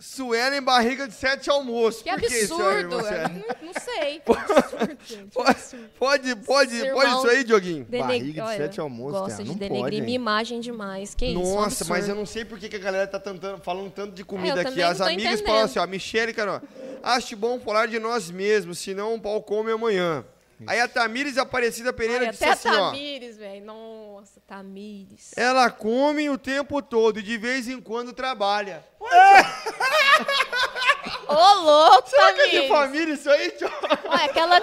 S2: Suelen barriga de sete almoços.
S3: Que
S2: Por isso aí,
S3: absurdo! é,
S2: você? é-
S3: Não- Não sei. Que absurdo, gente.
S2: Pode, pode, pode,
S3: Irmão-
S2: pode isso aí, Dioguinho?
S4: Barriga de
S3: Olha,
S4: sete almoços,
S3: Gosta
S4: cara,
S3: de
S4: não
S3: denegrir
S4: pode,
S3: minha
S4: hein?
S3: imagem demais. Que isso? um
S2: Nossa, mas eu
S3: absurdo.
S2: não sei por que que a galera tá tentando, falando tanto de
S3: É,
S2: comida
S3: eu
S2: aqui.
S3: também
S2: As
S3: não tô
S2: amigas
S3: entendendo.
S2: falam assim, ó, Michele, cara, ó, acho bom falar de nós mesmos, senão o pau come amanhã. Aí a Tamires Aparecida Pereira
S3: Olha,
S2: disse
S3: até
S2: assim,
S3: a
S2: ó.
S3: Tamires, velho. Nossa, Tamires.
S2: Ela come o tempo todo e de vez em quando trabalha.
S3: é. Ô, louco,
S2: Será que é de
S3: Tamires.
S2: família isso aí, tio?
S3: Olha, aquela...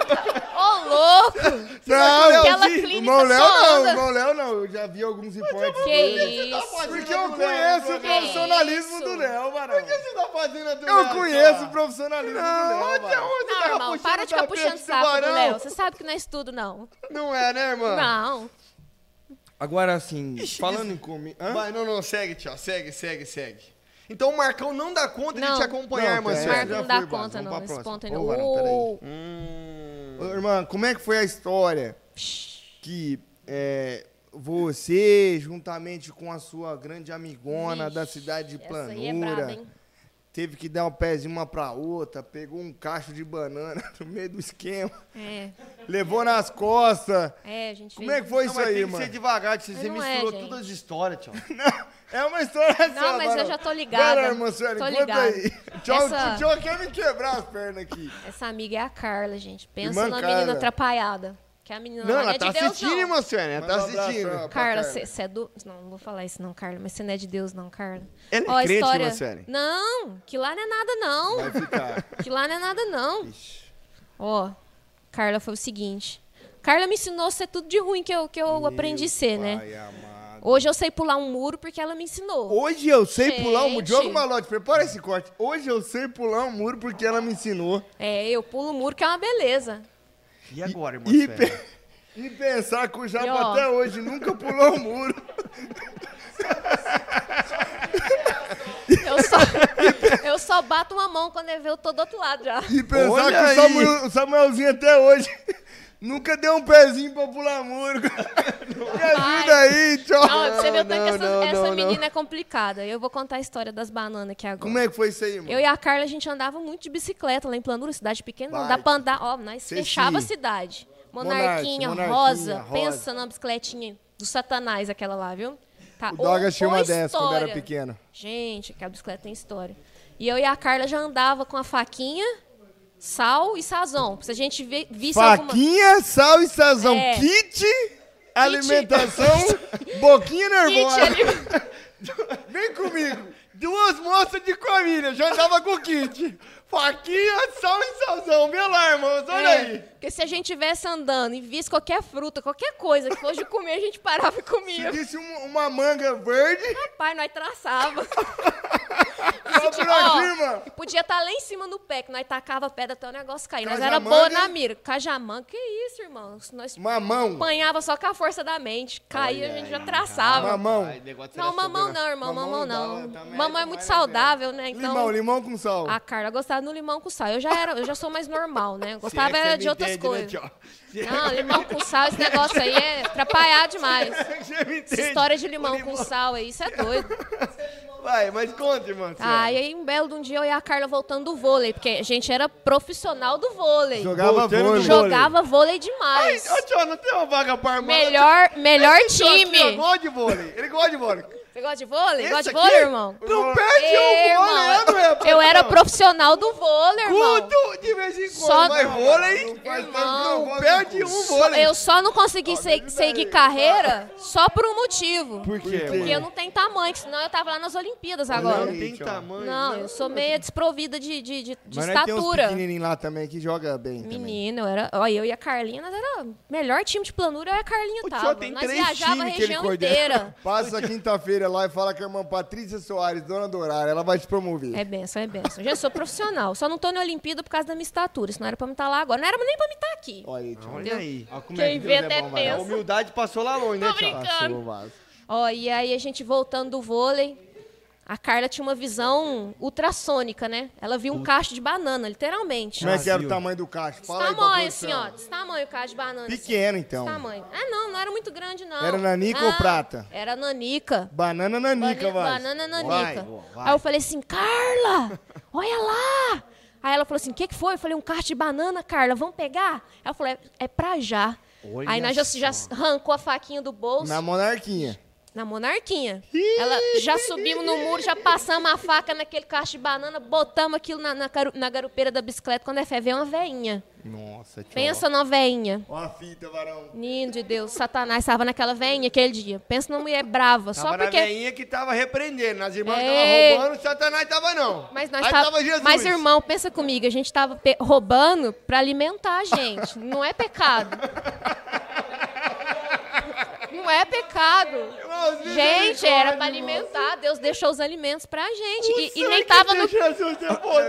S3: Ô, louco.
S4: Não,
S3: Aquela
S4: o
S3: clínica
S4: irmão Léo
S3: só
S4: não, o
S3: anda-
S4: irmão Léo não. Eu já vi alguns
S2: é tá
S4: reportes.
S3: Que isso.
S4: Porque eu conheço o
S3: Que
S4: profissionalismo
S3: isso?
S4: do Léo, varão.
S2: você tá fazendo do
S4: Eu
S2: nada,
S4: conheço
S2: tio?
S4: o profissionalismo do
S2: Não,
S4: Léo,
S2: até
S4: varão.
S2: onde é?
S3: Não,
S2: tava
S3: irmão,
S2: puxando
S3: para de ficar
S2: tapete
S3: puxando
S2: do
S3: sapo do
S2: varão?
S3: Léo. Você sabe que não é estudo, não.
S2: Não é, né, irmã?
S3: Não.
S4: Agora, assim,
S2: falando
S4: em comer...
S2: Vai, não, não, segue, tio. Segue, segue, segue. Então o Marcão não dá conta de
S3: Não.
S2: te acompanhar, irmã.
S4: Não, cara,
S3: Esse
S4: É,
S2: Sueli.
S3: Marco não
S4: já
S3: dá
S4: foi, Bárbara.
S3: conta,
S4: Vamos
S3: não.
S4: pra
S3: Esse
S4: próxima.
S3: ponto aí
S4: Ô,
S3: não.
S4: varão, peraí.
S3: Ô,
S2: Hum.
S4: Irmã, como é que foi a história que é, você, juntamente com a sua grande amigona
S3: Vixe,
S4: da cidade de
S3: essa aí é braba,
S4: Planura,
S3: hein?
S4: teve que dar um pezinho uma pra outra, pegou um cacho de banana no meio do esquema,
S3: É,
S4: levou nas costas.
S3: é, a gente
S4: Como
S3: fez-
S4: é que foi
S1: Não,
S4: isso
S1: mas
S4: aí,
S1: tem que
S4: mano?
S1: ser devagar, tio. você
S3: Mas não é,
S1: misturou
S3: gente.
S1: todas as histórias, tio.
S4: É uma história só,
S3: mas
S4: mano.
S3: eu já tô ligada.
S4: Pera, irmã Sueli,
S3: Tô
S4: conta
S3: ligada.
S4: aí. Tchau,
S3: Essa-
S4: tchau, quer me quebrar as pernas aqui.
S3: Essa amiga é a Carla, gente. Pensa
S4: Irmã
S3: na
S4: Carla.
S3: menina atrapalhada. Que a menina
S2: Não,
S3: lá
S2: ela
S3: é
S2: tá
S3: de Deus,
S2: assistindo,
S3: não.
S2: irmã Sueli, ela tá
S4: Manda um abraço
S2: assistindo.
S4: pra- pra
S3: Carla, você é do. Não, não vou falar isso, não, Carla, mas você não é de Deus, não, Carla.
S2: Ela é
S3: Ó, a
S2: crente,
S3: história...
S2: irmã Sueli?
S3: Não, que lá não é nada,
S4: Vai
S3: não.
S4: ficar.
S3: Que lá não é nada, não. Ó, Carla foi o seguinte. Carla me ensinou a ser tudo de ruim que eu, que eu aprendi a ser, né?
S4: Pai amado.
S3: Hoje eu sei pular um muro porque ela me ensinou.
S4: Hoje eu sei
S3: Gente.
S4: pular um muro. Diogo Malote, prepara esse corte. Hoje eu sei pular um muro porque ela me ensinou.
S3: É, eu pulo o muro que é uma beleza.
S1: E agora, irmão?
S4: E,
S1: Sueli?
S4: pe- e pensar que o
S3: E,
S4: Japa
S3: ó.
S4: até hoje nunca pulou um muro.
S3: Eu só, eu só bato uma mão quando eu vejo, eu tô do outro lado já.
S4: E pensar
S2: Olha
S4: que o,
S2: aí.
S4: Samuel- o Samuelzinho até hoje nunca deu um pezinho pra pular muro. Me ajuda aí, tchau.
S3: Não, pra você ver o tanto que essa,
S2: não,
S3: essa
S2: não, não.
S3: menina é complicada. Eu vou contar a história das bananas aqui agora.
S4: Como é que foi isso aí, mano?
S3: Eu e a Carla, a gente andava muito de bicicleta lá em Planura, cidade pequena, não
S4: Vai.
S3: dá pra andar. Ó, nós
S4: Sei
S3: fechava a
S4: sim.
S3: cidade.
S4: Monarque,
S3: Monarquinha,
S4: monarquinha,
S3: rosa,
S4: rosa.
S3: pensa na bicicletinha do satanás aquela lá, viu? Tá,
S4: O Doga
S3: ou-
S4: tinha
S3: ou
S4: uma dessa quando era
S3: história.
S4: pequeno.
S3: Gente, aquela bicicleta tem história. E eu e a Carla já andava com a faquinha, sal e sazão. Se a gente vê- visse alguma...
S4: Faquinha, sal e sazão.
S3: É.
S4: Kit, alimentação, boquinha nervosa.
S3: Kit ali-
S4: Vem comigo. Duas moças de família, já andava com kit. Faquinha, sal e sazão. Vê lá, irmãos, olha
S3: É,
S4: aí.
S3: Porque se a gente estivesse andando e visse qualquer fruta, qualquer coisa que fosse de comer, a gente parava e comia.
S4: Disse um- uma manga verde.
S3: Rapaz, nós traçava.
S4: Só por
S3: Ó,
S4: aqui, irmã.
S3: e podia estar lá em cima no pé, que nós tacava a pedra até o negócio cair. Nós era
S4: Cajamanga.
S3: boa na mira. Cajamanga, que isso, irmão? Nós
S4: Mamão.
S3: apanhava só com a força da mente. Caía, a gente já traçava.
S4: Mamão.
S1: Ai, negócio
S3: Não,
S1: era
S3: mamão
S1: soberano.
S3: não, irmão.
S4: Mamão
S3: Mamão
S4: dá-
S3: não.
S4: dá merda
S3: Mamão é
S4: demais,
S3: muito
S4: né,
S3: saudável, né? Então.
S4: Limão, limão com sal.
S3: A Carla gostava do limão com sal. Eu já era, eu já sou mais normal,
S2: Se
S3: né? Eu
S2: é
S3: gostava
S2: que você
S3: era
S2: me
S3: de outras
S2: entende, né,
S3: coisas.
S2: tio? Se é
S3: Não, limão com sal, esse negócio aí é atrapalhar demais.
S2: que você me
S3: Essa
S2: entende.
S3: história de limão, com sal aí, isso é doido.
S2: Vai, mas conta, irmã Sueli.
S3: Ah, e aí um belo de um dia eu e a Carla voltando do vôlei, porque a gente era profissional do vôlei.
S4: Jogava
S2: Voltando
S4: vôlei.
S2: do jogo.
S3: Jogava vôlei demais.
S2: Ô, tio, não tem uma vaga pra irmã?
S3: Melhor, melhor
S2: Tio, aqui, ó,
S3: time.
S2: gosta de vôlei. Ele gosta de vôlei.
S3: Você gosta de vôlei? Gosta de
S2: Esse
S3: vôlei,
S2: aqui
S3: irmão?
S2: Não perde o
S3: Ei,
S2: vôlei, é, não é,
S3: irmão. Eu era profissional do vôlei, irmão.
S2: Culto de vez em quando.
S3: Só-
S2: Mas vôlei,
S4: Faz tempo que
S3: Irmão.
S4: não
S2: perde
S4: volta.
S2: um vôlei.
S3: Eu só não consegui se- seguir carreira só por um motivo.
S2: Por quê?
S4: Por quê?
S3: Porque eu não tenho tamanho, que senão eu tava lá nas Olimpíadas agora.
S2: Não tem
S4: Tio.
S2: tamanho.
S3: Não, eu sou meia desprovida de, de, de, de
S4: Mas nós tem uns
S3: estatura.
S4: pequenininhos lá também que joga bem também.
S3: Menina, eu era. Ó, eu e a Carlinha, nós era o melhor time de planura, eu e a Carlinha
S2: O
S3: tava.
S2: tio tem
S3: nós
S2: três
S3: viajava a
S2: times que ele
S3: região
S2: coordena.
S3: inteira.
S4: Passa quinta-feira lá e fala com a irmã Patrícia Soares, dona do horário, ela vai te promover.
S3: É benção, é benção. Gente, eu sou profissional. Só não tô na Olimpíada por causa da minha estatura. Isso não era pra me estar lá agora. Não era nem pra me estar aqui.
S4: Olha aí, tio.
S2: Olha aí.
S1: Ó, como é
S3: Quem
S1: que
S3: vê
S1: Deus é
S3: até
S1: bom, velho. A
S3: pensa.
S1: humildade passou lá longe, né,
S3: Tô
S1: tio?
S3: brincando.
S4: Passou o vaso.
S3: Ó, e aí a gente voltando do vôlei, a Carla tinha uma visão ultrassônica, né? Ela viu um cacho de banana, literalmente.
S4: Como é que era o tamanho do cacho?
S3: Desse
S4: Fala aí pra
S3: tamanho, assim, ó.
S4: produção.
S3: Desse tamanho o cacho de banana. assim.
S4: Pequeno, então.
S3: Desse tamanho. Ah, não, não era muito grande, não.
S4: Era nanica ou
S3: Ah,
S4: prata?
S3: Era nanica.
S4: Banana nanica,
S3: Bana-
S4: vai.
S3: Banana
S4: Vai.
S3: nanica. Aí eu falei assim, Carla, olha lá. Aí ela falou assim, o que, que foi? Eu falei, um carte de banana, Carla, vamos pegar? Ela falou, é, é pra já.
S1: Olha
S3: Aí nós já, já arrancou a faquinha do bolso
S4: Na
S3: na,
S4: monarquinha.
S3: monarquinha. Ela já subimos no muro, já passamos a faca naquele caixa de banana, botamos aquilo na, na, caru- na garupeira da bicicleta. Quando é fé, veio uma veinha.
S4: Nossa, tio.
S3: Pensa numa veinha.
S4: Ó a fita, varão.
S3: Menino de Deus, Satanás estava naquela veinha aquele dia. Pensa numa mulher brava,
S2: Tava
S3: só porque...
S2: na veinha que tava repreendendo. As irmãs
S3: É.
S2: estavam roubando, Satanás tava não.
S3: Mas nós
S2: Aí
S3: tava,
S2: tava Jesus.
S3: Mas, irmão, pensa comigo, a gente tava pe- roubando pra alimentar a gente. Não é pecado. Não é pecado.
S2: Irmãos,
S3: Gente, era
S2: misericórdia,
S3: pra alimentar. Deus deixou os alimentos pra gente.
S2: irmão.
S3: E- E,
S2: Sangue
S3: nem tava
S2: de
S3: no.
S2: Jesus tem poder.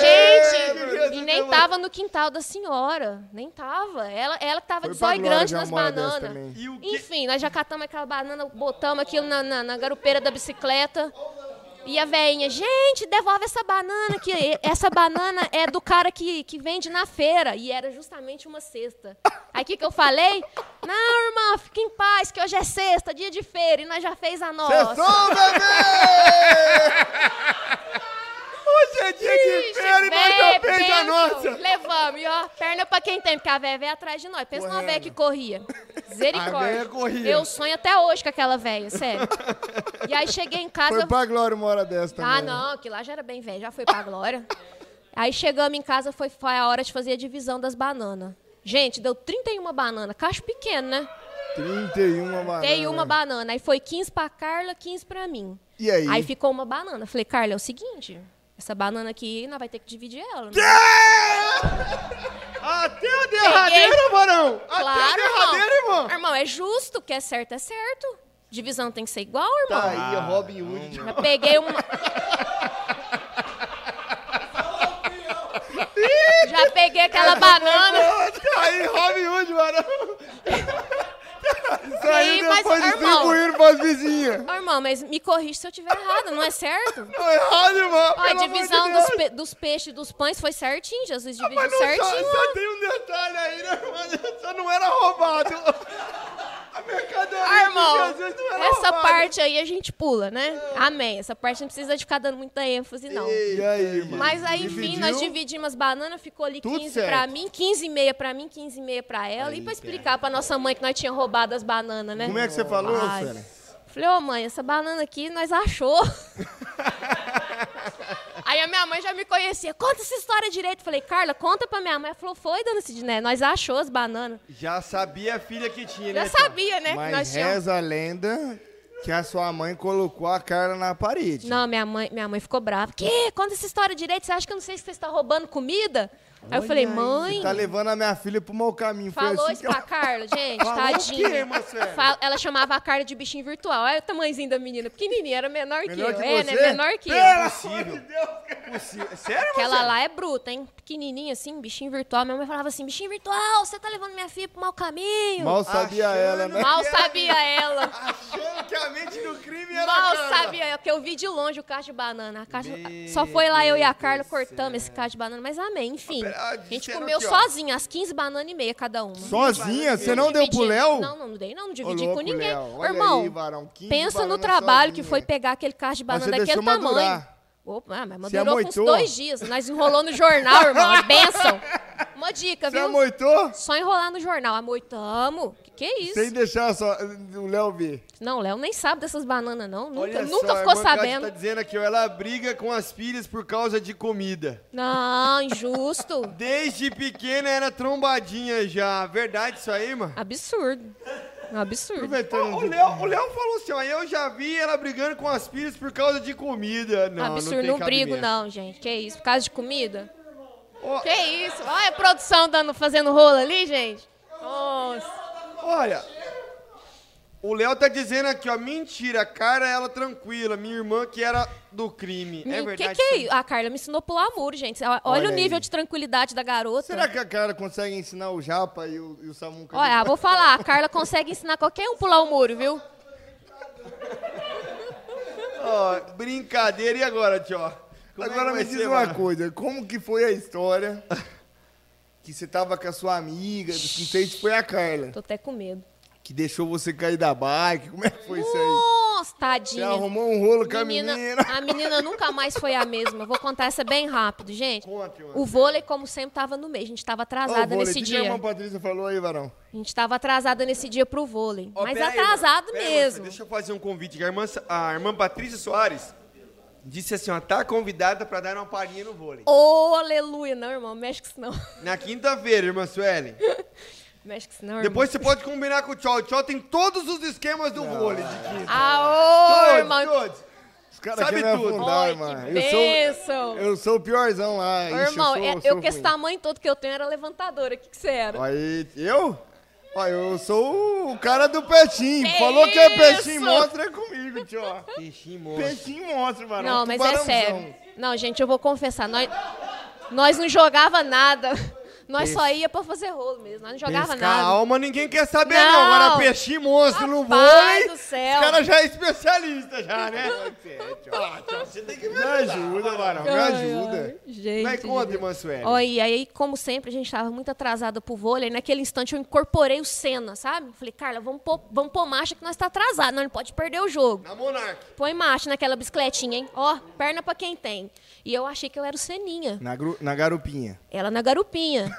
S3: Gente!
S4: É,
S2: Jesus
S3: E nem
S2: tem
S3: tava no quintal da senhora. Nem tava. Ela, ela que tava
S4: Foi
S3: de
S4: pra
S3: zóio
S4: glória
S3: grande
S4: já
S3: nas
S4: uma hora dessa também.
S3: bananas.
S2: E o que-
S3: Enfim, nós já catamos aquela banana, botamos aquilo na, na- na garupeira da bicicleta. E a veinha, gente, devolve essa banana, que essa banana é do cara que, que vende na feira. E era justamente uma cesta. Aí o que, que eu falei? Não, irmã, fica em paz, que hoje é sexta, dia de feira, e É um nós já fez a nossa.
S4: Cessou, bebê!
S2: Ô,
S4: Santinha é de perna e mais uma frente a nossa.
S3: Levamos, e ó, perna pra quem tem, porque a véia veio atrás de nós. Pensa numa véia que corria.
S1: A véia
S3: Misericórdia.
S1: corria.
S3: Eu sonho até hoje com aquela véia, sério. E aí cheguei em casa.
S4: Foi pra Glória uma hora dessa também.
S3: Ah, não, que lá já era bem velho, já foi pra glória. Aí chegamos em casa, foi, foi a hora de fazer a divisão das bananas. Gente, deu 31 bananas, cacho pequeno, né?
S4: 31 banana.
S3: Dei uma banana, aí foi 15 pra Carla, 15 pra mim.
S4: E aí?
S3: Aí ficou uma banana. Falei, Carla, é o seguinte, essa banana aqui, nós vai ter que dividir ela. Né?
S1: Até o derradeiro, varão! Até o
S3: Claro,
S1: derradeiro, irmão!
S3: irmão. Irmão, é justo, o que é certo é certo. Divisão tem que ser igual, irmão.
S1: Tá
S4: Ah,
S1: aí, Robin Hood de
S3: Eu peguei uma. Já peguei aquela banana.
S1: Tá aí, Robin Hood, varão!
S4: Saiu
S3: Sim, mas,
S4: depois
S3: irmão.
S4: distribuindo pras vizinhas.
S3: Ô, irmão, mas me corrige se eu tiver errado, não é certo?
S4: Não, errado, irmão.
S3: Ó, a divisão dos, pe- dos peixes e dos pães foi certinho, Jesus dividiu certinho.
S4: Ah, Só, só tem um detalhe aí, né, irmão? Só não era roubado. A mercadoria
S3: Ah, irmão,
S4: de Jesus não era É.
S3: essa
S4: roubada.
S3: parte aí a gente pula, né? Amém. Essa parte não precisa de ficar dando muita ênfase, não.
S4: E aí, irmão?
S3: Mas aí, enfim, nós
S4: Dividiu?
S3: dividimos as bananas, ficou ali
S4: Tudo
S3: 15
S4: certo.
S3: pra mim, 15 e meia pra mim, 15 e meia pra ela. e pra explicar pra nossa mãe que nós tínhamos roubado as bananas, né?
S4: Como é que você falou,
S3: Ai.
S4: Sônia?
S3: Falei, ô mãe, essa banana aqui nós achou. Aí a minha mãe já me conhecia. Conta essa história direito. Falei, Carla, conta pra minha mãe. Ela falou, foi, dona Sidney, nós achou as bananas.
S2: Já sabia a filha que tinha, né?
S3: Já sabia, né, que nós
S4: Mas
S3: tínhamos.
S4: reza a lenda que a sua mãe colocou a Carla na parede.
S3: Não, minha mãe, minha mãe ficou brava. Que? Conta essa história direito. Você acha que eu não sei se você está roubando comida? Aí eu falei, mãe.
S4: Tá levando a minha filha pro mau caminho. Foi
S3: Falou
S4: assim
S3: isso
S4: que ela-
S3: pra Carla, gente, tadinha.
S4: quê, Marcelo?
S3: Fa- Ela chamava a Carla de bichinho virtual. Olha o tamanhozinho da menina, pequenininha, era menor,
S4: Melhor
S3: que eu.
S4: que
S3: é,
S4: você?
S3: né? Menor que eu.
S4: Pela-
S2: Sério, mano?
S3: Aquela lá é bruta, hein? Pequenininha assim, bichinho virtual. Minha mãe falava assim: bichinho virtual, você tá levando minha filha pro mau caminho.
S4: Mal sabia ela, né?
S3: Mal sabia ela.
S2: Achando que a mente do crime era
S3: Mal
S2: Carla.
S3: sabia ela, que eu vi de longe o cacho de banana. A caixa... Só foi lá eu e a Carla cortamos esse cacho de banana, mas amém, enfim.
S2: Pera,
S3: A gente
S2: disseram
S3: comeu
S2: aqui, ó.
S3: sozinha, as 15 bananas e meia cada uma.
S4: Sozinha? Você não deu
S3: Dividi-
S4: pro Léo?
S3: Não, não dei, não. Não
S4: Ô,
S3: dividi
S4: louco,
S3: com ninguém.
S4: Léo. Olha
S3: Irmão,
S4: aí, varão, 15
S3: pensa no
S4: bananas
S3: trabalho que
S4: sozinha.
S3: foi pegar aquele cacho de banana
S4: você
S3: daquele
S4: deixou
S3: tamanho.
S4: madurar.
S3: Opa, ah, mas
S4: Você
S3: madurou com uns
S4: amoitou?
S3: dois dias. Nós enrolou no jornal, irmão. A benção. Uma dica,
S4: Você
S3: viu?
S4: amoitou?
S3: Só enrolar no jornal. Amoitamos. Que que é isso?
S4: Sem deixar só eh, o Léo ver.
S3: Não, Léo nem sabe dessas bananas, não. Nunca,
S2: Olha
S3: nunca
S2: só, a
S3: ficou
S2: irmã Cátia
S3: sabendo.
S2: tá dizendo aqui, ó, ela briga com as filhas por causa de comida.
S3: Não, injusto.
S2: Desde pequena era trombadinha já. Verdade isso aí, mano?
S3: Absurdo. Um absurdo.
S2: O o Léo, o Léo falou assim, ó, eu já vi ela brigando com as filhas por causa de comida. Não,
S3: absurdo.
S2: não,
S3: Não,
S2: tem
S3: brigo,
S2: cabimento.
S3: não, gente. Que isso? Por causa de comida?
S2: Ó,
S3: Que isso? Olha a produção dando, fazendo rolo ali, gente. Nossa.
S2: Olha, o Léo tá dizendo aqui, ó, mentira, cara, ela tranquila, minha irmã que era do crime. é
S3: O que,
S2: verdade.
S3: que é
S2: isso?
S3: isso? A Carla me ensinou a pular muro, gente. Olha,
S4: Olha
S3: o nível
S4: aí.
S3: de tranquilidade da garota.
S4: Será que a Carla consegue ensinar o Japa e o, um e o Samuca?
S3: Olha, ah, vou falar, a Carla consegue ensinar qualquer um a pular o muro, viu?
S2: Ó, brincadeira, e agora, tio? Como é que
S4: Agora
S2: vai
S4: me diz
S2: ser,
S4: uma
S2: mano?
S4: coisa, como que foi a história que você tava com a sua amiga, não sei se foi a Carla,
S3: Tô até com medo.
S4: que deixou você cair da bike, como é que foi isso aí?
S3: Nossa,
S4: Você
S3: tadinha.
S4: arrumou um rolo com a
S3: Menina-
S4: menina.
S3: a menina nunca mais foi a mesma. Vou contar essa bem rápido, gente. O vôlei, como sempre, tava no meio. A gente tava
S4: Ô,
S3: atrasada
S4: vôlei, é
S3: nesse
S4: o que que a
S3: dia.
S4: irmã Patrícia falou aí, varão?
S3: A gente tava atrasada nesse dia pro vôlei.
S2: Ó,
S3: Mas
S2: pera aí,
S3: atrasado
S2: pera aí, moça,
S3: mesmo.
S2: deixa eu fazer um convite. que A irmã, Sa- a irmã Patrícia Soares disse assim, ó, tá convidada pra dar uma palhinha no vôlei.
S3: Ô, aleluia. Não, irmão, mexe com isso não.
S2: Na quinta-feira, irmã Suelen.
S3: Mexe com isso não, irmão.
S2: Depois você pode combinar com o Tchau. O Tchau tem todos os esquemas do vôlei. de quinta.
S3: Aô, Ah, irmão.
S2: Todos.
S4: Os caras
S2: Sabe
S4: querem me
S2: tudo.
S4: afundar,
S3: Ai,
S4: irmão.
S3: que
S4: Eu sou,
S3: bênção.
S4: eu sou o piorzão lá.
S3: Ô,
S4: ixi,
S3: irmão,
S4: eu,
S3: é-
S4: sou,
S3: eu,
S4: sou
S3: que esse
S4: ruim.
S3: tamanho todo que eu tenho era levantadora. O que, que você era?
S4: Aí, eu? Ó, eu sou o cara do peixinho.
S3: Que
S4: Falou que é peixinho,
S3: isso?
S4: mostra comigo, tio.
S2: Peixinho, moço.
S4: Peixinho mostra, varão.
S3: Não, mas é
S4: tubarãozão.
S3: sério. Não, gente, eu vou confessar. Nós, nós não jogava nada. Nós só ia pra fazer rolo mesmo, nós não jogava
S2: Pescar
S3: nada.
S2: alma, ninguém quer saber, não.
S3: Não.
S2: Agora peixinho monstro no
S3: Pai
S2: vôlei.
S3: do
S2: Os
S3: céu.
S2: caras já é especialista, já, né?
S1: Você tem que
S2: Me ajuda, Barão, me
S3: Ai,
S2: ajuda.
S3: ai, Gente.
S2: Vai conta,
S3: gente.
S2: irmã Sueli.
S3: Ó, e aí, como sempre, a gente tava muito atrasada pro vôlei. Naquele instante, eu incorporei o Senna, sabe? Falei, Carla, vamos pôr, vamos pôr marcha que nós tá atrasado. Nós não pode perder o jogo.
S2: Na Monark.
S3: Põe marcha naquela bicicletinha, hein? Ó, perna pra quem tem. E eu achei que eu era o Seninha.
S4: Na, gru- na garupinha.
S3: Ela na garupinha.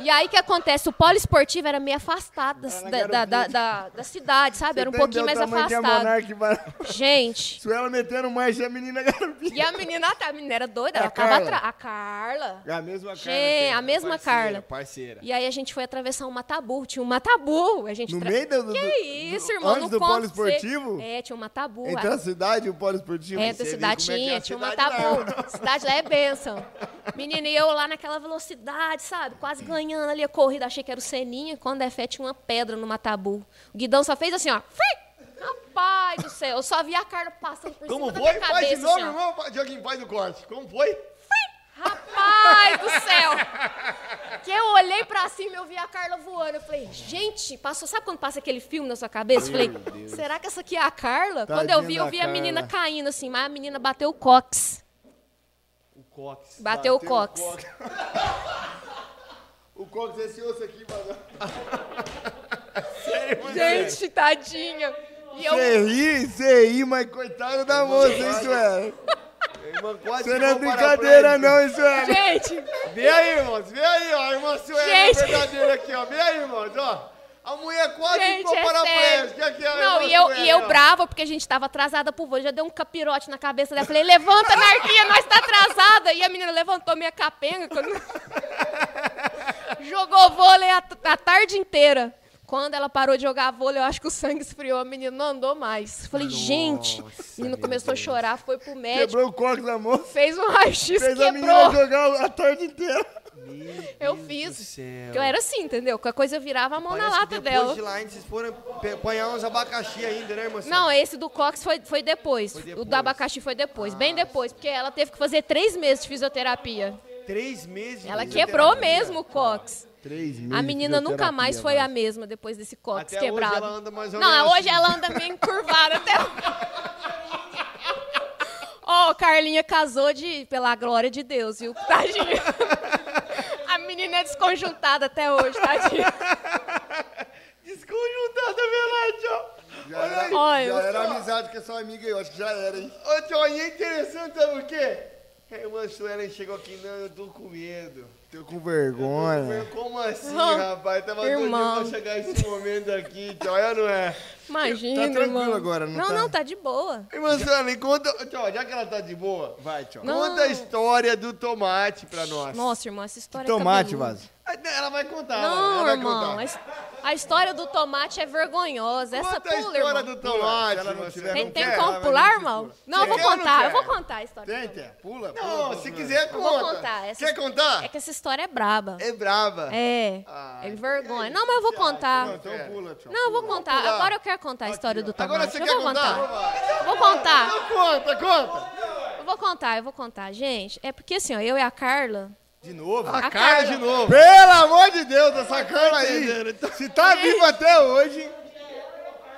S3: E aí o que acontece? O polo esportivo era meio afastado da,
S4: na
S3: da- da, da, da- da cidade, sabe? Era um
S4: Você
S3: pouquinho mais
S4: entendeu o tamanho que é a
S3: afastado.
S4: Monark para-
S3: Gente,
S4: Suela metendo mais e a menina garupinha.
S3: e a menina, tá- a menina era doida,
S4: É A
S3: ela tava
S4: Carla.
S3: atrás. A Carla.
S4: É a mesma
S3: Gente,
S4: cara. que-
S3: a mesma Carla.
S2: Parceira.
S3: E aí a gente foi atravessar um matabu. Tinha um matabu. A gente
S4: No
S3: tra-
S4: meio do- do-
S3: Que
S4: do-
S3: isso,
S4: do-
S3: irmão?
S4: antes
S3: não
S4: do
S3: conta
S4: polo
S3: pra você.
S4: esportivo? Então
S3: É, tinha um matabu.
S4: Entre a cidade e o polo esportivo.
S3: É,
S4: Você
S3: da
S4: vê
S3: cidade
S4: como é que é
S3: tinha,
S4: a
S3: tinha uma
S4: cidade lá.
S3: tabu. Cidade lá é bênção. Menina, e eu lá naquela velocidade, sabe? Quase ganhando ali a corrida. Achei que era o Seninha. Quando é fé, tinha uma pedra no matabu. O Guidão só fez assim, ó. Fui! Rapaz do céu, eu só vi a Carla passando por
S2: Como foi?
S3: cima da minha
S2: Faz de
S3: cabeça.
S2: novo,
S3: assim, ó.
S2: irmão. Joguinho, faz o corte. Como foi?
S3: Rapaz do céu! Que eu olhei pra cima e eu vi a Carla voando. Eu falei, gente, passou. Sabe quando passa aquele filme na sua cabeça? Eu falei, será que essa aqui é a Carla? quando eu
S4: Tadinha
S3: vi, eu
S4: da
S3: vi a menina
S4: Carla.
S3: caindo assim, mas a menina bateu o cox.
S2: O Cox.
S3: Bateu, o cox.
S4: O Cox é esse osso aqui, mano.
S3: Gente, tadinha. E eu,
S4: Você ri, você ri, mas coitado da moça, hein, Suela?
S2: Irmã, quase
S4: Você não é
S2: ficou para
S4: brincadeira,
S2: frente.
S4: não, hein, Suela?
S3: gente,
S2: Vem aí, irmãos. Vem aí, ó. Irmã Sueli,
S3: Gente.
S2: verdadeira aqui, ó. Vem aí, irmãos, ó. A mulher quase
S3: gente,
S2: ficou
S3: é
S2: para
S3: sério.
S2: frente. Que aqui é a
S3: Não,
S2: irmã
S3: e eu,
S2: Sueli,
S3: e eu
S2: ó.
S3: brava, porque a gente tava atrasada pro voo. Já deu um capirote na cabeça dela. Falei, levanta, Narquinha, nós tá atrasada. E a menina levantou minha capenga. quando- Jogou vôlei a, a tarde inteira. Quando ela parou de jogar vôlei, eu acho que o sangue esfriou. A menina não andou mais. Falei, gente. A menina começou a chorar, foi pro médico.
S4: Quebrou o Cox da moça,
S3: Fez um raio-x,
S4: fez a menina
S3: quebrou.
S4: jogar a tarde inteira.
S3: Eu
S2: do
S3: fiz.
S2: céu.
S3: Porque eu era assim, entendeu? Qualquer coisa eu virava a mão
S2: Parece
S3: na
S2: que
S3: lata
S2: depois
S3: dela.
S2: de lá, ainda vocês foram pe- apanhar uns abacaxi ainda, né, irmã Sueli?
S3: Não, esse do Cox foi, foi, depois. O
S2: depois.
S3: do abacaxi foi depois, bem depois, porque ela teve que fazer três meses de fisioterapia.
S2: Três meses. de
S3: Ela
S2: fisioterapia.
S3: quebrou mesmo o Cox.
S4: Três meses.
S3: A menina nunca mais foi a mesma depois desse Cox
S2: Até hoje
S3: quebrado.
S2: ela anda mais ou
S3: Não,
S2: menos
S3: hoje
S2: assim.
S3: ela anda meio encurvada até. Ó, Carlinha casou de pela glória de Deus, viu? Tadinha. A menina é desconjuntada até hoje, tadinha.
S2: Desconjuntada, verdade, ó.
S4: Já era,
S3: Olha,
S4: já
S3: eu
S4: era amizade com essa amiga aí, eu acho que já era, hein?
S2: Ô, Tio, e é interessante, sabe o quê? A irmã Suelen chegou aqui, não, eu tô com medo.
S4: Tô com vergonha.
S2: Como assim,
S3: Hum,
S2: rapaz? Tava
S3: irmão.
S2: doido pra chegar esse momento aqui, tio, é ou não é?
S3: Imagina,
S4: Tá tranquilo
S3: irmão.
S4: agora, não
S3: Não,
S4: tá?
S3: não, tá de boa.
S2: Irmã Suelen, conta, tio, já que ela tá de boa,
S4: Vai, tio.
S3: Não.
S2: conta a história do tomate pra nós.
S3: Nossa, irmão, essa história é
S4: Tomate,
S3: cabeluda.
S4: Vaz.
S2: Ela vai contar, ela,
S3: Não,
S2: vai
S3: irmão.
S2: contar.
S3: A, his- a história do tomate é vergonhosa. Essa
S2: Conta a
S3: pula,
S2: história
S3: irmão.
S2: do tomate, é
S4: Se ela
S2: irmã
S4: não
S2: Suelen.
S4: tiver,
S3: Tem,
S4: não
S3: tem
S4: quer,
S3: como
S4: ela vai
S3: pular,
S4: mentir,
S3: irmão?
S4: pula.
S3: Não, eu vou
S2: Quer ou não
S3: contar.
S2: quer?
S3: Eu vou contar a história.
S4: Tem, Té? Pula, pula.
S2: Não, se quiser,
S3: Eu
S2: conta.
S3: vou contar. Essa,
S2: Quer contar?
S3: É que essa história é braba.
S2: É brava.
S3: É.
S2: Ai,
S3: É vergonha. Não, mas eu vou contar.
S2: É.
S4: Então pula, tio.
S3: Não, eu vou contar. Agora eu quero contar a história do tomate.
S2: Agora você
S3: eu
S2: quer
S3: vou
S2: contar?
S3: Eu Vou contar.
S2: Então conta, conta.
S3: Eu vou contar, eu vou contar. Gente, é porque assim, ó, eu e a Carla.
S4: De novo?
S2: A,
S3: A
S2: cara
S3: cara.
S2: de novo.
S4: Pelo amor de Deus, essa Carla aí.
S2: Tá entendendo. então.
S4: Se tá viva até hoje,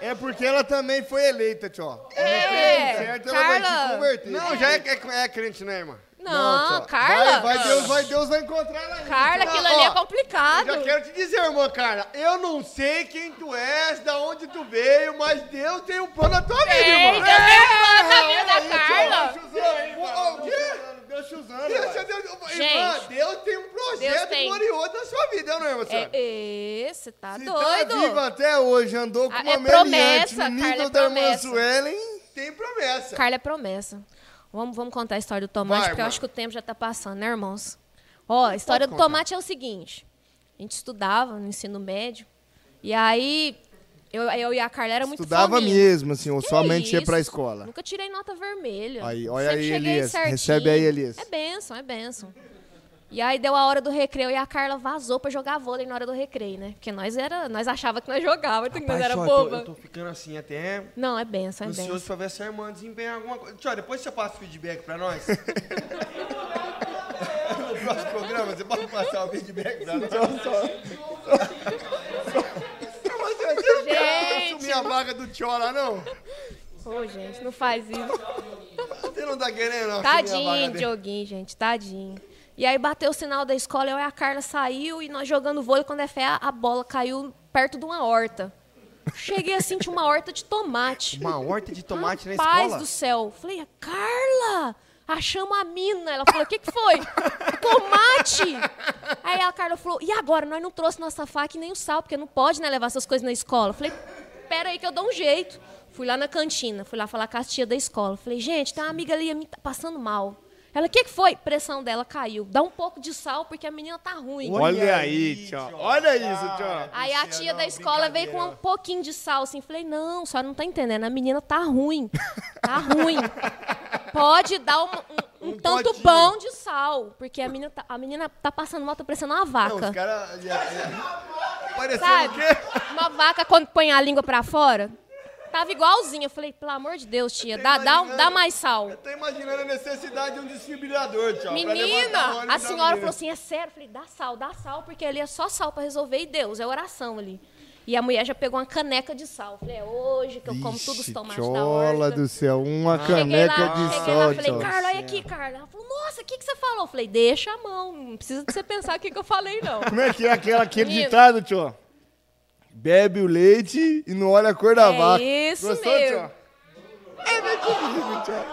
S4: é porque ela também foi eleita, tio.
S3: É,
S4: Certo, ela vai se
S3: Carla.
S4: converter.
S2: Não, já é, é, é crente, né, irmã?
S3: Não,
S4: tio.
S3: Ah, Carla.
S4: Vai, vai, Deus, vai, Deus vai encontrar ela aí.
S3: Carla,
S2: Não,
S3: aquilo ali
S2: ó,
S3: é complicado.
S2: Já quero te dizer, irmã Carla, eu não sei quem tu és, da onde tu veio, mas Deus tem um plano na tua vida,
S3: Ei,
S2: irmão.
S3: Deus tem um plano na vida da Carla.
S2: Ô, o quê?
S4: Deus te usando,
S2: Deixa
S4: vai.
S2: Deus, irmã,
S3: Gente,
S2: Deus tem um projeto
S3: Deus tem.
S2: glorioso na sua vida, não é, irmã? Sônia?
S3: É, você tá
S4: Se tá
S3: doido?
S4: viva até hoje, andou com
S3: Ah,
S4: uma
S3: é promessa,
S4: meliante no
S3: Carla,
S4: nível
S3: é
S4: da irmã
S3: promessa.
S4: Suelen.
S2: Tem promessa.
S3: Carla é promessa. Vamos, vamos contar a história do tomate,
S2: Vai,
S3: porque
S2: mano.
S3: eu acho que o tempo já tá passando, né, irmãos? Ó, a história do tomate é o seguinte. A gente estudava no ensino médio, e aí eu, eu e a Carla era muito
S4: Estudava
S3: fominha.
S4: mesmo, assim, ou
S3: Que
S4: somente ia
S3: isso?
S4: pra escola.
S3: Nunca tirei nota vermelha.
S4: Aí, olha
S3: Sempre
S4: aí,
S3: cheguei
S4: Elias.
S3: certinho.
S4: Recebe aí, Elias.
S3: É benção, é benção. E aí deu a hora do recreio e a Carla vazou pra jogar vôlei na hora do recreio, né? Porque nós era, nós achava que nós jogava, então que nós era
S2: Pai, só, eu, tô,
S3: boba.
S2: eu tô ficando assim até
S3: Não, é benção, é benção.
S2: ansioso pra ver essa irmã desempenhar alguma coisa. Tio, depois você passa o feedback pra nós.
S4: próximo programa, você pode passar o feedback pra nós? Você não quer
S3: Gente.
S4: assumir a vaga do Tchola, não?
S3: Ô, gente, não faz isso.
S4: Você não tá querendo assumir a vaga
S3: Tadinho,
S4: dele?
S3: Dioguinho, gente, tadinho. E aí bateu o sinal da escola, eu e a Carla saiu e nós jogando vôlei, quando é fé, a bola caiu perto de uma horta. Cheguei assim, tinha uma horta de tomate.
S2: Uma horta de tomate na
S3: Paz
S2: escola?
S3: do céu. Falei, a Carla, achamos a mina. Ela falou, o que, que foi? Tomate! Aí a Carla falou, e agora? Nós não trouxe nossa faca e nem o sal, porque não pode né, levar essas coisas na escola. Falei, pera aí que eu dou um jeito. Fui lá na cantina, fui lá falar com a tia da escola. Falei, gente, tem uma amiga ali, a minha tá passando mal. Ela, o que, que foi? Pressão dela caiu. Dá um pouco de sal, porque a menina tá ruim.
S4: Olha aí, Tchó. Olha isso, Tchó.
S3: Aí a tia da escola veio com um pouquinho de sal, assim. Falei, não, a senhora não tá entendendo. A menina tá ruim. Tá ruim. Pode dar uma- um, um tanto
S4: potinho.
S3: bom de sal. Porque a menina tá, a menina tá passando mal, tá parecendo uma
S4: Não, os
S3: vaca.
S4: caras... é Parecendo o
S3: sabe?
S4: quê?
S3: Uma vaca quando põe a língua pra fora. Tava igualzinha. Falei, pelo amor de Deus, tia, dá, dá, um- dá mais sal.
S4: Eu tô imaginando a necessidade de um desfibrilador, Tchó. pra levantar o óleo
S3: Menina, a
S4: da
S3: senhora
S4: menina.
S3: falou assim: é sério? Eu falei: dá sal, dá sal, porque ali é só sal pra resolver e Deus, é oração ali. E a mulher já pegou uma caneca de sal. Eu falei: é hoje que eu como todos os
S4: Vixe,
S3: tomates da
S4: Tchola
S3: horta.
S4: do céu, uma
S3: Cheguei
S4: caneca
S3: lá,
S4: de
S3: cheguei
S4: sol,
S3: lá, falei,
S4: Tchó.
S3: Carla, olha aqui, Carla. Ela falou, nossa, o que, que você falou? Eu falei, deixa a mão, não precisa de você pensar o que, que eu falei, não.
S4: Como é que é aquela, aquele
S3: Menino.
S4: ditado, Tchó? Bebe o leite e não olha a cor da
S3: É
S4: vaca.
S3: isso
S4: Gostou,
S3: mesmo.
S4: Tchó? É, vem comigo, Tchó.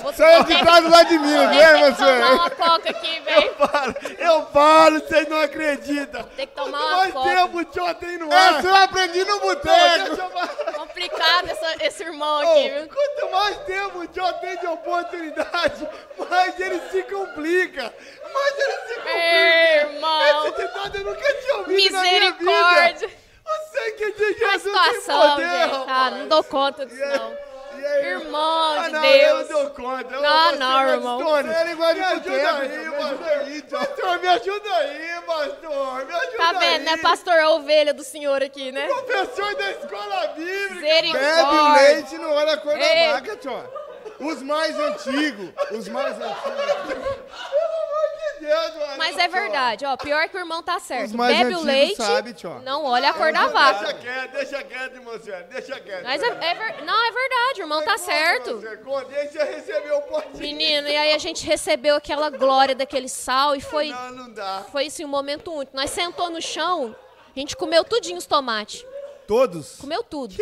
S3: Vou
S4: Isso aí é
S3: ter que-
S4: ditado lá de Minas,
S3: vou
S4: né,
S3: ter que tomar
S4: você?
S3: uma coca aqui, velho.
S4: Eu falo, vocês não acreditam.
S3: Tem que tomar uma
S4: Mais
S3: coca.
S4: tempo o Tchó tem no ar. Essa É, eu aprendi no boteco.
S3: Complicado essa- esse irmão aqui,
S4: Ô,
S3: viu?
S4: Quanto mais tempo o Tchó tem de oportunidade, mais ele se complica. Mais ele se complica.
S3: Irmão.
S4: Esse ditado eu nunca tinha ouvido na minha vida.
S3: Misericórdia.
S4: Você que tem
S3: A
S4: Jesus tem
S3: situação,
S4: poder,
S3: gente. Ah,
S4: rapaz.
S3: não dou conta disso,
S4: E aí-
S3: não.
S4: e aí,
S3: Irmão
S4: ah,
S3: de
S4: não,
S3: Deus. Ah,
S4: Eu não dou conta. é Eu
S3: Não,
S4: vou
S3: não,
S4: chamar de
S3: irmão. Tá
S4: Tony. me ajuda
S1: boteco,
S4: aí, pastor. Pastor, me ajuda aí, pastor. Me ajuda
S3: Tá
S4: aí.
S3: vendo, né, pastor? A ovelha do senhor aqui, né?
S4: Professor da escola bíblica. Bebe o
S3: Misericórdia.
S4: leite e não olha a cor da
S3: Ei.
S4: vaca, tio. Os mais antigos. Os mais antigos. Pelo amor de Deus, mano.
S3: Mas é verdade, ó. Pior que o irmão tá certo.
S4: Os mais
S3: Bebe o
S4: antigos
S3: leite,
S4: sabe, tio.
S3: não olha a cor da
S4: Deixa
S3: vaca.
S4: quieto, deixa quieto, irmão Sueli, Deixa quieto.
S3: Mas é, é ver- Não, é verdade, o irmão tá certo.
S4: Deixa receber o potinho.
S3: Menino, e aí a gente recebeu aquela glória daquele sal e foi,
S4: Não, não dá.
S3: foi assim, um momento único. Nós sentou no chão, a gente comeu tudinho os tomates.
S4: Todos?
S3: Comeu tudo.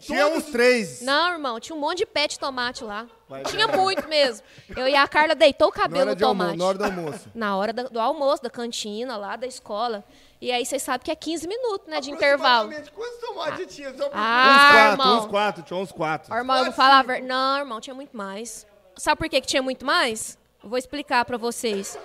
S4: Tinha uns três.
S3: Não, irmão, tinha um monte de pé de tomate lá. tinha muito mesmo. Eu e a Carla deitou o
S4: na
S3: cabelo
S4: hora
S3: no
S4: é. de almoço,
S3: tomate.
S4: na hora do almoço.
S3: Na hora da- do almoço, da cantina, lá da escola. E aí vocês sabem que é 15 minutos, né, de intervalo.
S4: Quantos tomates tinha? Só pra-
S3: Ah, irmão.
S2: quatro, tinha uns quatro.
S3: Ó, irmão, eu vou falar a ver... Não, irmão, tinha muito mais. Sabe por que, que tinha muito mais? Eu vou explicar pra vocês.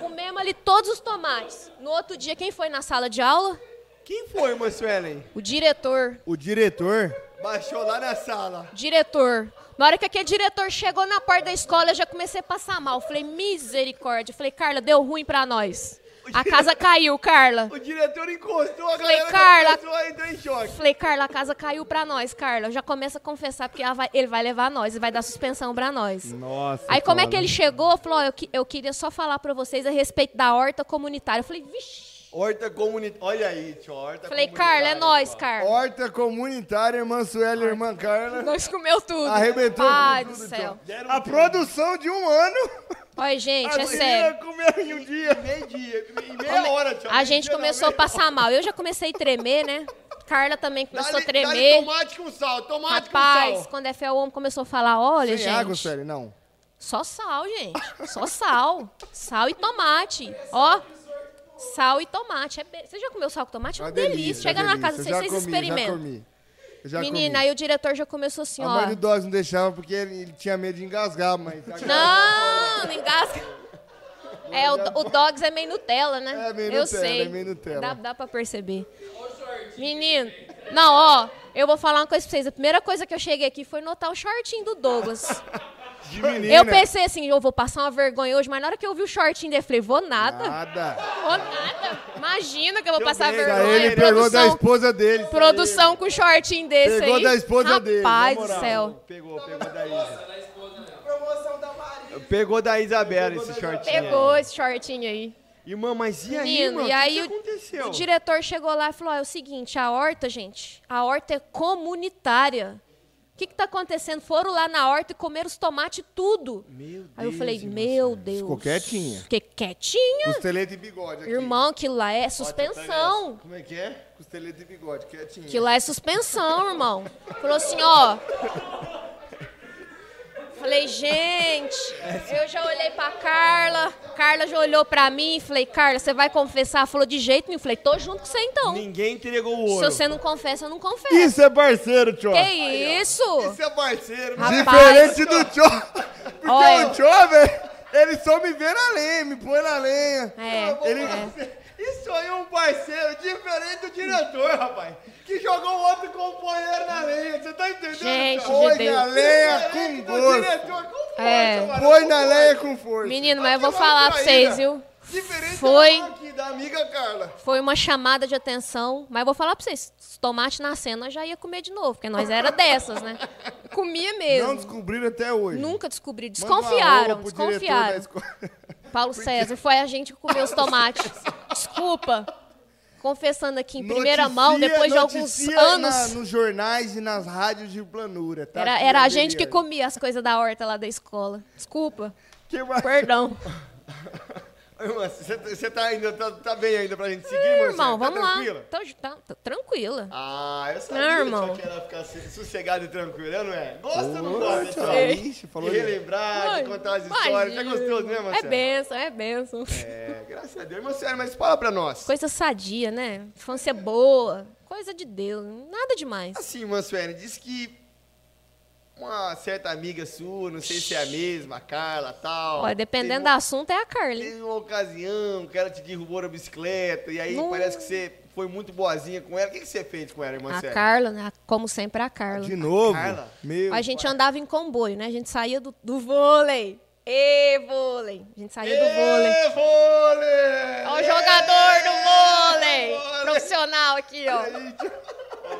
S3: Comemos ali todos os tomates. No outro dia, quem foi na sala de aula?
S2: Quem foi, irmã Suelen?
S3: O diretor.
S4: O diretor baixou lá na sala.
S3: Diretor. Na hora que aquele diretor chegou na porta da escola, eu já comecei a passar mal. Falei, misericórdia. Falei, Carla, deu ruim pra nós. A casa caiu, Carla.
S4: O diretor encostou a
S3: Falei,
S4: galera
S3: Carla.
S4: começou a entrar em choque.
S3: Falei, Carla, a casa caiu pra nós, Carla. Já começa a confessar, porque ela vai- ele vai levar nós, ele vai dar suspensão pra nós.
S4: Nossa.
S3: Aí como é que ele chegou? Falou, ó, eu, que- eu queria só falar pra vocês a respeito da horta comunitária. Eu falei, vixi.
S4: Horta comunitária. Olha aí, tio. Horta
S3: Falei, Carla, é nós, Carla.
S4: Horta comunitária, irmã Sueli, irmã Carla.
S3: Nós comeu tudo.
S4: Arrebentou
S3: Ai,
S4: com
S3: do
S4: tudo,
S3: céu.
S4: A produção de um ano.
S3: Olha, gente, é
S4: Amanhã
S3: sério.
S4: comeu em um dia. Meio dia. Meia hora, tio.
S3: A gente começou a passar mal. Eu já comecei a tremer, né? Carla também começou a
S4: Dá-lhe
S3: tremer.
S4: tomate com sal, tomate com
S3: Rapaz,
S4: sal.
S3: quando é fé, o homem começou a falar, olha,
S4: Sem
S3: gente...
S4: água, sério, não.
S3: Só sal, gente. Só sal. sal e tomate. Ó. Sal e tomate. É be- Você já comeu sal com tomate? É uma delícia. Chega
S4: uma
S3: na casa de
S4: delícia.
S3: vocês,
S4: Eu
S3: vocês
S4: já comi, Já
S3: experimentam.
S4: comi. Eu já
S3: Menina,
S4: comi.
S3: aí o diretor já começou assim,
S4: A
S3: ó.
S4: mãe do Dós não deixava porque ele, ele tinha medo de engasgar, mas...
S3: Não, não engasga. É, o, do- o Dogs é meio Nutella, né?
S4: É meio
S3: Eu
S4: Nutella,
S3: sei.
S4: é meio Nutella.
S3: Dá, dá pra perceber. Menino, não, ó, eu vou falar uma coisa pra vocês. A primeira coisa que eu cheguei aqui foi notar o shortinho do Douglas.
S4: De menina.
S3: Eu pensei assim, eu vou passar uma vergonha hoje, mas na hora que eu vi o shortinho dele, eu falei, vou nada.
S4: Nada.
S3: Vou nada. Imagina que eu vou passar
S4: Ah. Aí
S3: vergonha.
S4: ele pegou da esposa dele.
S3: Produção com shortinho desse
S4: Pegou
S3: aí.
S4: da esposa dele, na
S3: Rapaz do
S4: moral.
S3: céu.
S2: Pegou, pegou daí.
S1: Promoção da Maria.
S2: Pegou da Isabela esse shortinho. aí.
S3: Pegou esse shortinho aí.
S2: Irmã, mas e aí,
S3: Menino,
S2: mano?
S3: e
S2: o
S3: aí
S2: que que
S3: o-
S2: aconteceu?
S3: O diretor chegou lá e falou: ó, é o seguinte, a horta, gente, a horta é comunitária. O que, que tá acontecendo? Foram lá na horta e comeram os tomates tudo.
S2: Meu
S3: aí eu
S2: Deus,
S3: falei,
S2: irmã.
S3: meu Deus.
S4: Ficou quietinha?
S3: Fiquei quietinha.
S4: Costeleta e bigode aqui.
S3: Irmão, aquilo lá é suspensão.
S4: Como é que é? Costeleta e bigode, quietinha.
S3: Aquilo lá é suspensão, irmão. Falou assim, ó. Falei, gente, eu já olhei pra Carla, Carla já olhou pra mim, falei, Carla, você vai confessar? Falou, de jeito nenhum. Falei, tô junto com você então.
S2: Ninguém entregou o
S3: Se
S2: ouro.
S3: você não confessa, eu não confesso.
S4: Isso é parceiro, Tchó.
S3: Que isso?
S2: é parceiro,
S3: Rapaz.
S4: Diferente do Tchó. Porque
S3: Olha.
S4: o Tchó, velho, ele só me vê na lenha, me põe na lenha.
S3: É,
S4: Ele-
S3: é.
S2: Isso aí é um parceiro diferente do diretor, rapaz. Que jogou o outro companheiro na areia. Você tá entendendo?
S3: Gente
S2: cara?
S4: Põe
S3: de
S4: na
S3: Deus.
S4: lenha com gosto.
S2: diretor, como foi,
S3: É.
S2: seu mano?
S4: Põe na lenha com força.
S3: Menino, mas eu vou
S2: Aquilo é
S3: falar pra
S2: traíra.
S3: vocês,
S2: É
S3: viu?
S4: é
S2: Diferente
S3: Foi.
S2: do aqui, da amiga Carla.
S3: Foi uma chamada de atenção, mas eu vou falar pra vocês, se tomate na cena, nós já ia comer de novo, porque nós era dessas, né? Comia
S4: Não
S3: mesmo.
S4: descobriram até hoje.
S3: Nunca descobri,
S4: Manda um alô
S3: desconfiaram,
S4: pro diretor da
S3: desconfiaram.
S4: escola.
S3: Paulo César, foi a gente que comeu os tomates. Desculpa. Confessando aqui em primeira
S4: Noticia-
S3: mão, depois de alguns
S4: noticia
S3: anos.
S4: na- nos jornais e nas rádios de planura, tá?
S3: Era,
S4: Aqui,
S3: era a
S4: Adeliane.
S3: gente que comia as coisas da horta lá da escola. Desculpa.
S4: Que mais?
S3: Perdão.
S2: Irmã, você tá- você tá ainda tá, tá bem ainda pra gente seguir,
S3: Ih,
S2: irmã?
S3: irmão,
S2: Tá
S3: vamos lá.
S2: tranquila?
S3: Tô, tá- tô tranquila.
S2: Ah, eu sabia
S3: Não,
S2: que
S3: irmão.
S2: só que ela ficar se- sossegada e tranquila, não é? Gosta ou não gosta?
S4: Tchau.
S2: Tchau?
S4: Ixi,
S2: Falou
S4: falou
S2: de
S4: ele.
S2: relembrar, de
S3: Ai,
S2: Ah, contar as histórias. Tá
S3: imagina.
S2: gostoso, né, Marcelo?
S3: É benção, é benção.
S2: É, graças a Deus. Marcelo, mas fala pra nós.
S3: Coisa sadia, né? Infância boa. Coisa de Deus. Nada demais.
S2: Assim, Mansueli, disse que uma certa amiga sua, não sei se é a mesma, a Carla tal.
S3: Olha, dependendo
S2: teve,
S3: do assunto, é a Carla. hein?
S2: Teve uma ocasião que ela te derrubou na bicicleta, e aí
S3: Não.
S2: parece que você foi muito boazinha com ela. O que, que você fez com ela, irmã
S3: A
S2: Sueli?
S3: Carla, né? Como sempre, a Carla.
S4: De novo?
S2: Carla.
S4: Meu.
S3: A gente andava em comboio, né? A gente saía do, do vôlei. Ê, vôlei! A gente saía do vôlei.
S2: Ê, vôlei!
S3: Ó, o jogador do
S2: Ê,
S3: vôlei! Profissional aqui, ó.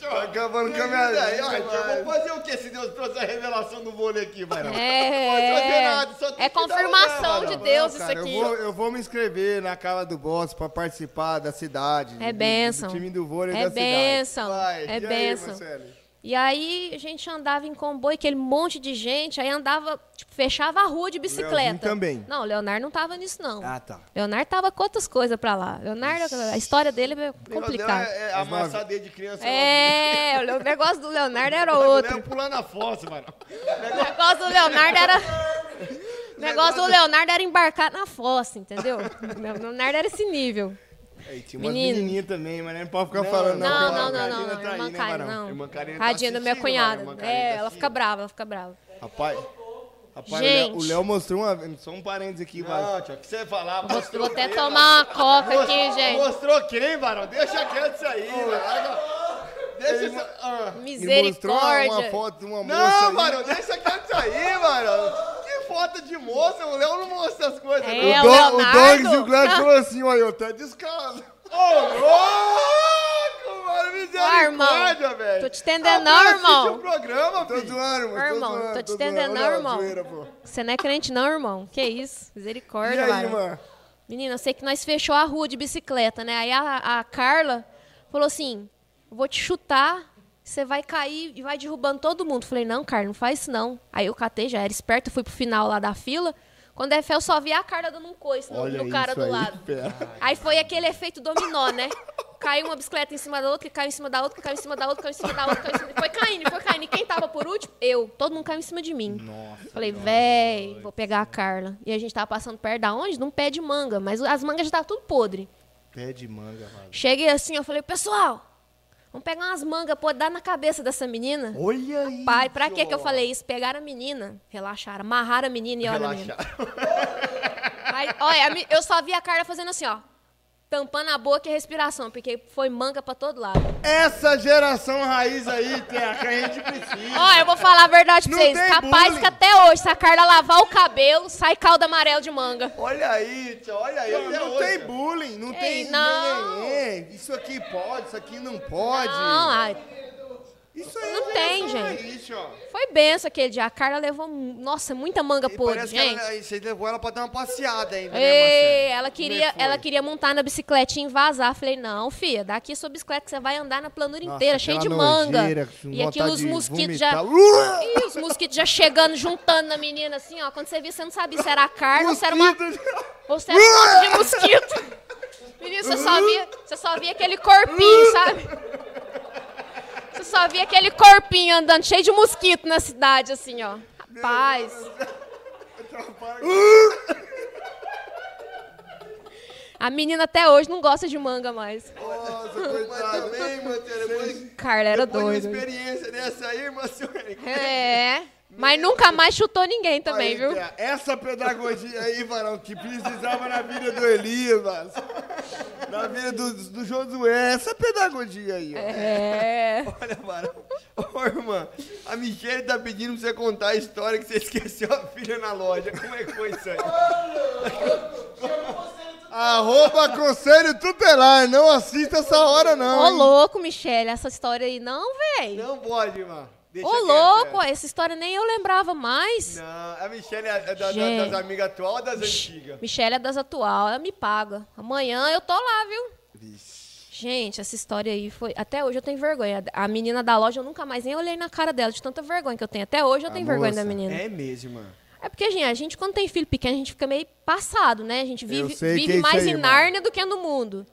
S4: Tá acabando com a minha
S2: E aí, ó,
S4: vida,
S2: eu
S4: mano.
S2: vou fazer o que se Deus trouxe a revelação do vôlei aqui, mano? Não pode fazer
S3: É,
S2: nada, só tem
S3: é
S2: que dar uma
S3: confirmação
S2: olhada,
S3: de
S2: mano.
S3: Deus isso
S4: Não, cara,
S3: aqui.
S4: Eu vou, eu vou me inscrever na Cala do Boss pra participar da cidade. do-
S3: É
S4: do-
S3: bênção.
S4: Do time do vôlei
S3: é
S4: da cidade.
S3: bênção.
S2: Vai,
S3: É
S4: E aí,
S3: bênção.
S4: Marcelo?
S3: E aí a gente andava em comboio, aquele monte de gente, aí andava, tipo, fechava a rua de
S4: Leozinho
S3: bicicleta.
S4: também.
S3: Não, o Leonardo não tava nisso, não.
S4: Ah, tá.
S3: Leonardo tava com outras coisas pra lá. Leonardo, a história dele é
S2: O negócio dela
S3: complicada.
S2: É, é amassar dedo de criança.
S3: É, o negócio do Leonardo era
S2: não. Não é
S3: outro.
S2: pular na fossa, mano.
S3: O negócio do Leonardo era. O negócio do Leonardo era embarcar na fossa, entendeu? O Leonardo era esse nível.
S4: Aí, tinha umas
S3: Menino.
S4: menininhas também, mas não pode ficar falando.
S3: Não,
S4: porque a
S3: não, não,
S4: Karina
S3: não. não.
S4: tá aí,
S3: Irmã
S4: né,
S3: Karina,
S4: Barão?
S3: não.
S2: Irmã Karina tá
S3: Tadinha da minha
S2: assistindo, mano,
S3: cunhada.
S2: irmã Karina
S3: É,
S2: tá
S3: ela fica
S2: assistindo.
S3: brava, ela fica brava.
S4: Rapaz, rapaz o
S3: Gente.
S4: Léo- o Léo mostrou uma vez. Só um parênteses aqui, vai.
S2: Não, tio, o que você falava?
S3: Vou, vou até tomar uma coca aqui, gente.
S2: Mostrou quem, Barão? Deixa quieto isso aí, mano. Deixa isso... Ah.
S4: Ele mostrou uma- uma
S3: Misericórdia.
S4: foto de uma moça.
S2: Não,
S4: aí.
S2: Barão, deixa quieto isso aí, Barão. Que foto de moça, o Léo não mostra as coisas.
S3: É,
S2: não.
S4: O,
S3: o
S4: Dog- o
S3: Leonardo?
S4: Dogs e o Glass
S3: Ah.
S4: falou assim, olha, eu tô descalço.
S2: Ô, louco, mano, misericórdia,
S3: irmão,
S2: velho.
S3: tô te entendendo não,
S2: Rapaz,
S3: irmão.
S2: assiste o programa,
S4: Tô
S2: filho.
S4: zoando, mano.
S3: Irmão,
S4: tô, zoando,
S3: tô te
S4: zoando.
S3: entendendo,
S4: Olha lá,
S3: irmão.
S4: zoeira, pô.
S3: Você não é crente, não, irmão. Que isso?
S4: E
S3: Misericórdia,
S4: aí,
S3: Lara.
S4: mano?
S3: Menina, eu sei que nós fechou a rua de bicicleta, né? Aí a, a Carla falou assim: "Eu vou te chutar, você vai cair e vai derrubando todo mundo. Falei, não, Carla, não faz isso não. Aí eu catei, já era esperta, fui pro final lá da fila. Quando é fé, eu só vi a Carla dando um coice no, no cara do lado. Aí foi aquele efeito dominó, né? Caiu uma bicicleta em cima da outra, que caiu em cima da outra, que caiu em cima da outra, que caiu em cima da outra. Caiu em cima... Foi caindo, foi caindo. E quem tava por último? Eu. Todo mundo caiu em cima de mim. Nossa. Falei, véi, vou pegar a Carla. E a gente tava passando perto da onde? De um pé de manga. Mas as mangas já estavam tudo podre.
S4: Pé de manga, mano.
S3: Cheguei assim, eu falei, pessoal, vamos pegar umas mangas, pô, dar na cabeça dessa menina.
S4: Olha aí.
S3: Pai, pra que que eu falei isso? Pegaram a menina, relaxaram, amarraram a menina e olha a menina.
S2: Relaxa.
S3: Aí, olha, a mi- eu só vi a Carla fazendo assim, ó. Tampando a boca e a respiração, porque foi manga pra todo lado.
S4: Essa geração raiz aí, Terra, que a gente precisa.
S3: Ó, eu vou falar a verdade pra
S4: Não
S3: vocês.
S4: tem
S3: Capaz
S4: bullying.
S3: que até hoje, se a Carla lavar o cabelo, sai caldo amarelo de manga.
S2: Olha aí, tio, olha aí.
S4: Não,
S2: até
S4: não
S2: hoje.
S4: tem bullying, não
S3: Ei,
S4: tem...
S3: não.
S4: É, isso aqui pode, isso aqui não pode.
S3: Não, ai.
S4: Isso aí é
S3: Não
S1: né?
S4: uma
S3: tem,
S4: geração
S3: gente.
S4: aí, tio.
S3: Foi benção aquele dia. A Carla levou, mu- nossa, muita manga
S1: E
S3: podre,
S1: parece
S3: gente.
S1: que ela, você levou ela pra dar uma passeada ainda, né,
S3: Ei, ela queria,
S1: Como é que foi?
S3: ela queria montar na bicicletinha e vazar. Falei, não, filha, daqui a sua bicicleta que você vai andar na planura
S4: Nossa,
S3: inteira, cheia de
S4: aquela
S3: manga.
S4: nojeira, com
S3: e aquilo,
S4: vontade
S3: os
S4: de
S3: mosquitos já.
S4: vomitar. Uá!
S3: Ih, os mosquitos já chegando, juntando na menina, assim, ó. Quando você via, você não sabia se era a carne ou se era uma. Ou se era um monte de mosquito. Menino, você só via, você só via aquele corpinho, sabe? Você só via aquele corpinho andando, cheio de mosquito na cidade, assim, ó. Rapaz. A menina até hoje não gosta de manga mais.
S4: Nossa,
S1: Mas
S4: é coitado.
S1: também, Matheus, depois,
S3: Carla era
S1: depois de
S3: doida.
S1: uma experiência dessa aí, Matheus,
S3: É. Mas nunca mais chutou ninguém também,
S4: Aí,
S3: viu?
S4: cara, Essa pedagogia aí, varão, que precisava na vida do Elias, na vida do, do Josué, essa pedagogia aí, ó.
S3: É.
S1: Olha, Barão. Ô, irmã, a Michelle tá pedindo pra você contar a história que você esqueceu a filha na loja. Como é que foi isso aí?
S4: Arroba Conselho Tutelar, não assista essa hora não.
S3: Ô,
S4: hein?
S3: louco, Michele, essa história aí não, véi.
S1: Não pode, irmã. Deixa
S3: Ô,
S1: quieto,
S3: louco,
S1: é.
S3: essa história nem eu lembrava mais.
S1: Não, a Michelle é da- da-
S3: Gente.
S1: das amigas atual ou das antigas?
S3: Michele é das atual, ela me paga. Amanhã eu tô lá, viu? Gente, essa história aí foi. Até hoje eu tenho vergonha. A menina da loja, eu nunca mais nem olhei na cara dela, de tanta vergonha que eu tenho. Até hoje eu tenho vergonha da
S4: moça.
S3: menina. É.
S1: É mesmo, irmã.
S3: porque, gente, a gente, quando tem filho pequeno, a gente fica meio passado, né? A gente vive,
S4: sei que
S3: vive
S4: é isso
S3: mais
S4: aí,
S3: em
S4: irmã.
S3: Nárnia do que no mundo.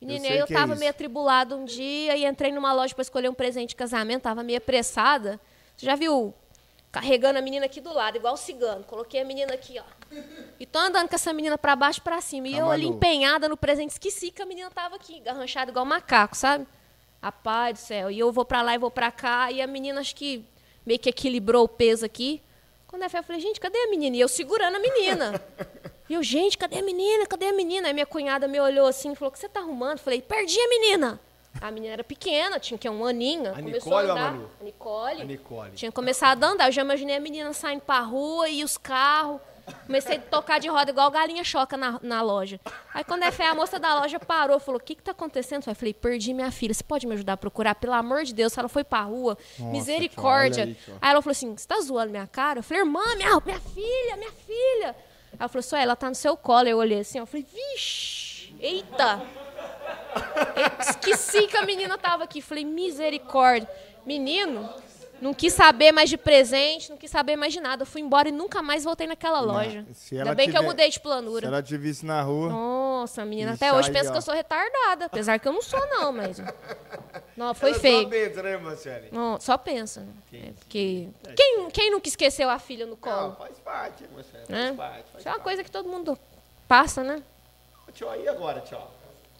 S3: Menina,
S4: sei
S3: eu,
S4: que é
S3: tava
S4: isso.
S3: meio atribulada um dia e entrei numa loja pra escolher um presente de casamento, tava meio apressada. Você já viu? Carregando a menina aqui do lado, igual o cigano. Coloquei a menina aqui, ó. E tô andando com essa menina pra baixo e pra cima. E
S1: Tá
S3: eu ali
S4: Amarou.
S3: empenhada no presente, esqueci que a menina tava aqui, garranchada igual um macaco, sabe? Rapaz do céu. E eu vou pra lá e vou pra cá. E a menina, acho que meio que equilibrou o peso aqui. Quando é fé, eu falei, gente, cadê a menina? E eu segurando a menina. E eu, gente, cadê a menina? Cadê a menina? Aí minha cunhada me olhou assim e falou: o que você tá arrumando? Eu falei, perdi a menina. A menina era pequena, tinha que um aninho. começou
S1: Nicole ou
S3: a
S1: a
S3: andar.
S1: Manu?
S3: A Nicole.
S1: A Nicole.
S3: Tinha começado a andar. Eu já imaginei a menina saindo pra rua e os carros. Comecei a tocar de roda igual galinha choca na, na loja. Aí quando é fé, a moça da loja parou e falou: O que, que tá acontecendo? Eu falei, perdi minha filha. Você pode me ajudar a procurar? Pelo amor de Deus, ela foi pra rua. Misericórdia.
S4: olha aí, tio.
S3: Aí ela falou assim: Você tá zoando minha cara? Eu falei, irmã, minha, minha filha, minha filha. Ela falou, só ela tá no seu colo. Eu olhei assim, eu falei, vixe, eita! Eu esqueci que a menina tava aqui. Falei, misericórdia. Menino, não quis saber mais de presente, não quis saber mais de nada. Eu fui embora e nunca mais voltei naquela loja.
S4: se ela
S3: Ainda bem que eu
S4: tiver-
S3: mudei de
S4: Se
S3: planura.
S4: ela te visse na rua,
S3: Nossa, a menina
S4: Ixi,
S3: até hoje
S4: aí,
S3: pensa
S4: ó.
S3: que eu sou retardada. Apesar que eu não sou, não, mas. Não, foi
S1: Ela
S2: tá
S3: feio.
S1: Só pensa, né, irmã Michelle?
S3: Não, só pensa. né? É porque. Quem, quem nunca esqueceu a filha no
S1: Não,
S3: colo?
S1: faz parte, irmã Michelle. Faz
S3: né?
S1: parte. Faz
S3: Isso é uma coisa que todo mundo passa, né?
S1: parte. Tchau, e agora, tchau?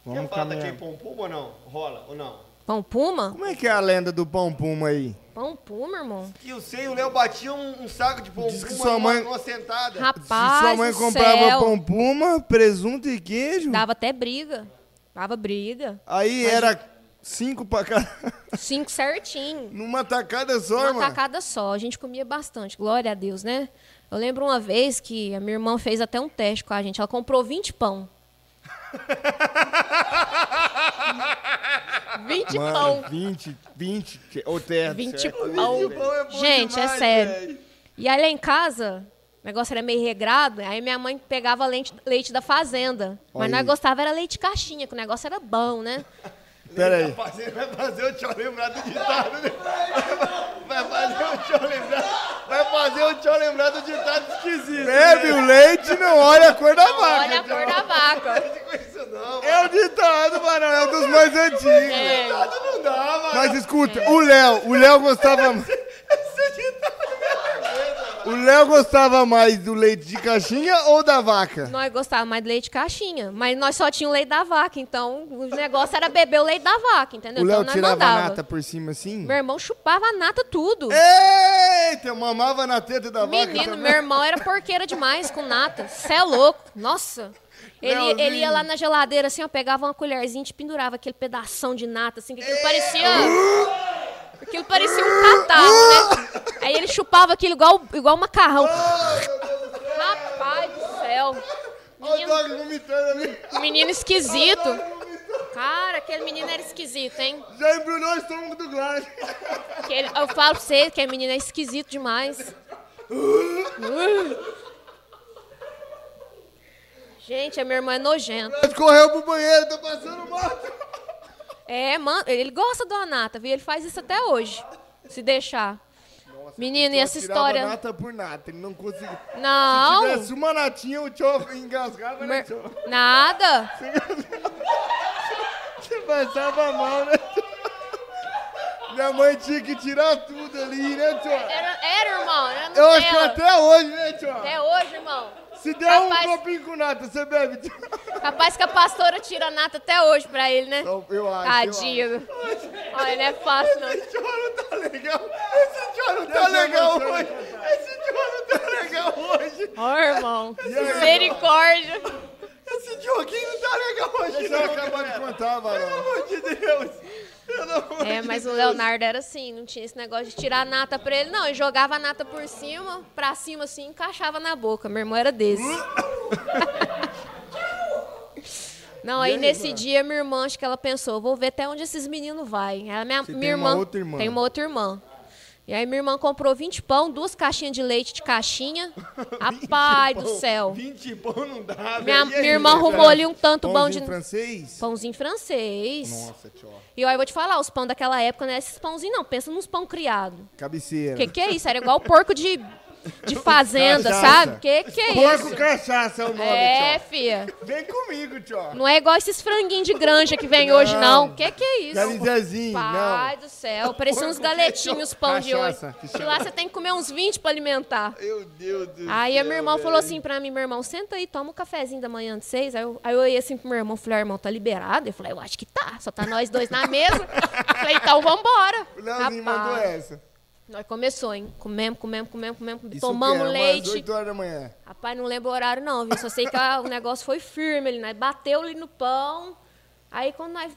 S1: Quer
S4: vamos
S1: falar
S4: caminhar.
S1: daquele pompom ou não? Rola ou não?
S3: Pão Puma?
S4: Como é que é a lenda do Pão Puma aí?
S3: Pão Puma, irmão?
S1: Que eu sei, o Léo batia um, um saco de pompom
S4: Diz que
S1: numa-
S4: sua mãe-
S1: numa sentada.
S3: Rapaz,
S4: Se sua mãe
S3: do
S4: comprava
S3: céu.
S4: Pão Puma, presunto e queijo,
S3: Dava até briga. Dava briga.
S4: aí era cinco pra cada...
S3: Cinco certinho.
S4: Numa tacada só,
S3: Uma
S4: mano.
S3: tacada só. A gente comia bastante. Glória a Deus, né? Eu lembro uma vez que a minha irmã fez até um teste com a gente. Ela comprou 20 pão. 20 pão.
S4: Mano, 20, 20, que- ô terra.
S3: 20
S4: certo?
S3: pau.
S1: é bom
S3: Gente,
S1: demais,
S3: é sério.
S1: velho.
S3: E aí lá em casa, o negócio era meio regrado, né? aí minha mãe pegava leite, leite da fazenda. Mas
S4: Olha
S3: nós
S4: aí.
S3: gostava era leite caixinha, que o negócio era bom, né?
S4: Pera aí.
S1: Vai fazer, vai fazer o tio lembrar do ditado. né? Vai fazer o tio lembrar. Vai fazer o tio lembrar do ditado esquisito. né?
S4: Bebe o leite e não olha a cor da vaca.
S1: então.
S3: Olha a cor da vaca.
S1: Não com isso não.
S4: É o ditado, mano, é um dos mais antigos.
S3: É.
S1: Ditado não dá, mano.
S4: Mas escuta, o Léo, o Léo gostava
S1: Esse ditado
S4: O Léo gostava mais do leite de caixinha ou da vaca?
S3: Nós gostávamos mais de leite caixinha, mas nós só tínhamos leite da vaca, então o negócio era beber o leite da vaca, entendeu?
S4: o Léo
S3: então nós
S4: tirava
S3: mandava.
S4: a nata por cima assim?
S3: Meu irmão chupava a nata tudo.
S4: Eita, mamava na teta da vaca
S3: Menino,
S4: também.
S3: meu irmão era porqueira demais com nata. Cê é louco. Nossa. Ele,
S4: Leozinho.
S3: ele ia lá na geladeira, assim, ó, pegava uma colherzinha e te pendurava aquele pedação de nata, assim, que
S4: É.
S3: aquilo parecia. Aquilo parecia um catarro, né? Aí ele chupava aquilo igual, igual um macarrão.
S4: Ah,
S3: Rapaz do céu.
S4: Olha o
S3: Menino,
S4: dog vomitando ali.
S3: menino esquisito. Cara, aquele menino era esquisito, hein?
S4: Já embrulhou o estômago do Glass.
S3: Aquele- eu falo pra vocês que aquele menino é esquisito demais. Gente, a minha irmã é nojenta.
S4: Ele correu pro banheiro, tá passando mal.
S3: É, mano, ele gosta do Anata, viu? Ele faz isso até hoje. Se deixar. Menino, e essa
S4: Tirava
S3: história.
S4: nata por nata, ele não conseguia.
S3: Não.
S4: Se tivesse uma natinha, o tio engasgava, né,
S3: mer-
S4: tio?
S3: Nada.
S4: Você passava mal, né, tio? Minha mãe tinha que tirar tudo ali, né, tio?
S3: Era, era irmão. Era
S4: Eu acho que
S3: Nutella.
S4: até hoje, né, tio?
S3: Até hoje, irmão.
S4: Se der um
S3: Rapaz-
S4: copinho com nata, você bebe, tio?
S3: Capaz que a pastora tira a nata até hoje pra ele, né?
S4: Eu- Eu acho, eu
S3: Tadinho. Olha, não é fácil, não.
S4: acho. Esse choro tá legal. Esse choro tá legal hoje. Esse choro tá legal hoje.
S3: Ó, irmão.
S4: aí,
S3: Misericórdia.
S4: Esse Dioguinho não tá legal hoje. Deixa eu acabar de contar, Varão. Pelo amor de Deus. Pelo amor
S3: É, mas o Leonardo era assim, não tinha esse negócio de tirar a nata pra ele, não. Ele jogava a nata por cima, pra cima assim, e encaixava na boca. Meu irmão era desse. Não, aí nesse dia, minha irmã, acho que ela pensou, vou ver até onde esses meninos vai. Ela, é minha,
S4: Você
S3: minha
S4: tem uma
S3: irmã,
S4: outra irmã.
S3: Tem uma outra irmã. E aí minha irmã comprou 20 pão, duas caixinhas de leite de caixinha. Rapaz do céu.
S2: 20 pão não dá,
S3: Minha,
S2: velho. E aí,
S3: minha irmã
S2: velho?
S3: arrumou ali um tanto bom de...
S4: Pãozinho francês?
S3: Pãozinho francês.
S4: Nossa, tio.
S3: E ó, eu vou te falar, os pão daquela época não é esses pãozinhos, não. Pensa nos pão criado.
S4: Cabeceira.
S3: Que que é isso? Era igual porco de, de fazenda,
S4: Cachaça.
S3: sabe? Que que é
S4: Porco
S3: isso?
S4: cachaça é o nome,
S3: É,
S4: tio.
S3: fia.
S4: Vem comigo, tio.
S3: Não é igual esses franguinhos de granja que vem hoje, não.
S4: Não.
S3: Que que é isso?
S4: Garizezinho,
S3: Pai do céu, parecia uns galetinhos os pão de hoje.
S4: Cachaça, que
S3: E lá você tem que comer uns 20 pra alimentar.
S2: Meu Deus do
S3: Aí a
S2: céu,
S3: minha irmã
S2: velho.
S3: falou assim pra mim, meu irmão, senta aí, toma um cafezinho da manhã de seis. Aí eu, aí eu olhei assim pro meu irmão, falei, "Ah, irmão, tá liberado? Ele falou, eu acho que tá, só tá nós dois na mesa. falei, então vambora.
S4: O
S3: Rapaz,
S4: Leozinho mandou essa.
S3: Nós começou, hein? Comemos, comemos, comemos, comemos,
S4: Isso que
S3: tomamos
S4: era, Umas
S3: leite.
S4: 8 horas da manhã.
S3: Rapaz, não lembro o horário não, viu? Só sei que ah, o negócio foi firme ali, né? Bateu ali no pão. Aí quando nós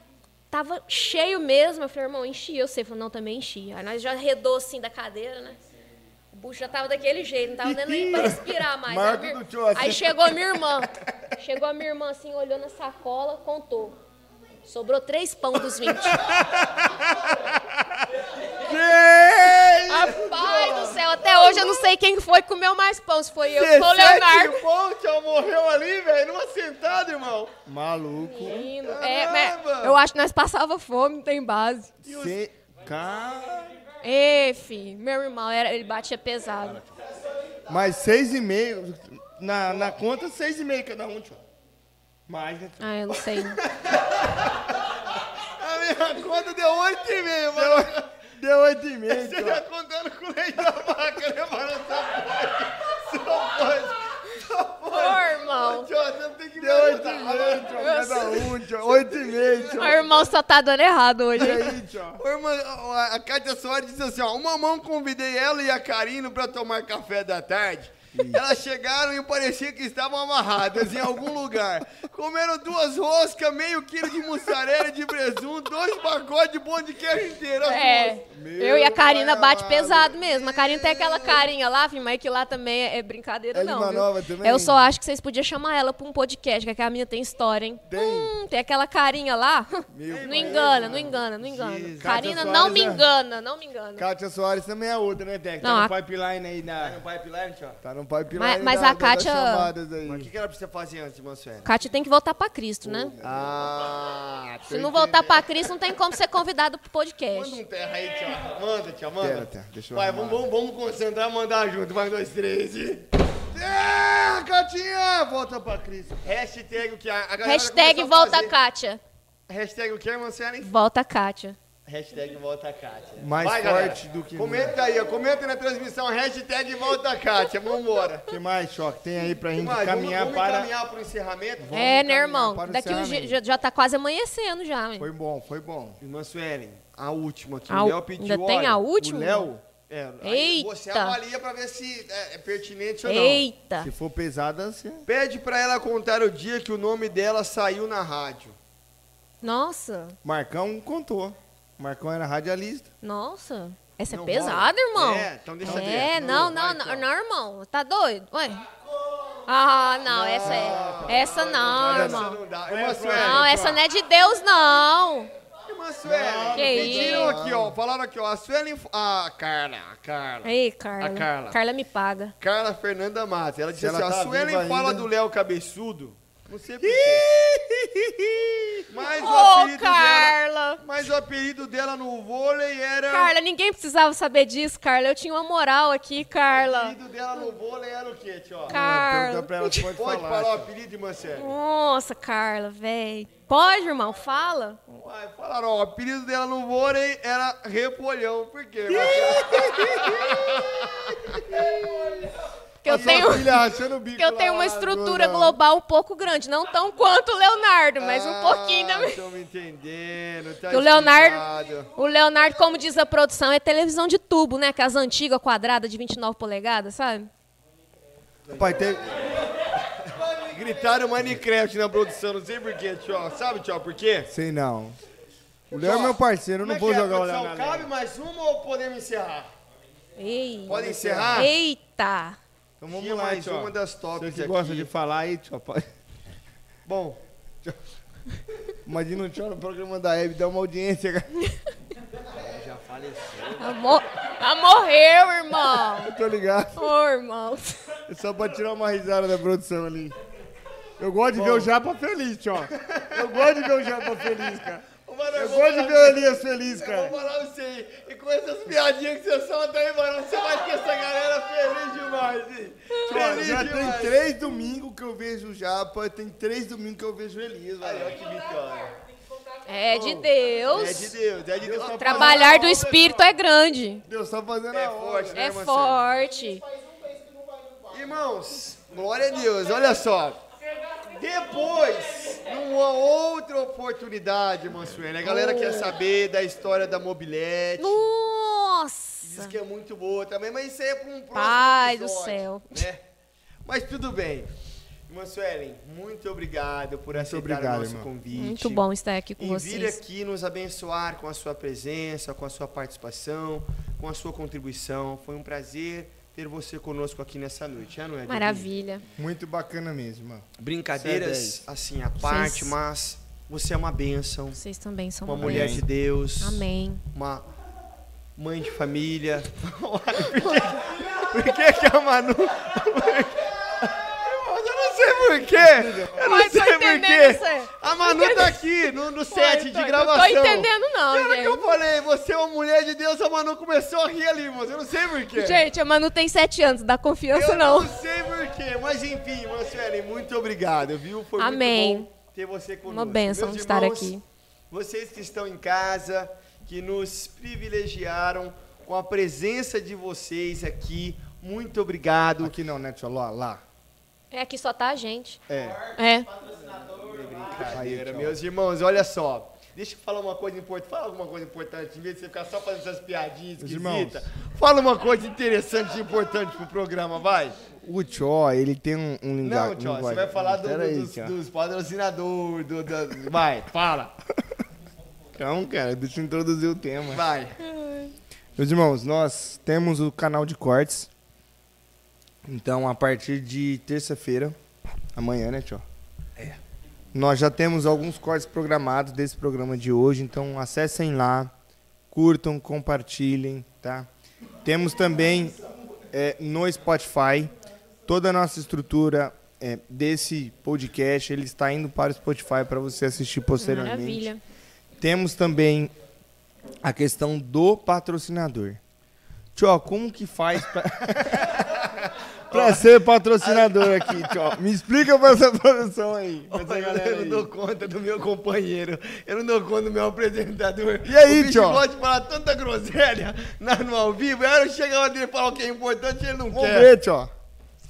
S3: tava cheio mesmo, eu falei, irmão, enchi. Eu sei, falou, não, também enchi. Aí nós já arredou assim da cadeira, né? O bucho já tava daquele jeito, não tava dando nem pra respirar mais. Aí,
S4: Marco
S3: minha-
S4: do tio, assim.
S3: aí chegou a minha irmã. Chegou a minha irmã assim, olhou na sacola, contou. Sobrou três pão dos 20.
S4: Gente!
S3: Rapaz do céu, até hoje eu não sei quem foi que comeu mais pão, se foi eu, se foi o
S2: 17
S3: Leonardo.
S2: pão, tio, morreu ali, velho, numa sentada, irmão.
S4: Maluco.
S3: Menino, é,
S2: Caramba!
S3: mas eu acho que nós passava fome, não tem base.
S4: Cê... Cara...
S3: Ê, fi, meu irmão, era, ele batia pesado.
S4: Mas seis e meio... Na, na conta, seis e meio cada um, tio. Mais, né?
S3: Ah, eu não sei.
S2: A minha conta deu 8 e meio, mano.
S4: Deu, deu oito e meio,
S2: Você
S4: tio.
S2: tá contando com o leite da vaca, né, mano?
S1: Tá,
S3: Ô, irmão,
S2: Tio, você não tem que me
S4: Deu oito e
S2: ajudar.
S4: meio, tio. Cada um, tio. Oito e meio, tio.
S3: meu irmão só tá dando errado hoje.
S4: E
S3: hein?
S4: aí, tio?
S2: Ô, irmã, ó, a Kátia Soares disse assim, ó, uma mão convidei ela e a Karino pra tomar café da tarde. Elas chegaram e parecia que estavam amarradas em algum lugar. Comeram duas roscas, meio quilo de mussarela e de presunto, dois pacotes de pão de queijo inteiro. as
S3: É,
S2: duas.
S3: eu e a Karina
S4: pai
S3: bate
S4: amado.
S3: pesado mesmo. A Karina tem aquela carinha lá, fi, mas que lá também é é brincadeira,
S4: É de
S3: não.
S4: Manova
S3: viu?
S4: também?
S3: Eu só acho que vocês podiam chamar ela pra um podcast, que a minha tem história, hein?
S4: Tem.
S3: Hum, tem aquela carinha lá. não engana, não engana, não engana. Karina, não me
S4: Soares, né?
S3: engana, não me engana.
S4: Kátia Soares também é outra, né, Tec?
S3: Não,
S4: Tá no
S3: a-
S4: pipeline aí na...
S1: Pipeline, tio.
S4: Tá no pipeline
S3: Mas- mas
S4: da-
S3: a
S4: da- das
S3: Kátia-
S4: chamadas aí.
S1: Mas o que, que ela precisa fazer antes, Mansuela?
S3: Kátia tem que voltar pra Cristo, né?
S2: Ah,
S3: Se não voltar pra Cristo, não tem como ser convidado pro podcast.
S2: Manda um terra aí, tia. Manda, tia, manda.
S4: Pera, tia, deixa eu
S2: Vai,
S4: arrumar.
S2: vamos, vamos, vamos concentrar e mandar junto. Mais dois, três. e-
S4: É, Catinha! Volta pra Cris.
S2: Hashtag o que? A, a galera
S3: Hashtag
S2: começou a
S3: volta
S2: fazer.
S3: Kátia.
S2: Hashtag o que, Marcelo?
S3: Volta Kátia.
S2: Hashtag volta a Kátia.
S4: Mais
S2: Vai,
S4: forte
S2: galera.
S4: do que
S2: Comenta aí, ó. comenta na transmissão. Hashtag volta a Kátia. Vambora.
S4: O que mais, Choque? Tem aí pra gente
S2: Vai,
S4: caminhar
S2: vamos, vamos
S4: para...
S2: caminhar pro encerramento. Vamos.
S3: É, né, irmão?
S4: para o
S3: Daqui um
S4: encerramento.
S3: dia, já, já tá quase amanhecendo já, hein?
S4: Foi bom, foi bom.
S2: Irmã Suelen, a última que
S3: A-
S2: o Léo pediu.
S3: ainda tem a
S2: olha,
S3: última?
S4: O Léo,
S2: É, aí Você
S3: Eita.
S2: avalia pra ver se é, é pertinente ou não.
S3: Eita.
S4: se for pesada, você...
S2: Pede pra ela contar o dia que o nome dela saiu na rádio.
S3: Nossa,
S4: Marcão contou. Marcão era radialista.
S3: nossa. Essa é
S2: Não
S3: pesada, irmão.
S2: É, então deixa
S3: É,
S2: dentro.
S3: não,
S2: Vai,
S3: não,
S2: então.
S3: não, não, irmão. Tá doido? Ué. Ah, não, essa é. Essa não,
S2: Essa
S3: irmão.
S2: não dá.
S1: Irmã
S2: Tá, Irmã
S1: Sueli.
S2: Sueli.
S3: Não, essa não é de Deus, não.
S2: Irmã Sueli.
S3: Que
S2: Pediram
S3: isso.
S2: Tá aqui, ó. Falaram aqui, ó. A Sueli. A Carla, a Carla.
S3: Aí, Carla.
S2: A Carla.
S3: me paga.
S2: Carla Fernanda Matos. Ela disse
S1: ela
S2: assim: ó,
S1: tá
S2: a Suelen
S1: viva
S2: fala
S1: ainda.
S2: do Léo Cabeçudo. Não sei porquê. Mas, o apelido dela, mas o apelido dela no vôlei era.
S3: Carla, ninguém precisava saber disso, Carla. Eu tinha uma moral aqui,
S2: O
S3: Carla.
S2: apelido dela no vôlei era o quê, Tio?
S3: Carla.
S2: é
S4: Pergunta pra ela se pode,
S2: Pode
S4: falar.
S2: falar o apelido, irmã Sueli?
S3: Nossa, Carla, véi. Pode, irmão? Fala.
S2: Uai, Falaram, ó, o apelido dela no vôlei era Repolhão. Por quê? irmã
S3: Que eu tenho,
S4: Sua filha rachando o bico
S3: que um- eu
S4: lá,
S3: tenho uma
S4: lá,
S3: estrutura
S4: Bruna.
S3: global um pouco grande. Não tão quanto o Leonardo, mas um pouquinho
S2: Ah,
S3: também.
S2: Estão me entendendo. Tá
S3: Que o Leonardo,
S2: explicado.
S3: o Leonardo, como diz a produção, é televisão de tubo, né? Que as antigas quadradas de 29 polegadas, sabe?
S4: Pai, teve...
S2: Gritaram Minecraft na produção, não sei porquê, tio. Sabe, tio, por quê?
S4: Sei não. O Léo é meu parceiro, eu não
S2: Como
S4: vou
S2: é que é,
S4: jogar o Léo
S2: produção?
S4: na lama.
S2: Cabe mais uma ou podemos encerrar?
S3: Ei.
S2: Pode encerrar?
S3: Eita!
S4: Então vamos
S2: Tinha
S4: lá,
S2: mais
S4: tio.
S2: uma das tops
S4: Você que
S2: aqui.
S4: gosta de falar aí, tio, pode...
S2: Bom,
S4: Imagina um tio no programa da Hebe, dá uma audiência, cara.
S3: Ela mo- ela morreu, irmão!
S4: Eu tô ligado.
S3: Ô, irmão.
S4: É só pra tirar uma risada da produção ali. Eu gosto de ver o Japa feliz, tio. Eu gosto de ver o Japa feliz, cara.
S1: Mano,
S4: Eu
S1: eu vou
S4: gosto de ver o Elias feliz,
S1: Eu
S4: cara.
S1: vou falar pra você aí. E com essas piadinhas que vocês soltam aí, mano, você vai ter essa galera feliz demais, hein?
S4: Olha,
S1: Feliz
S4: já tem
S1: demais.
S4: três domingos que eu vejo o Japa, tem três domingos que eu vejo o Elias,
S1: Aí, ó,
S4: velho.
S1: que
S2: Então,
S1: vitória.
S3: É de Deus.
S2: é de Deus, é de Deus. pra
S3: Trabalhar do espírito é grande.
S4: Deus tá fazendo
S2: É
S4: a
S2: forte,
S4: obra.
S2: né,
S3: É
S2: Marcelo?
S3: forte.
S2: Irmãos, glória a Deus, olha só. Depois, numa outra oportunidade, irmã Sueli, a galera quer saber da história da mobilete. Diz
S3: Nossa!
S2: que é muito boa também, mas isso aí é pra um próximo
S3: Pai do
S2: episódio,
S3: céu.
S2: né? Mas tudo bem. Irmã Suelen, muito obrigado por aceitar
S4: obrigado,
S2: o nosso
S4: irmão.
S2: convite.
S3: Muito bom estar aqui com
S2: Em vir
S3: vocês.
S2: tipo, aqui nos abençoar com a sua presença, com a sua participação, com a sua contribuição. Foi um prazer ter você conosco aqui nessa noite, é, não é? Ademir?
S3: Maravilha.
S4: Muito bacana mesmo, mano.
S2: Brincadeiras,
S4: Você
S2: assim, à parte,
S3: Vocês-
S2: mas você é uma bênção,
S3: Vocês também são
S2: uma
S3: uma
S2: mulher de Deus,
S3: Amém.
S2: uma mãe de família. por que, por que que a Manu... Por que- Eu não sei por quê. Eu não
S3: Mas tô
S2: sei por
S3: entendendo
S2: quê.
S3: isso.
S2: A Manu tá aqui no, no set
S3: Tô-
S2: de gravação.
S3: Não tô entendendo, não,
S2: Cara, que eu
S3: gente.
S2: falei, você é uma mulher de Deus, a Manu começou a rir ali, moço. Eu não sei porquê.
S3: Gente, a Manu tem sete anos, dá confiança
S2: eu não.
S3: não.
S2: sei porquê, mas enfim, Marcele, muito obrigado, viu? Foi
S3: Amém.
S2: muito bom ter você conosco.
S3: Uma bênção
S2: Meus
S3: estar
S2: irmãos,
S3: aqui.
S2: Vocês que estão em casa, que nos privilegiaram com a presença de vocês aqui, muito obrigado.
S4: Aqui não, né, tio? Lá, lá.
S3: É, aqui só tá a gente.
S2: É,
S3: É.
S2: brincadeira,
S4: Aí, tchau.
S2: meus irmãos, olha só. Deixa eu falar uma coisa importante. Fala alguma coisa importante, em vez de você ficar só fazendo essas piadinhas
S4: Meus irmãos.
S2: esquisitas. Fala uma coisa interessante e importante pro programa, vai.
S4: O tio, ele tem um, um linguagem.
S2: Não, tio, você vai falar do, do- dos, dos patrocinadores, do, da- Vai, fala,
S4: Então, cara, deixa eu introduzir o tema.
S2: vai.
S4: Meus irmãos, nós temos o canal de cortes. Então, a partir de terça-feira, amanhã, né, tio? É. Nós já temos alguns cortes programados desse programa de hoje, então acessem lá, curtam, compartilhem, tá? Temos também é, no Spotify toda a nossa estrutura é, desse podcast, ele está indo para o Spotify para você assistir posteriormente.
S3: Maravilha.
S4: Temos também a questão do patrocinador. Tio, como que faz pra, pra ser patrocinador aqui, tio? Me explica pra essa produção aí. pra essa galera
S2: Eu não
S4: aí.
S2: dou conta do meu companheiro, eu não dou conta do meu apresentador.
S4: E aí,
S2: o bicho
S4: tio?
S2: gosta de falar tanta groselha na, no ao vivo, aí chega a hora dele falar o que é importante e ele não
S4: Vamos
S2: quer.
S4: ver, tio.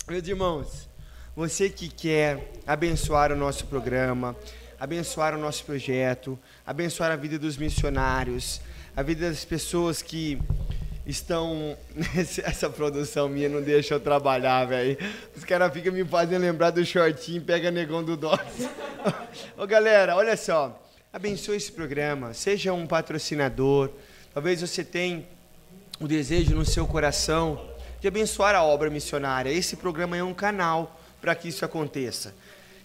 S2: Meus irmãos, você que quer abençoar o nosso programa, abençoar o nosso projeto, abençoar a vida dos missionários, a vida das pessoas que estão. nesse- Essa produção minha não deixa eu trabalhar, velho. Os caras ficam me fazendo lembrar do shortinho, pega negão do dó. Ô galera, olha só. Abençoe esse programa, seja um patrocinador. Talvez você tenha o desejo no seu coração de abençoar a obra missionária. Esse programa é um canal
S1: para que isso aconteça.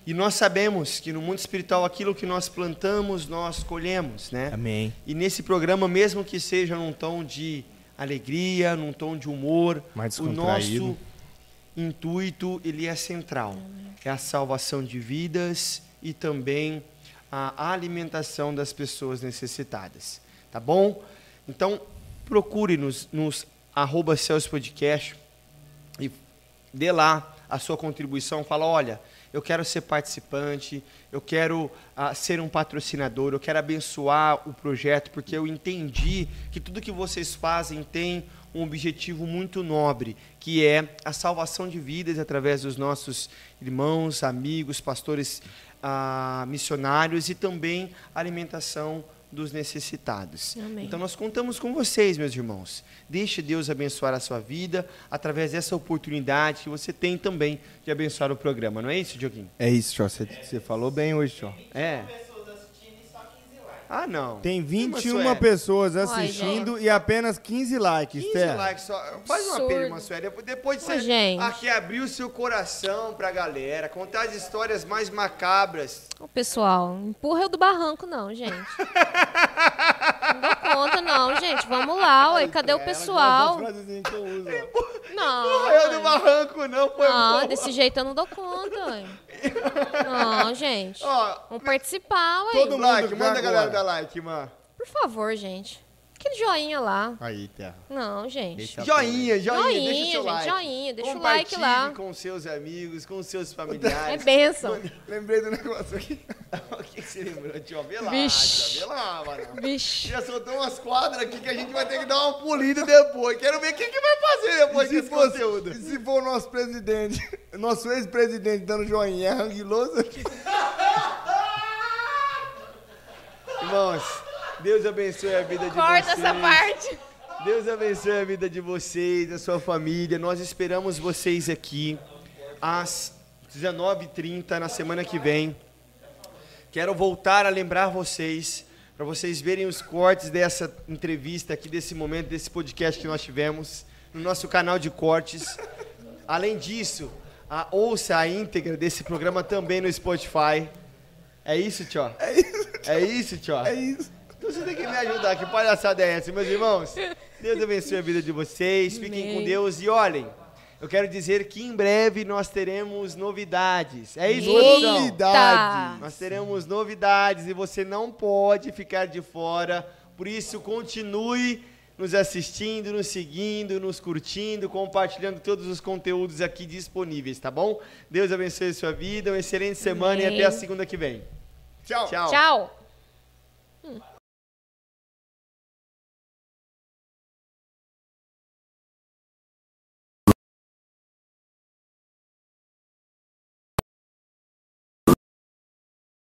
S1: E nós sabemos que no mundo espiritual aquilo que nós plantamos, nós colhemos, né?
S5: Amém.
S1: E nesse programa, mesmo que seja num tom de alegria, num tom de humor,
S5: Mais
S1: o
S5: descontraído.
S1: nosso intuito ele é central. É a salvação de vidas e também a alimentação das pessoas necessitadas. Tá bom? Então, procure-nos nos arroba Celso Podcast e dê lá a sua contribuição, fala, olha, eu quero ser participante, eu quero ah, ser um patrocinador, eu quero abençoar o projeto, porque eu entendi que tudo que vocês fazem tem um objetivo muito nobre, que é a salvação de vidas através dos nossos irmãos, amigos, pastores, ah, missionários e também a alimentação dos necessitados.
S3: Amém.
S1: Então, nós contamos com vocês, meus irmãos. Deixe Deus abençoar a sua vida através dessa oportunidade que você tem também de abençoar o programa, não é isso, Dioguinho?
S4: É isso, Tio. Você- Você falou bem hoje, Tio.
S1: É. Ah, não.
S4: Tem
S1: Uma
S4: 21
S1: sué-
S4: pessoas assistindo e apenas 15 likes,
S1: 15
S4: Té.
S1: likes só. Faz uma
S3: Absurdo.
S1: pena, Sueli. Depois de
S3: Ô,
S1: você
S3: gente.
S1: aqui abrir o seu coração pra galera, contar as histórias mais macabras.
S3: Ô, pessoal, empurra eu do barranco, não, gente. Não dou conta, não, gente. Vamos lá, ué. Cadê o pessoal?
S4: assim
S3: Não.
S1: Eu do
S3: ué.
S1: barranco, não, foi
S3: Não,
S1: bom.
S3: desse jeito eu não dou conta, ué. Não, gente.
S1: Ó,
S3: Vamos participar, ué.
S4: Todo mundo
S1: like,
S4: que
S1: manda
S4: tá
S1: a galera
S4: agora.
S1: dar like, mano.
S3: Por favor, gente. Aquele joinha lá.
S4: Aí, Terra.
S3: Não, gente.
S1: Joinha, joinha,
S3: Joinha,
S1: deixa o seu
S3: gente,
S1: like.
S3: joinha, deixa o
S1: Compartilhe
S3: like lá.
S1: com seus amigos, com seus
S3: É
S1: familiares.
S3: bênção.
S4: Lembrei do negócio aqui.
S1: o que que você lembrou? Tio, vê lá,
S3: Vixe.
S1: tio, vê lá, mano.
S3: Vixe.
S1: Já soltou umas quadras aqui que a gente vai ter que dar uma polida depois. Quero ver o que, que vai fazer depois
S4: Se
S1: desse
S4: for,
S1: conteúdo.
S4: se for o nosso presidente, nosso ex-presidente dando joinha, é ranguiloso aqui.
S1: Irmãos, Deus abençoe a vida de
S3: Corta
S1: vocês.
S3: essa parte.
S1: Deus abençoe a vida de vocês, da sua família. Nós esperamos vocês aqui às 19h30 na semana que vem. Quero voltar a lembrar vocês, para vocês verem os cortes dessa entrevista aqui, desse momento, desse podcast que nós tivemos, no nosso canal de cortes. Além disso, a- ouça a íntegra desse programa também no Spotify. É isso, tio? É isso, tio. É isso, tio.
S4: É isso.
S1: Então você tem que me ajudar, que palhaçada é essa, meus irmãos? Deus abençoe a vida de vocês, fiquem com
S3: Amém.
S1: Deus e olhem, eu quero dizer que em breve nós teremos novidades. É isso, produção?
S4: Novidade.
S1: Nós teremos novidades e você não pode ficar de fora. Por isso, continue nos assistindo, nos seguindo, nos curtindo, compartilhando todos os conteúdos aqui disponíveis, tá bom? Deus abençoe a sua vida, uma excelente semana e
S3: Amém.
S1: até a segunda que vem.
S4: Tchau.
S1: Tchau.
S3: Tchau.